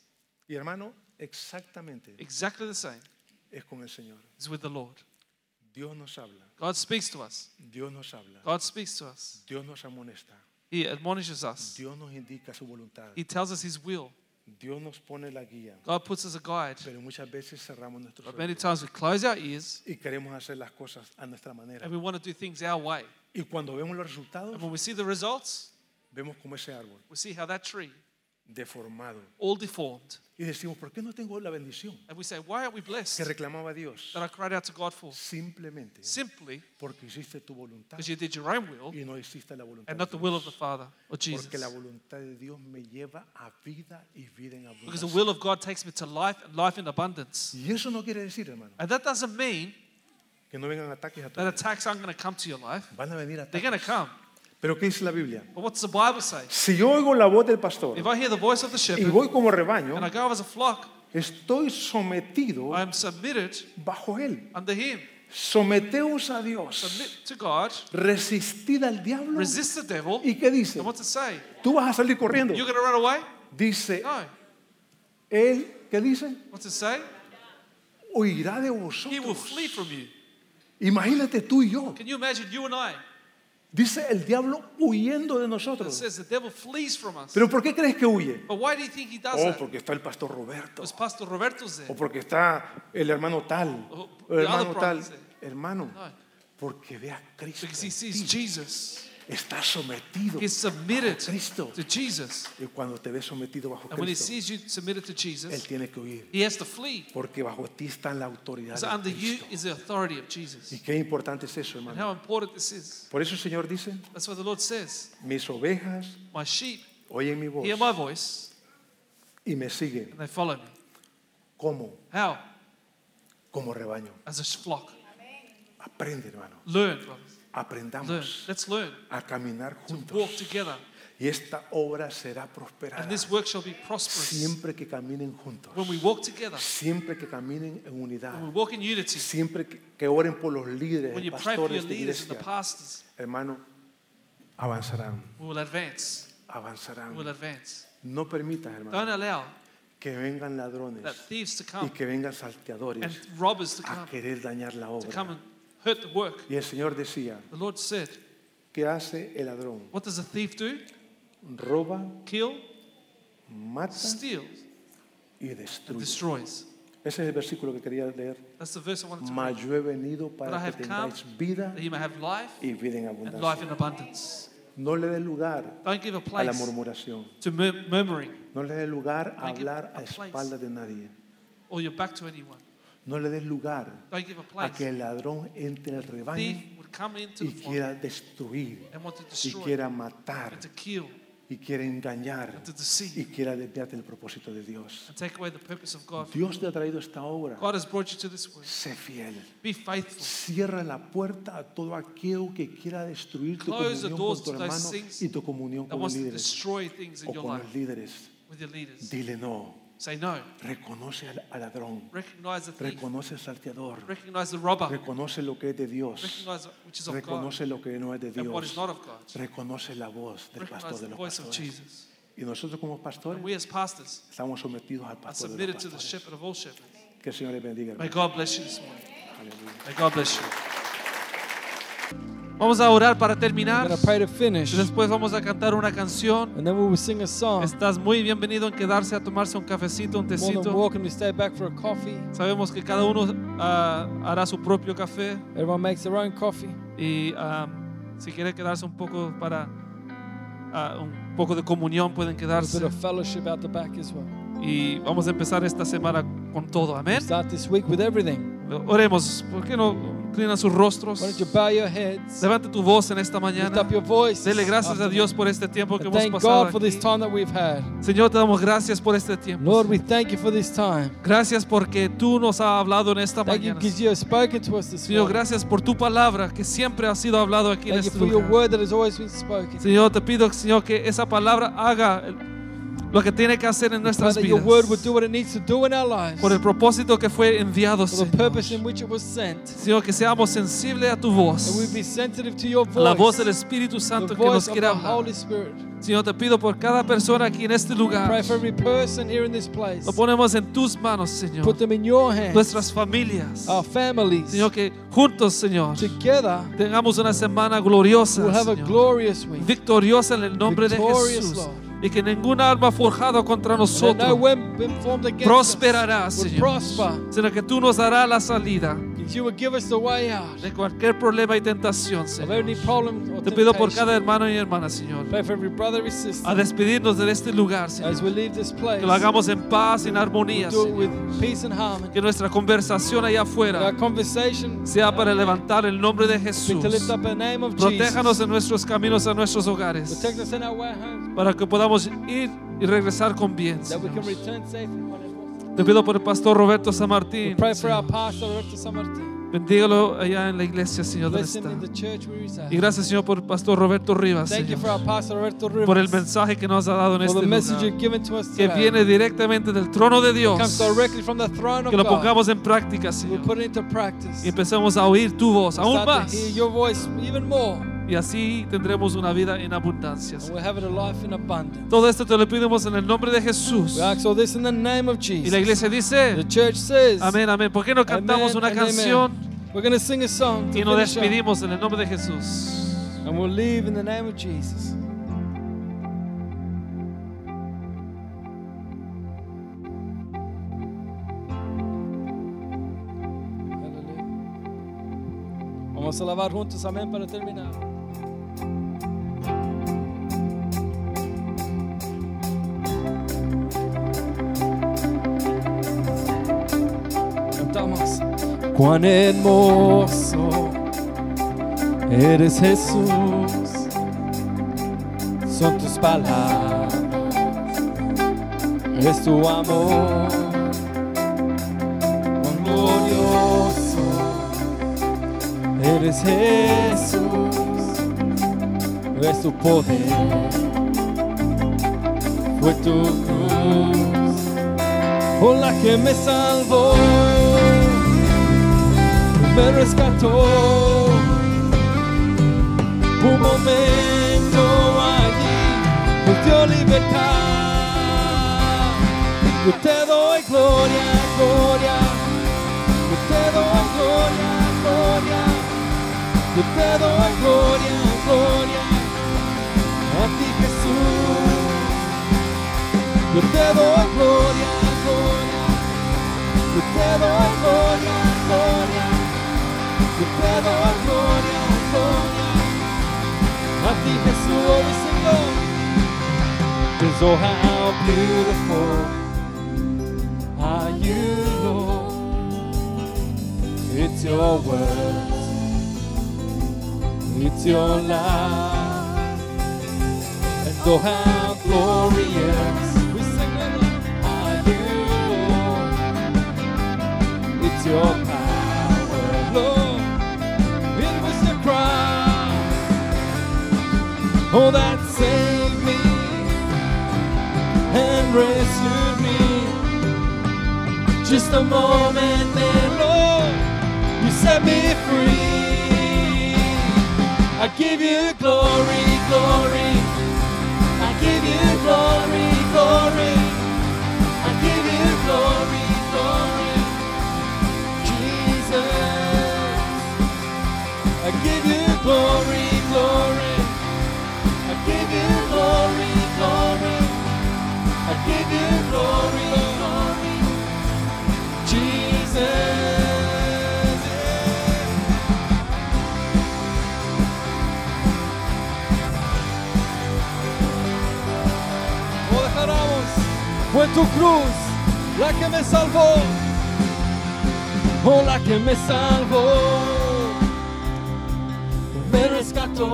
Speaker 2: Y hermano, exactamente
Speaker 3: Exactly the same
Speaker 2: es con el Señor.
Speaker 3: is with the Lord.
Speaker 2: Dios nos habla,
Speaker 3: God speaks to us.
Speaker 2: Dios nos habla,
Speaker 3: God speaks to us.
Speaker 2: Dios nos amonesta,
Speaker 3: He admonishes us.
Speaker 2: Dios nos indica su voluntad,
Speaker 3: He tells us His will.
Speaker 2: Dios nos pone la guía.
Speaker 3: God puts us a guide.
Speaker 2: Pero muchas veces cerramos nuestros
Speaker 3: But many
Speaker 2: oídos
Speaker 3: times we close our ears
Speaker 2: y queremos hacer las cosas a nuestra manera.
Speaker 3: and we want to do things our way.
Speaker 2: Y cuando vemos los
Speaker 3: And
Speaker 2: resultados,
Speaker 3: when we see the results,
Speaker 2: vemos como ese árbol
Speaker 3: we see how that tree,
Speaker 2: deformado.
Speaker 3: all deformed,
Speaker 2: Y decimos, ¿por qué no tengo la bendición
Speaker 3: and we say, Why aren't we
Speaker 2: que
Speaker 3: blessed?
Speaker 2: reclamaba Dios?
Speaker 3: That I cried out to God for.
Speaker 2: Simplemente
Speaker 3: Simply
Speaker 2: porque hiciste tu voluntad
Speaker 3: because you did your own will
Speaker 2: y no hiciste la voluntad
Speaker 3: and
Speaker 2: de
Speaker 3: not the will of the
Speaker 2: Dios.
Speaker 3: Father or
Speaker 2: Porque la
Speaker 3: Jesus.
Speaker 2: voluntad de Dios me lleva a vida y vida en
Speaker 3: Because the
Speaker 2: abundancia.
Speaker 3: will of God takes me to life and life in abundance.
Speaker 2: Y eso no quiere decir, hermano,
Speaker 3: And that doesn't mean
Speaker 2: que no vengan ataques a tu
Speaker 3: that
Speaker 2: vida.
Speaker 3: attacks aren't going to come to your life.
Speaker 2: Van a venir
Speaker 3: They're going
Speaker 2: ataques.
Speaker 3: to come.
Speaker 2: Pero ¿qué dice la Biblia?
Speaker 3: But what's the Bible say?
Speaker 2: Si yo oigo la voz del pastor
Speaker 3: If I hear the voice of the
Speaker 2: y
Speaker 3: shepherd
Speaker 2: voy como rebaño,
Speaker 3: and I go as a flock,
Speaker 2: estoy sometido
Speaker 3: I am submitted
Speaker 2: bajo él.
Speaker 3: under him.
Speaker 2: Someteos a Dios.
Speaker 3: Submit to God,
Speaker 2: Resistid al diablo.
Speaker 3: resist the devil.
Speaker 2: ¿Y qué dice?
Speaker 3: And what's it say?
Speaker 2: Tú vas a salir corriendo.
Speaker 3: You're going to run away?
Speaker 2: Dice,
Speaker 3: No.
Speaker 2: él, ¿qué dice?
Speaker 3: What's it say?
Speaker 2: Huirá de
Speaker 3: He will
Speaker 2: vosotros.
Speaker 3: flee from you.
Speaker 2: Imagínate tú y yo.
Speaker 3: Can you imagine you and I?
Speaker 2: Dice el diablo huyendo de
Speaker 3: It
Speaker 2: nosotros.
Speaker 3: says the devil flees from us.
Speaker 2: ¿Pero por qué crees que huye?
Speaker 3: But why do you think he does
Speaker 2: Oh,
Speaker 3: that?
Speaker 2: porque está el pastor Roberto.
Speaker 3: Because Pastor Roberto's there.
Speaker 2: O porque está el hermano tal.
Speaker 3: Oh,
Speaker 2: O el
Speaker 3: the
Speaker 2: hermano
Speaker 3: other
Speaker 2: tal.
Speaker 3: prophets
Speaker 2: Hermano,
Speaker 3: No.
Speaker 2: porque ve a Cristo.
Speaker 3: Because he sees Jesus.
Speaker 2: Está sometido.
Speaker 3: He's submitted
Speaker 2: Cristo.
Speaker 3: to Jesus.
Speaker 2: Y cuando te ves sometido bajo
Speaker 3: And when he
Speaker 2: Cristo,
Speaker 3: sees you submitted to
Speaker 2: Él
Speaker 3: Jesus,
Speaker 2: tiene que huir.
Speaker 3: he has to flee.
Speaker 2: Porque bajo ti está la autoridad
Speaker 3: Because
Speaker 2: de
Speaker 3: under you
Speaker 2: Cristo.
Speaker 3: is the authority of
Speaker 2: Y
Speaker 3: Jesus.
Speaker 2: qué importante es eso,
Speaker 3: And
Speaker 2: hermano.
Speaker 3: how important this is.
Speaker 2: Por eso el Señor dice,
Speaker 3: That's what the Lord says.
Speaker 2: mis ovejas
Speaker 3: My sheep
Speaker 2: oyen mi voz
Speaker 3: hear my voice
Speaker 2: y me siguen.
Speaker 3: and they follow me.
Speaker 2: ¿Cómo?
Speaker 3: How?
Speaker 2: Como rebaño.
Speaker 3: As a flock.
Speaker 2: Aprende, hermano.
Speaker 3: Learn, brothers. Learn.
Speaker 2: Aprendamos
Speaker 3: Let's learn
Speaker 2: a caminar
Speaker 3: to walk
Speaker 2: juntos.
Speaker 3: together.
Speaker 2: Y esta obra será prosperada.
Speaker 3: And this work shall be prosperous.
Speaker 2: Siempre que caminen juntos.
Speaker 3: When we walk together,
Speaker 2: Siempre que caminen en
Speaker 3: when we
Speaker 2: unidad.
Speaker 3: walk in unity,
Speaker 2: Siempre que, que oren por los
Speaker 3: when
Speaker 2: líderes,
Speaker 3: you pray for your
Speaker 2: pastores de
Speaker 3: leaders and the
Speaker 2: iglesia.
Speaker 3: pastors,
Speaker 2: Hermano, avanzarán.
Speaker 3: we will advance. We
Speaker 2: Avanzarán.
Speaker 3: will advance.
Speaker 2: No permitas,
Speaker 3: Don't
Speaker 2: hermano,
Speaker 3: allow
Speaker 2: que vengan
Speaker 3: that
Speaker 2: ladrones
Speaker 3: thieves to
Speaker 2: y
Speaker 3: come
Speaker 2: que vengan
Speaker 3: and
Speaker 2: salteadores
Speaker 3: robbers to
Speaker 2: a
Speaker 3: come
Speaker 2: querer dañar la
Speaker 3: to
Speaker 2: obra.
Speaker 3: come and hurt the work.
Speaker 2: Y el Señor decía,
Speaker 3: The Lord said,
Speaker 2: ¿qué hace el ladrón?
Speaker 3: What does a thief do?
Speaker 2: Roba,
Speaker 3: Kill,
Speaker 2: mata
Speaker 3: steal,
Speaker 2: y
Speaker 3: and
Speaker 2: destruye.
Speaker 3: destroys.
Speaker 2: Ese es el versículo que quería leer.
Speaker 3: That's the verse I wanted to read.
Speaker 2: Mas yo he venido
Speaker 3: But I
Speaker 2: para
Speaker 3: have
Speaker 2: que tengáis vida
Speaker 3: That you may have life
Speaker 2: y vida en
Speaker 3: and life
Speaker 2: abundancia.
Speaker 3: in abundance.
Speaker 2: No le dé lugar
Speaker 3: Don't give a
Speaker 2: a la
Speaker 3: place
Speaker 2: murmuración.
Speaker 3: to mur- murmuring
Speaker 2: No le dé lugar a
Speaker 3: Don't give
Speaker 2: hablar
Speaker 3: a
Speaker 2: a
Speaker 3: place.
Speaker 2: espaldas de nadie.
Speaker 3: or your back to anyone.
Speaker 2: No le des lugar
Speaker 3: Don't give a
Speaker 2: a que
Speaker 3: place.
Speaker 2: el ladrón entre al
Speaker 3: Thief
Speaker 2: rebaño
Speaker 3: would come into
Speaker 2: y
Speaker 3: the flock
Speaker 2: quiera destruir,
Speaker 3: and want to
Speaker 2: y
Speaker 3: destroy,
Speaker 2: quiera matar,
Speaker 3: and to kill,
Speaker 2: y quiera engañar,
Speaker 3: and to
Speaker 2: y
Speaker 3: deceive,
Speaker 2: quiera desviarte del propósito de Dios.
Speaker 3: and take away the purpose of God.
Speaker 2: Dios te ha traído esta obra.
Speaker 3: God has brought you to this world.
Speaker 2: Sé fiel.
Speaker 3: Be faithful.
Speaker 2: Cierra la puerta a todo aquello que quiera destruir tu
Speaker 3: Close the
Speaker 2: comunión
Speaker 3: doors
Speaker 2: con tu
Speaker 3: to those
Speaker 2: hermano
Speaker 3: things
Speaker 2: y tu comunión
Speaker 3: that
Speaker 2: con los
Speaker 3: wants to
Speaker 2: líderes
Speaker 3: destroy things
Speaker 2: o
Speaker 3: in your
Speaker 2: con
Speaker 3: life
Speaker 2: los líderes.
Speaker 3: with your leaders.
Speaker 2: Dile no.
Speaker 3: Say no.
Speaker 2: Reconoce al, al ladrón.
Speaker 3: Recognize the thief.
Speaker 2: Reconoce al salteador.
Speaker 3: Recognize the robber.
Speaker 2: Reconoce lo que es de Dios.
Speaker 3: Recognize which is of God
Speaker 2: Reconoce lo que no es de
Speaker 3: and what is
Speaker 2: Dios.
Speaker 3: not of God.
Speaker 2: Reconoce la voz del pastor
Speaker 3: Recognize
Speaker 2: de
Speaker 3: the
Speaker 2: los
Speaker 3: voice of
Speaker 2: pastores.
Speaker 3: Jesus.
Speaker 2: Y nosotros como
Speaker 3: And
Speaker 2: pastores
Speaker 3: we as pastors
Speaker 2: estamos sometidos al
Speaker 3: are
Speaker 2: pastor de
Speaker 3: submitted
Speaker 2: los
Speaker 3: to the
Speaker 2: pastores.
Speaker 3: shepherd of all shepherds.
Speaker 2: Que el Señor les bendiga.
Speaker 3: May
Speaker 2: hermano.
Speaker 3: God bless you this morning.
Speaker 2: Aleluya.
Speaker 3: May God bless you. Vamos a orar para
Speaker 4: I'm
Speaker 3: terminar.
Speaker 4: going to pray to finish,
Speaker 3: Y después vamos a cantar una canción.
Speaker 4: and then we will sing a song.
Speaker 3: Estás muy bienvenido en quedarse a tomarse un cafecito, un
Speaker 4: More than
Speaker 3: tecito.
Speaker 4: welcome to stay back for a coffee.
Speaker 3: Sabemos que cada uno ah, hará su propio café.
Speaker 4: Everyone makes their own coffee.
Speaker 3: Y um, si quiere quedarse un poco para ah, un poco de comunión, pueden
Speaker 4: A bit
Speaker 3: quedarse.
Speaker 4: of fellowship out the back as well.
Speaker 3: Y vamos a empezar esta semana con todo. Amén.
Speaker 4: Start this week with everything.
Speaker 3: Oremos. ¿Por qué no inclinan sus rostros?
Speaker 4: Why don't you bow your heads,
Speaker 3: Levanta tu voz en esta
Speaker 4: lift
Speaker 3: mañana.
Speaker 4: up your voice,
Speaker 3: Dele gracias a
Speaker 4: after
Speaker 3: Dios por este tiempo
Speaker 4: that.
Speaker 3: que
Speaker 4: And
Speaker 3: hemos
Speaker 4: thank
Speaker 3: pasado.
Speaker 4: God for this
Speaker 3: aquí.
Speaker 4: time that we've had.
Speaker 3: Señor, te damos gracias por este tiempo.
Speaker 4: Lord, we thank you for this time.
Speaker 3: Gracias porque tú nos has hablado en esta
Speaker 4: Thank you
Speaker 3: mañana.
Speaker 4: because you have spoken to us this
Speaker 3: Señor,
Speaker 4: morning.
Speaker 3: gracias por tu palabra que siempre ha sido hablado aquí en
Speaker 4: Thank you
Speaker 3: este
Speaker 4: for your
Speaker 3: lugar.
Speaker 4: word that has always been spoken.
Speaker 3: Señor, te pido, Señor, que esa palabra haga el- lo que tiene que hacer en
Speaker 4: Pray
Speaker 3: nuestras
Speaker 4: that your word would
Speaker 3: vidas.
Speaker 4: do what it needs to do in our lives.
Speaker 3: Por el
Speaker 4: For
Speaker 3: propósito que fue enviado,
Speaker 4: the purpose in
Speaker 3: Señor.
Speaker 4: which it was sent.
Speaker 3: Señor, que seamos sensibles a tu voz.
Speaker 4: That we be sensitive to your
Speaker 3: a la voz
Speaker 4: voice.
Speaker 3: del Espíritu Santo
Speaker 4: the
Speaker 3: que nos
Speaker 4: voice of
Speaker 3: quiera
Speaker 4: the
Speaker 3: hablar. Ah,
Speaker 4: Holy Spirit.
Speaker 3: Señor, te pido por cada persona aquí en este
Speaker 4: Pray
Speaker 3: lugar.
Speaker 4: for every person here in this place.
Speaker 3: Lo ponemos en tus manos, Señor.
Speaker 4: Put them in your
Speaker 3: Nuestras
Speaker 4: hands.
Speaker 3: familias.
Speaker 4: Our families.
Speaker 3: Señor, que juntos, Señor,
Speaker 4: Together,
Speaker 3: tengamos una semana
Speaker 4: we'll
Speaker 3: gloriosa,
Speaker 4: have a
Speaker 3: Señor,
Speaker 4: glorious week.
Speaker 3: victoriosa en el nombre de
Speaker 4: Victorious,
Speaker 3: Jesús.
Speaker 4: Lord.
Speaker 3: Y que ninguna arma forjada contra
Speaker 4: That no
Speaker 3: nosotros
Speaker 4: weapon formed against
Speaker 3: prosperará,
Speaker 4: us will
Speaker 3: Señor.
Speaker 4: prosper.
Speaker 3: Sino que tú nos darás la salida
Speaker 4: You will give us the way out
Speaker 3: de cualquier problema y tentación,
Speaker 4: of
Speaker 3: Señor.
Speaker 4: any problem or
Speaker 3: Te pido por
Speaker 4: temptation.
Speaker 3: cada hermano y hermana, Señor,
Speaker 4: Pray for every brother and
Speaker 3: a
Speaker 4: sister
Speaker 3: despedirnos de este lugar, Señor.
Speaker 4: as we leave this place.
Speaker 3: Que lo hagamos en paz, en armonía,
Speaker 4: Do it
Speaker 3: Señor.
Speaker 4: with peace and harmony.
Speaker 3: Que nuestra conversación allá
Speaker 4: Our
Speaker 3: afuera
Speaker 4: conversation
Speaker 3: sea para levantar el nombre de
Speaker 4: be
Speaker 3: Jesús.
Speaker 4: to lift up the name of
Speaker 3: Protéjanos
Speaker 4: Jesus.
Speaker 3: en nuestros caminos, a nuestros hogares,
Speaker 4: Protect us in our way home.
Speaker 3: para que podamos ir y regresar con bien.
Speaker 4: That we
Speaker 3: Señor.
Speaker 4: can return safely. whenever.
Speaker 3: Te pido por el pastor Roberto San
Speaker 4: We
Speaker 3: Martín.
Speaker 4: pray for our
Speaker 3: Señor.
Speaker 4: pastor, Dr. Samartin.
Speaker 3: Bendígalo allá en la iglesia, Señor, donde
Speaker 4: Bless him
Speaker 3: está.
Speaker 4: in the church where he's at.
Speaker 3: Y gracias, Señor, por el pastor Roberto Rivas,
Speaker 4: Thank you for our
Speaker 3: Señor,
Speaker 4: pastor, Roberto
Speaker 3: por el
Speaker 4: Rivas.
Speaker 3: mensaje que nos ha dado en
Speaker 4: For
Speaker 3: este
Speaker 4: the message you've
Speaker 3: lugar,
Speaker 4: given to us
Speaker 3: que
Speaker 4: today.
Speaker 3: viene directamente del trono de Dios.
Speaker 4: comes directly from the throne of
Speaker 3: Que lo
Speaker 4: God.
Speaker 3: pongamos en práctica,
Speaker 4: We
Speaker 3: Señor.
Speaker 4: put it into practice.
Speaker 3: y empecemos a oír tu voz aún
Speaker 4: Start
Speaker 3: más
Speaker 4: to hear your voice even more,
Speaker 3: y así tendremos una vida en abundancia.
Speaker 4: and
Speaker 3: Señor.
Speaker 4: we'll have it a life in abundance.
Speaker 3: Todo esto te lo pedimos en el nombre de Jesús.
Speaker 4: We ask all this in the name of
Speaker 3: Y la
Speaker 4: Jesus.
Speaker 3: iglesia
Speaker 4: The
Speaker 3: dice,
Speaker 4: church says,
Speaker 3: amén, amén. ¿Por qué no
Speaker 4: Amen
Speaker 3: cantamos una
Speaker 4: and amen.
Speaker 3: canción
Speaker 4: We're going to sing a song to
Speaker 3: y nos
Speaker 4: finish up,
Speaker 3: despedimos en el nombre de Jesús?
Speaker 4: and we'll leave in the name of Jesus. Hallelujah. Vamos a alabar juntos, amén, para terminar. Cantamos. Cuán hermoso eres Jesús. Son tus palabras, es tu amor. Cuán glorioso eres Jesús. Es tu poder, fue tu cruz por la que me salvó, me rescató. Un momento allí nos dio libertad. Yo te doy gloria, gloria. Yo te doy gloria, gloria. Yo te doy gloria, gloria. A ti Jesús. Yo te doy gloria, gloria. Yo te doy gloria, gloria. Yo te doy gloria, gloria. A ti Jesús, Señor. Cause oh how beautiful are you, Lord. It's your words. It's your life. And oh, how glorious we sing along. are you, Lord. It's your power, Lord. It was the cross, oh, that saved me and rescued me. Just a moment, and Lord, you set me free. I give you glory, glory. I give you glory, glory. I give you glory, glory. Jesus. I give you glory, glory. I give you glory, glory. I give you glory, glory. Jesus. No dejaramos. Oh, Fue tu cruz la que me salvó. Oh, la que me salvó. Me rescató.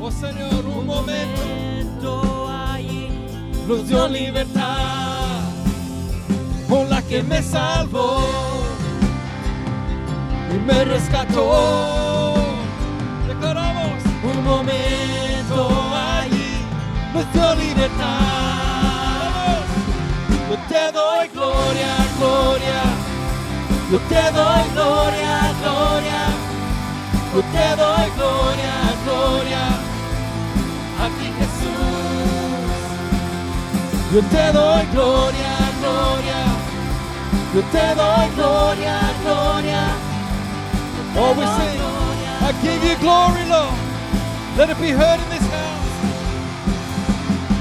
Speaker 4: Oh Señor, un momento ahí nos dio libertad. Oh, la que me salvó y me rescató declaramos un momento allí nuestra libertad Yo te doy gloria, gloria. Yo te doy gloria, gloria. A ti Jesús. Yo te doy gloria, gloria. Yo te doy gloria, gloria.
Speaker 3: Oh, we sing, I give you glory, Lord. Let it be heard in this house.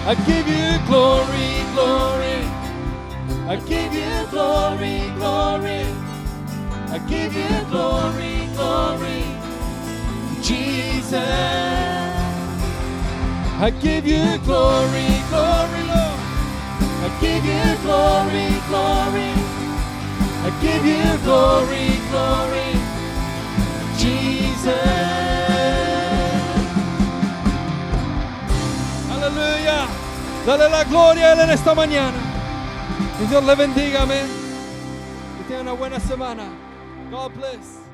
Speaker 4: I give you glory, glory. I give you glory, glory. I give you glory, glory. Jesus. I give you glory, glory, Lord. I give you glory, glory. I give you glory, glory. Jesus.
Speaker 3: Aleluya. Dale la gloria a Él en esta mañana. Y Dios le bendiga, amén. Que tenga una buena semana. God bless.